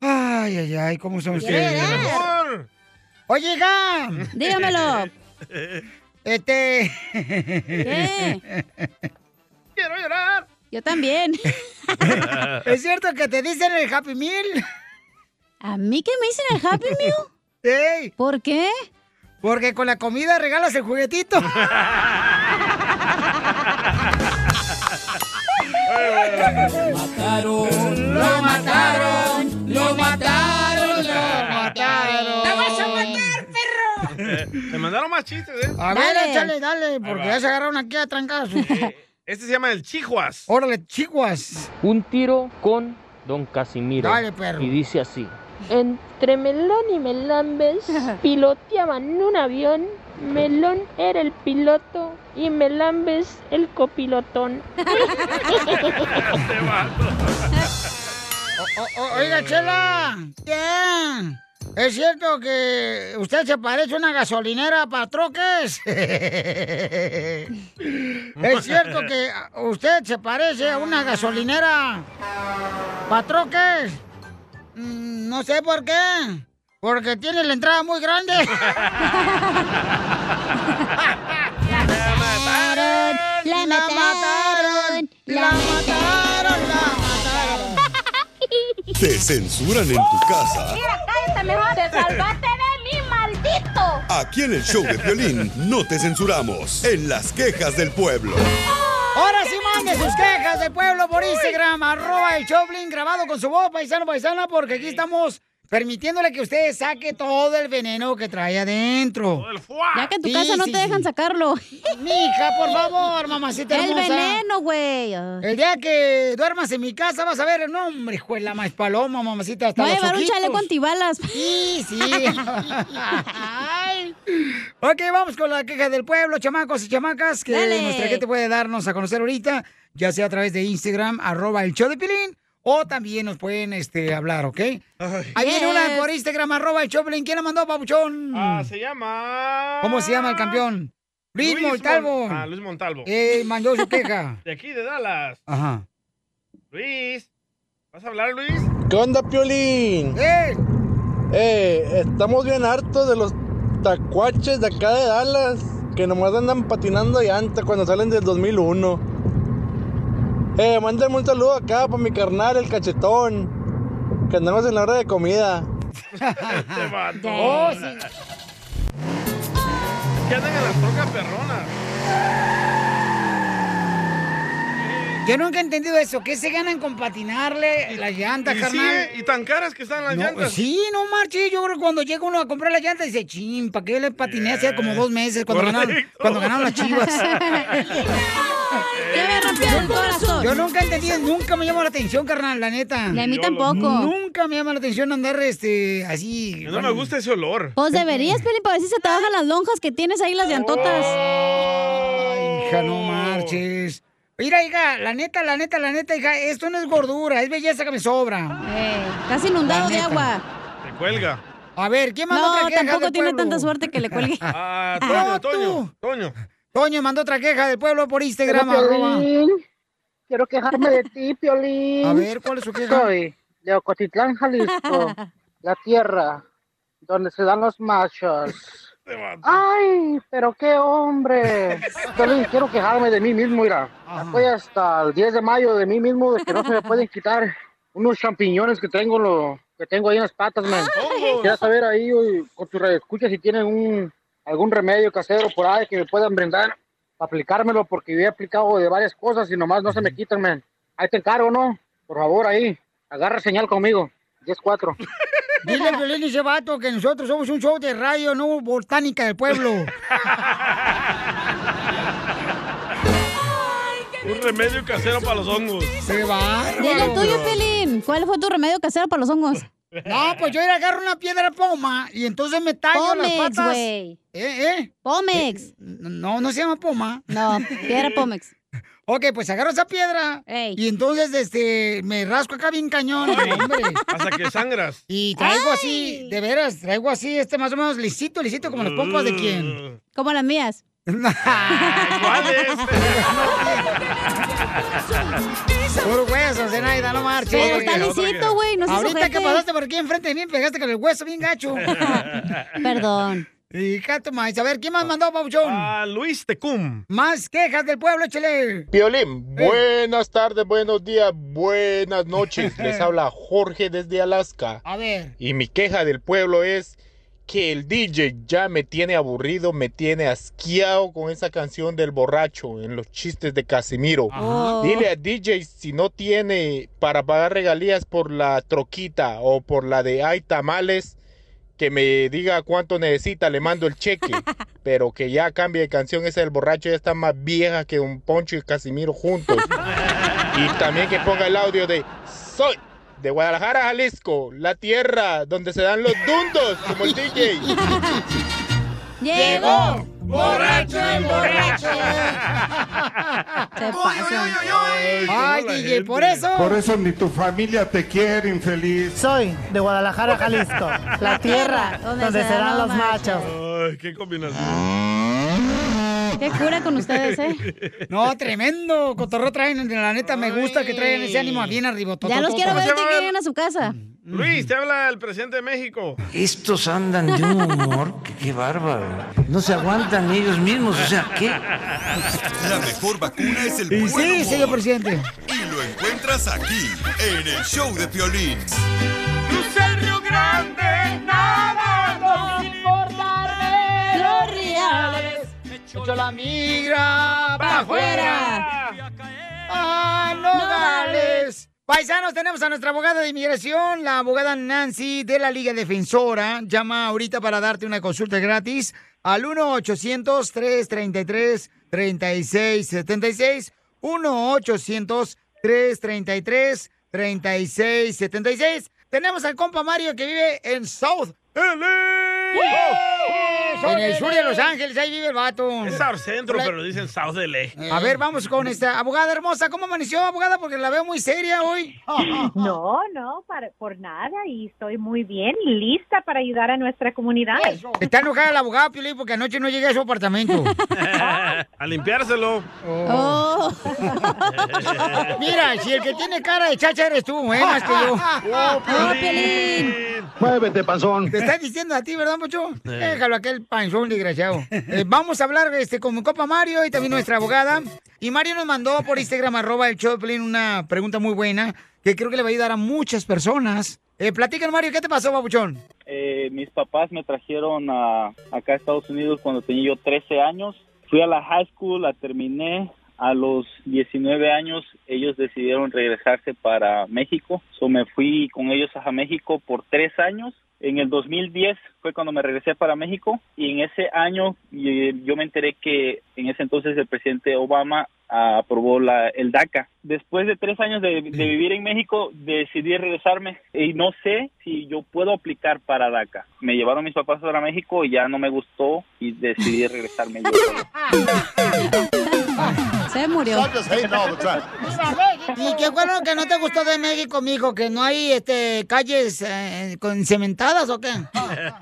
[SPEAKER 2] Ay, ay, ay, ¿cómo son
[SPEAKER 11] Quiere
[SPEAKER 2] ustedes?
[SPEAKER 11] llorar.
[SPEAKER 2] Oye, Gam.
[SPEAKER 5] Dígamelo.
[SPEAKER 2] Este.
[SPEAKER 11] Quiero llorar.
[SPEAKER 5] Yo también.
[SPEAKER 2] ¿Es cierto que te dicen el Happy Meal?
[SPEAKER 5] ¿A mí que me dicen el Happy Meal?
[SPEAKER 2] Sí.
[SPEAKER 5] ¿Por qué?
[SPEAKER 2] Porque con la comida regalas el juguetito.
[SPEAKER 10] mataron. Lo mataron. Lo mataron. Lo mataron. ¡Te vas a matar!
[SPEAKER 11] Eh, Te mandaron más chistes, ¿eh?
[SPEAKER 2] A ver, échale, dale, porque ya se agarraron aquí a trancazo.
[SPEAKER 11] Este se llama el Chihuas.
[SPEAKER 2] Órale, chihuas.
[SPEAKER 4] Un tiro con Don Casimiro.
[SPEAKER 2] Dale, perro.
[SPEAKER 4] Y dice así.
[SPEAKER 6] Entre Melón y Melambes piloteaban un avión. Melón era el piloto y Melambes el copilotón.
[SPEAKER 2] O- o-
[SPEAKER 10] Eh.
[SPEAKER 2] oiga, Chela. ¿qué? ¿Es cierto que usted se parece a una gasolinera para troques? ¿Es cierto que usted se parece a una gasolinera para troques? Mm, No sé por qué. Porque tiene la entrada muy grande.
[SPEAKER 10] La mataron. La mataron.
[SPEAKER 8] Te censuran en tu casa.
[SPEAKER 10] Mira, cállate mejor. Te salvaste de mí, maldito.
[SPEAKER 8] Aquí en el show de violín no te censuramos. En las quejas del pueblo.
[SPEAKER 2] Ahora sí mande sus quejas del pueblo por Instagram, arroba el Choplin, grabado con su voz, paisano, paisana, porque aquí estamos permitiéndole que usted saque todo el veneno que trae adentro.
[SPEAKER 5] Ya que en tu casa no te dejan sacarlo.
[SPEAKER 2] Mija, por favor, mamacita
[SPEAKER 5] El
[SPEAKER 2] hermosa.
[SPEAKER 5] veneno, güey. Ah.
[SPEAKER 2] El día que duermas en mi casa vas a ver el nombre, juela más paloma, mamacita. Hasta
[SPEAKER 5] Voy a
[SPEAKER 2] los
[SPEAKER 5] llevar un
[SPEAKER 2] ojitos.
[SPEAKER 5] chaleco antibalas.
[SPEAKER 2] Sí, sí. Ay. Ok, vamos con la queja del pueblo, chamacos y chamacas, que
[SPEAKER 10] Dale.
[SPEAKER 2] nuestra gente puede darnos a conocer ahorita, ya sea a través de Instagram, arroba el show de Pilín, o también nos pueden este, hablar, ¿ok? Ahí viene una por Instagram, arroba el show de Pilín. ¿Quién la mandó, papuchón?
[SPEAKER 11] Ah, se llama.
[SPEAKER 2] ¿Cómo se llama el campeón? Luis,
[SPEAKER 11] Mon-
[SPEAKER 2] Montalvo.
[SPEAKER 11] Ah, Luis Montalvo.
[SPEAKER 2] Eh, mandó su queja.
[SPEAKER 11] De aquí, de Dallas.
[SPEAKER 2] Ajá.
[SPEAKER 11] Luis. ¿Vas a hablar, Luis?
[SPEAKER 21] ¿Qué onda, Piolín? Eh,
[SPEAKER 2] ¡Eh!
[SPEAKER 21] estamos bien hartos de los tacuaches de acá de Dallas que nomás andan patinando llanta cuando salen del 2001. Eh, mándame un saludo acá para mi carnal, el cachetón, que andamos en la hora de comida.
[SPEAKER 2] Oh, sí.
[SPEAKER 11] Que andan en las trocas perronas.
[SPEAKER 2] Yo nunca he entendido eso. ¿Qué se ganan con patinarle las llantas,
[SPEAKER 11] Y,
[SPEAKER 2] carnal?
[SPEAKER 11] sí, y tan caras que están las
[SPEAKER 2] No,
[SPEAKER 11] llantas.
[SPEAKER 2] Sí, no marche. Yo creo que cuando llega uno a comprar la llanta dice, chin, ¿para qué le patiné hace como dos meses cuando ganaron,
[SPEAKER 10] Correcto.
[SPEAKER 2] cuando ganaron las chivas?
[SPEAKER 10] ¡Que me rompió el corazón!
[SPEAKER 2] Yo nunca he entendido, nunca me llama la atención, carnal, la neta.
[SPEAKER 5] Ni a mí tampoco.
[SPEAKER 2] Nunca me llama la atención andar este, así.
[SPEAKER 11] No me gusta ese olor.
[SPEAKER 5] Pues deberías, Pelín, para ver si se te bajan las lonjas que tienes ahí, las llantotas.
[SPEAKER 2] Oh, Hija, no marches. Mira, hija, la neta, la neta, la neta, hija, esto no es gordura, es belleza que me sobra.
[SPEAKER 5] Eh, Estás inundado de agua.
[SPEAKER 11] Te cuelga.
[SPEAKER 2] A ver, ¿quién mandó otra
[SPEAKER 5] No,
[SPEAKER 2] queja
[SPEAKER 5] tampoco
[SPEAKER 2] del
[SPEAKER 5] tiene
[SPEAKER 2] pueblo?
[SPEAKER 5] tanta suerte que le cuelgue.
[SPEAKER 11] Ah,
[SPEAKER 2] No,
[SPEAKER 11] Toño,
[SPEAKER 2] tú.
[SPEAKER 11] Toño, Toño.
[SPEAKER 2] Toño mandó otra queja del pueblo por Instagram,
[SPEAKER 18] Pero,
[SPEAKER 2] Este arroba.
[SPEAKER 18] Piolín, Quiero quejarme de ti, Piolín.
[SPEAKER 2] A ver, ¿cuál es su queja?
[SPEAKER 18] Soy de Ocotitlán, Jalisco, la tierra donde se dan los machos. Ay, pero qué hombre. Piolín, quiero quejarme de mí mismo, mira. Estoy hasta el 10 de mayo de mí mismo, de que no se me pueden quitar unos champiñones que tengo en lo que tengo ahí en las patas, man. Quisiera saber ahí uy, con tu escucha si tienen un, algún remedio casero por ahí que me puedan brindar para aplicármelo porque yo he aplicado de varias cosas y nomás no se me quitan, man. Ahí te encargo, ¿no? Por favor, ahí. Agarra señal conmigo. 10-4.
[SPEAKER 2] Dile, Piolín, ese vato, que nosotros somos un show de radio, no botánica del pueblo.
[SPEAKER 11] Un remedio casero para los hongos.
[SPEAKER 2] Se va.
[SPEAKER 5] Dile el tuyo, Pelín. ¿Cuál fue tu remedio casero para los hongos?
[SPEAKER 2] No, pues yo ir agarro una piedra poma y entonces me tallo las
[SPEAKER 5] Pómex,
[SPEAKER 2] patas.
[SPEAKER 5] güey.
[SPEAKER 2] ¿Eh, eh?
[SPEAKER 5] Pómex.
[SPEAKER 2] no, no se llama poma.
[SPEAKER 5] No, piedra Pómex.
[SPEAKER 2] Ok, pues agarro esa piedra y entonces este me rasco acá bien cañón, hombre.
[SPEAKER 11] Hasta que sangras.
[SPEAKER 2] Y traigo así, de veras, traigo así, este más o menos lisito, lisito, como las pompas de
[SPEAKER 11] Mm.
[SPEAKER 2] quién.
[SPEAKER 5] Como las mías.
[SPEAKER 2] Puro hueso, Zenaida, no marches.
[SPEAKER 5] Pero está lisito, güey, no seas
[SPEAKER 2] Ahorita
[SPEAKER 5] ojete.
[SPEAKER 2] que pasaste por aquí enfrente de mí, pegaste con el hueso bien gacho.
[SPEAKER 5] Perdón.
[SPEAKER 2] Y cato maíz. A ver, ¿quién más mandó, Pauchón?
[SPEAKER 11] Ah, Luis Tecum.
[SPEAKER 2] Más quejas del pueblo, échale.
[SPEAKER 7] Piolín, buenas tardes, buenos días, buenas noches. Les habla Jorge desde Alaska.
[SPEAKER 2] A ver.
[SPEAKER 7] Y mi queja del pueblo es que el DJ ya me tiene aburrido, me tiene asqueado con esa canción del borracho en los chistes de Casimiro.
[SPEAKER 2] Oh.
[SPEAKER 13] Ajá.
[SPEAKER 7] Dile a DJ si no tiene para pagar regalías por la troquita o por la de Hay Tamales, que me diga cuánto necesita, le mando el cheque. Pero que ya cambie de canción, ese del borracho ya está más vieja que un Poncho y Casimiro juntos. Y también que ponga el audio de Soy de Guadalajara, Jalisco, la tierra donde se dan los dundos, como el DJ.
[SPEAKER 5] Llegó
[SPEAKER 7] borracho el borracho.
[SPEAKER 2] Ay, DJ, por eso.
[SPEAKER 19] Por eso ni tu familia te quiere, infeliz.
[SPEAKER 20] Soy de Guadalajara, Jalisco, la tierra donde, serán los machos.
[SPEAKER 11] Ay, qué combinación.
[SPEAKER 5] Qué cura con ustedes, ¿eh?
[SPEAKER 2] No, tremendo. Cotorro traen, la neta, me gusta que traen ese ánimo bien arriba.
[SPEAKER 5] Ya los quiero ver que quieren a su casa.
[SPEAKER 11] Mm. Luis, te habla el presidente de México.
[SPEAKER 26] Estos andan de un humor que qué bárbaro. No se aguantan ellos mismos, o sea, ¿qué?
[SPEAKER 8] La mejor vacuna es el
[SPEAKER 26] Y
[SPEAKER 8] buen
[SPEAKER 26] sí,
[SPEAKER 8] humor.
[SPEAKER 26] señor
[SPEAKER 2] presidente.
[SPEAKER 8] Y lo encuentras aquí, en el show de Piolín.
[SPEAKER 3] Río Grande, nada nos importarme.
[SPEAKER 2] Los reales, echo la migra para afuera. ¡Ah, Nogales! Paisanos, tenemos a nuestra abogada de inmigración, la abogada Nancy de la Liga Defensora. Llama ahorita para darte una consulta gratis al 1-800-333-3676. 1-800-333-3676. Tenemos al compa Mario que vive en South LA. En el sur de Los Ángeles, ahí vive el vato.
[SPEAKER 11] Es South Centro,
[SPEAKER 2] La-
[SPEAKER 11] pero dicen South de Ley.
[SPEAKER 2] a ver, vamos con esta abogada hermosa. ¿Cómo amaneció, abogada? Porque la veo muy seria hoy.
[SPEAKER 27] No, no, para- por nada y estoy muy bien, lista para ayudar a nuestra comunidad.
[SPEAKER 2] Está enojada la abogada, Piolín, porque anoche no llegué a su apartamento.
[SPEAKER 11] a limpiárselo.
[SPEAKER 2] Oh.
[SPEAKER 3] Oh.
[SPEAKER 2] Mira, si el que tiene cara de chacha eres tú, ¿eh? Más que yo.
[SPEAKER 3] Oh, Piolín.
[SPEAKER 2] Muévete, panzón. Te está diciendo a ti, ¿verdad, Pocho? Déjalo aquel panzón desgraciado. Eh, vamos a hablar este, con mi copa Mario y también nuestra abogada. Y Mario nos mandó por Instagram, arroba el show de Piolín, una pregunta muy buena que creo que le va a ayudar a muchas personas. Eh, platícanos, Mario, ¿qué te pasó, babuchón?
[SPEAKER 28] Eh, mis papás me trajeron a, acá a Estados Unidos cuando tenía yo 13 años. Fui a la high school, la terminé. A los 19 años ellos decidieron regresarse para México. So, me fui con ellos a México por tres años. En el 2010 fue cuando me regresé para México y en ese año eh, yo me enteré que en ese entonces el presidente Obama ah, aprobó la, el DACA. Después de tres años de, de vivir en México decidí regresarme y no sé si yo puedo aplicar para DACA. Me llevaron mis papás para México y ya no me gustó y decidí regresarme. yo.
[SPEAKER 5] Se murió.
[SPEAKER 2] Y qué bueno que no te gustó de México, mijo, que no hay este, calles eh, con cementadas o qué.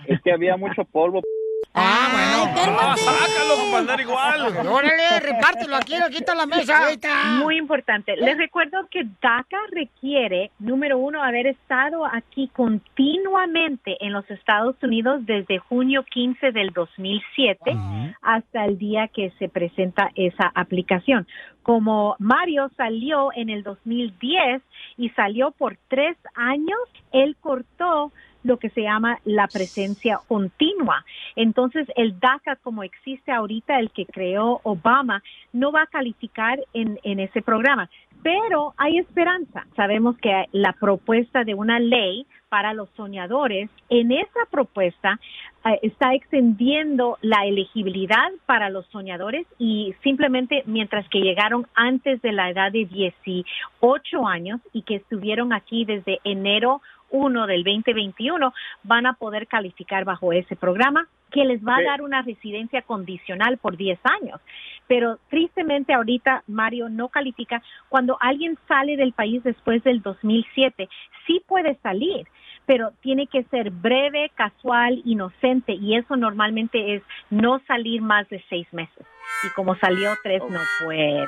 [SPEAKER 28] Es que había mucho polvo. p-
[SPEAKER 2] Ah, bueno.
[SPEAKER 11] cálmate. Ah, sácalo, para andar igual.
[SPEAKER 2] Órale, repártelo aquí, aquí está la mesa. Ahí está.
[SPEAKER 27] Muy importante. Les recuerdo que DACA requiere, número uno, haber estado aquí continuamente en los Estados Unidos desde junio 15 del 2007 hasta el día que se presenta esa aplicación. Como Mario salió en el 2010 y salió por tres años, él cortó lo que se llama la presencia continua. Entonces, el DACA, como existe ahorita, el que creó Obama, no va a calificar en, en ese programa. Pero hay esperanza. Sabemos que la propuesta de una ley para los soñadores, en esa propuesta eh, está extendiendo la elegibilidad para los soñadores y simplemente mientras que llegaron antes de la edad de 18 años y que estuvieron aquí desde enero 1 del 2021 van a poder calificar bajo ese programa que les va a
[SPEAKER 1] Sí.
[SPEAKER 27] dar una residencia condicional por 10 años. Pero tristemente ahorita Mario no califica. Cuando alguien sale del país después del 2007, sí puede salir, pero tiene que ser breve, casual, inocente y eso normalmente es no salir más de seis meses. Y como salió tres, no puede.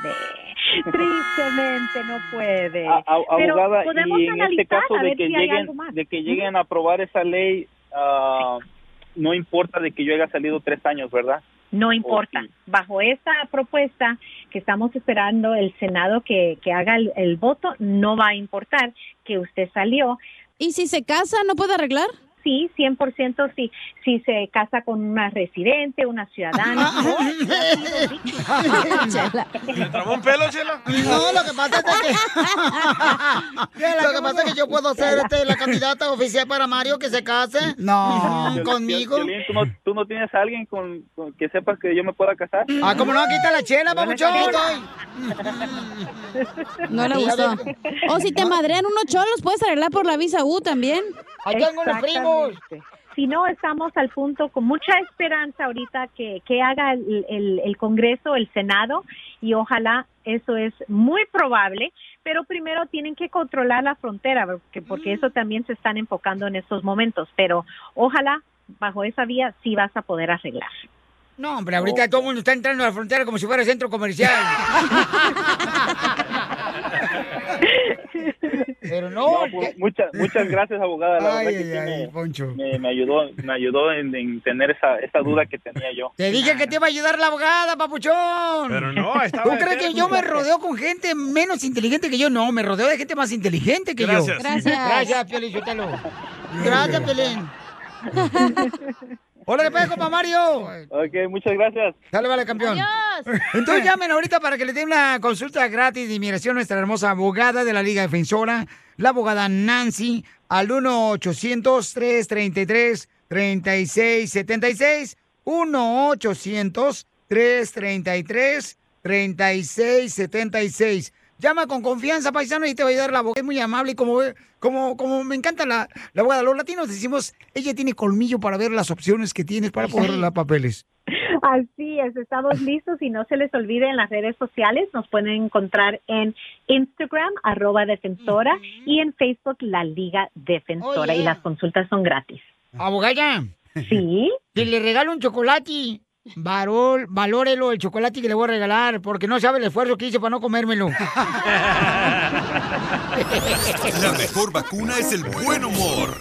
[SPEAKER 27] Tristemente no puede.
[SPEAKER 28] A- a-
[SPEAKER 27] Pero
[SPEAKER 28] abogada,
[SPEAKER 27] podemos
[SPEAKER 28] y en este
[SPEAKER 27] analizar
[SPEAKER 28] caso
[SPEAKER 27] a
[SPEAKER 28] de
[SPEAKER 27] ver
[SPEAKER 28] que,
[SPEAKER 27] si hay
[SPEAKER 28] lleguen,
[SPEAKER 27] algo más.
[SPEAKER 28] de que lleguen a aprobar esa ley, ah, no importa de que yo haya salido tres años, ¿verdad?
[SPEAKER 27] No importa. Bajo esta propuesta que estamos esperando el Senado que, que haga el, el voto, no va a importar que usted salió.
[SPEAKER 5] ¿Y si se casa, no puede arreglar?
[SPEAKER 27] Sí, 100% sí. Si se casa con una residente, una ciudadana.
[SPEAKER 5] Chela.
[SPEAKER 11] ¿Le trabó un pelo, Chela?
[SPEAKER 2] No, lo que pasa es que. lo que pasa es que yo puedo ser este, la candidata oficial para Mario que se case. No,
[SPEAKER 28] Violín,
[SPEAKER 2] Ah, conmigo.
[SPEAKER 28] Violín, ¿tú, no, tú no tienes a alguien con, con que sepas que yo me pueda casar?
[SPEAKER 2] Ah, ¿cómo no? Aquí está la chela, papuchón.
[SPEAKER 5] No le gustó. O
[SPEAKER 2] Oh,
[SPEAKER 5] si te madrean unos cholos, puedes arreglar por la visa U también.
[SPEAKER 27] Exactamente. Si no, estamos al punto con mucha esperanza ahorita que, que haga el, el- el Congreso, el Senado, y ojalá eso es muy probable, pero primero tienen que controlar la frontera, porque, porque eso también se están enfocando en estos momentos, pero ojalá bajo esa vía sí vas a poder arreglar.
[SPEAKER 2] No, hombre, ahorita todo el mundo está entrando a la frontera como si fuera centro comercial. Pero no.
[SPEAKER 28] pues, muchas, muchas gracias, abogada. La
[SPEAKER 2] Ay,
[SPEAKER 28] verdad que sí
[SPEAKER 2] ay,
[SPEAKER 28] me-
[SPEAKER 2] Poncho.
[SPEAKER 28] me, me ayudó, me ayudó en, en tener esa, esa duda que tenía yo.
[SPEAKER 2] Te dije que te iba a ayudar la abogada, papuchón.
[SPEAKER 28] Pero no, estaba
[SPEAKER 2] ¿Tú crees
[SPEAKER 28] de
[SPEAKER 2] que yo me rodeo con gente menos inteligente que yo? No, me rodeo de gente más inteligente que yo.
[SPEAKER 10] Gracias. Gracias.
[SPEAKER 2] Gracias, Piolín Sotelo. Gracias, Piolín. Hola, ¿qué pedo, compa Mario?
[SPEAKER 28] Ok, muchas gracias.
[SPEAKER 2] Dale, vale, campeón. Entonces llamen ahorita para que le den una consulta gratis de inmigración a nuestra hermosa abogada de la Liga Defensora, la abogada Nancy, al 1-800-333-3676. 1-800-333-3676. Llama con confianza, paisano, y te va a ayudar la abogada. Es muy amable y como, como, como me encanta la, la abogada. Los latinos decimos, ella tiene colmillo para ver las opciones que tienes para poder arreglar papeles.
[SPEAKER 27] Así es, estamos listos y no se les olvide en las redes sociales, nos pueden encontrar en Instagram, arroba defensora, y en Facebook, la Liga Defensora,
[SPEAKER 2] Oye.
[SPEAKER 27] y las consultas son gratis.
[SPEAKER 2] Abogada.
[SPEAKER 27] Sí.
[SPEAKER 2] Si le regalo un chocolate, varol, valórelo el chocolate que le voy a regalar, porque no sabe el esfuerzo que hice para no comérmelo.
[SPEAKER 8] La mejor vacuna es el buen humor.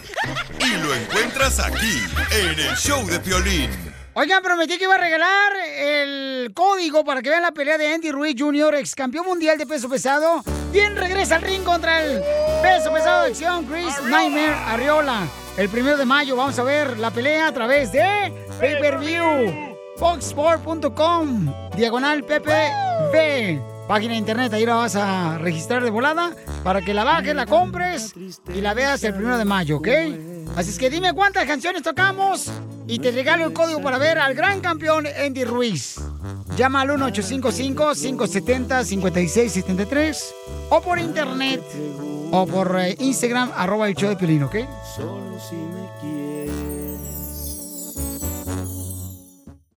[SPEAKER 8] Y lo encuentras aquí, en el show de Piolín.
[SPEAKER 2] Oigan, prometí que iba a regalar el código para que vean la pelea de Andy Ruiz Jr., ex campeón mundial de peso pesado. Bien regresa al ring contra el peso pesado de acción, Chris Nightmare Arriola. El primero de mayo vamos a ver la pelea a través de Pay Per View, Foxsport.com, diagonal PPV. Página de internet, ahí la vas a registrar de volada para que la bajes, la compres y la veas el primero de mayo, ¿ok? Así es que dime cuántas canciones tocamos y te regalo el código para ver al gran campeón Andy Ruiz. Llama al 1-855-570-5673 o por internet o por eh, Instagram, arroba el show de Piolín, ¿ok?
[SPEAKER 10] Solo si me quieres.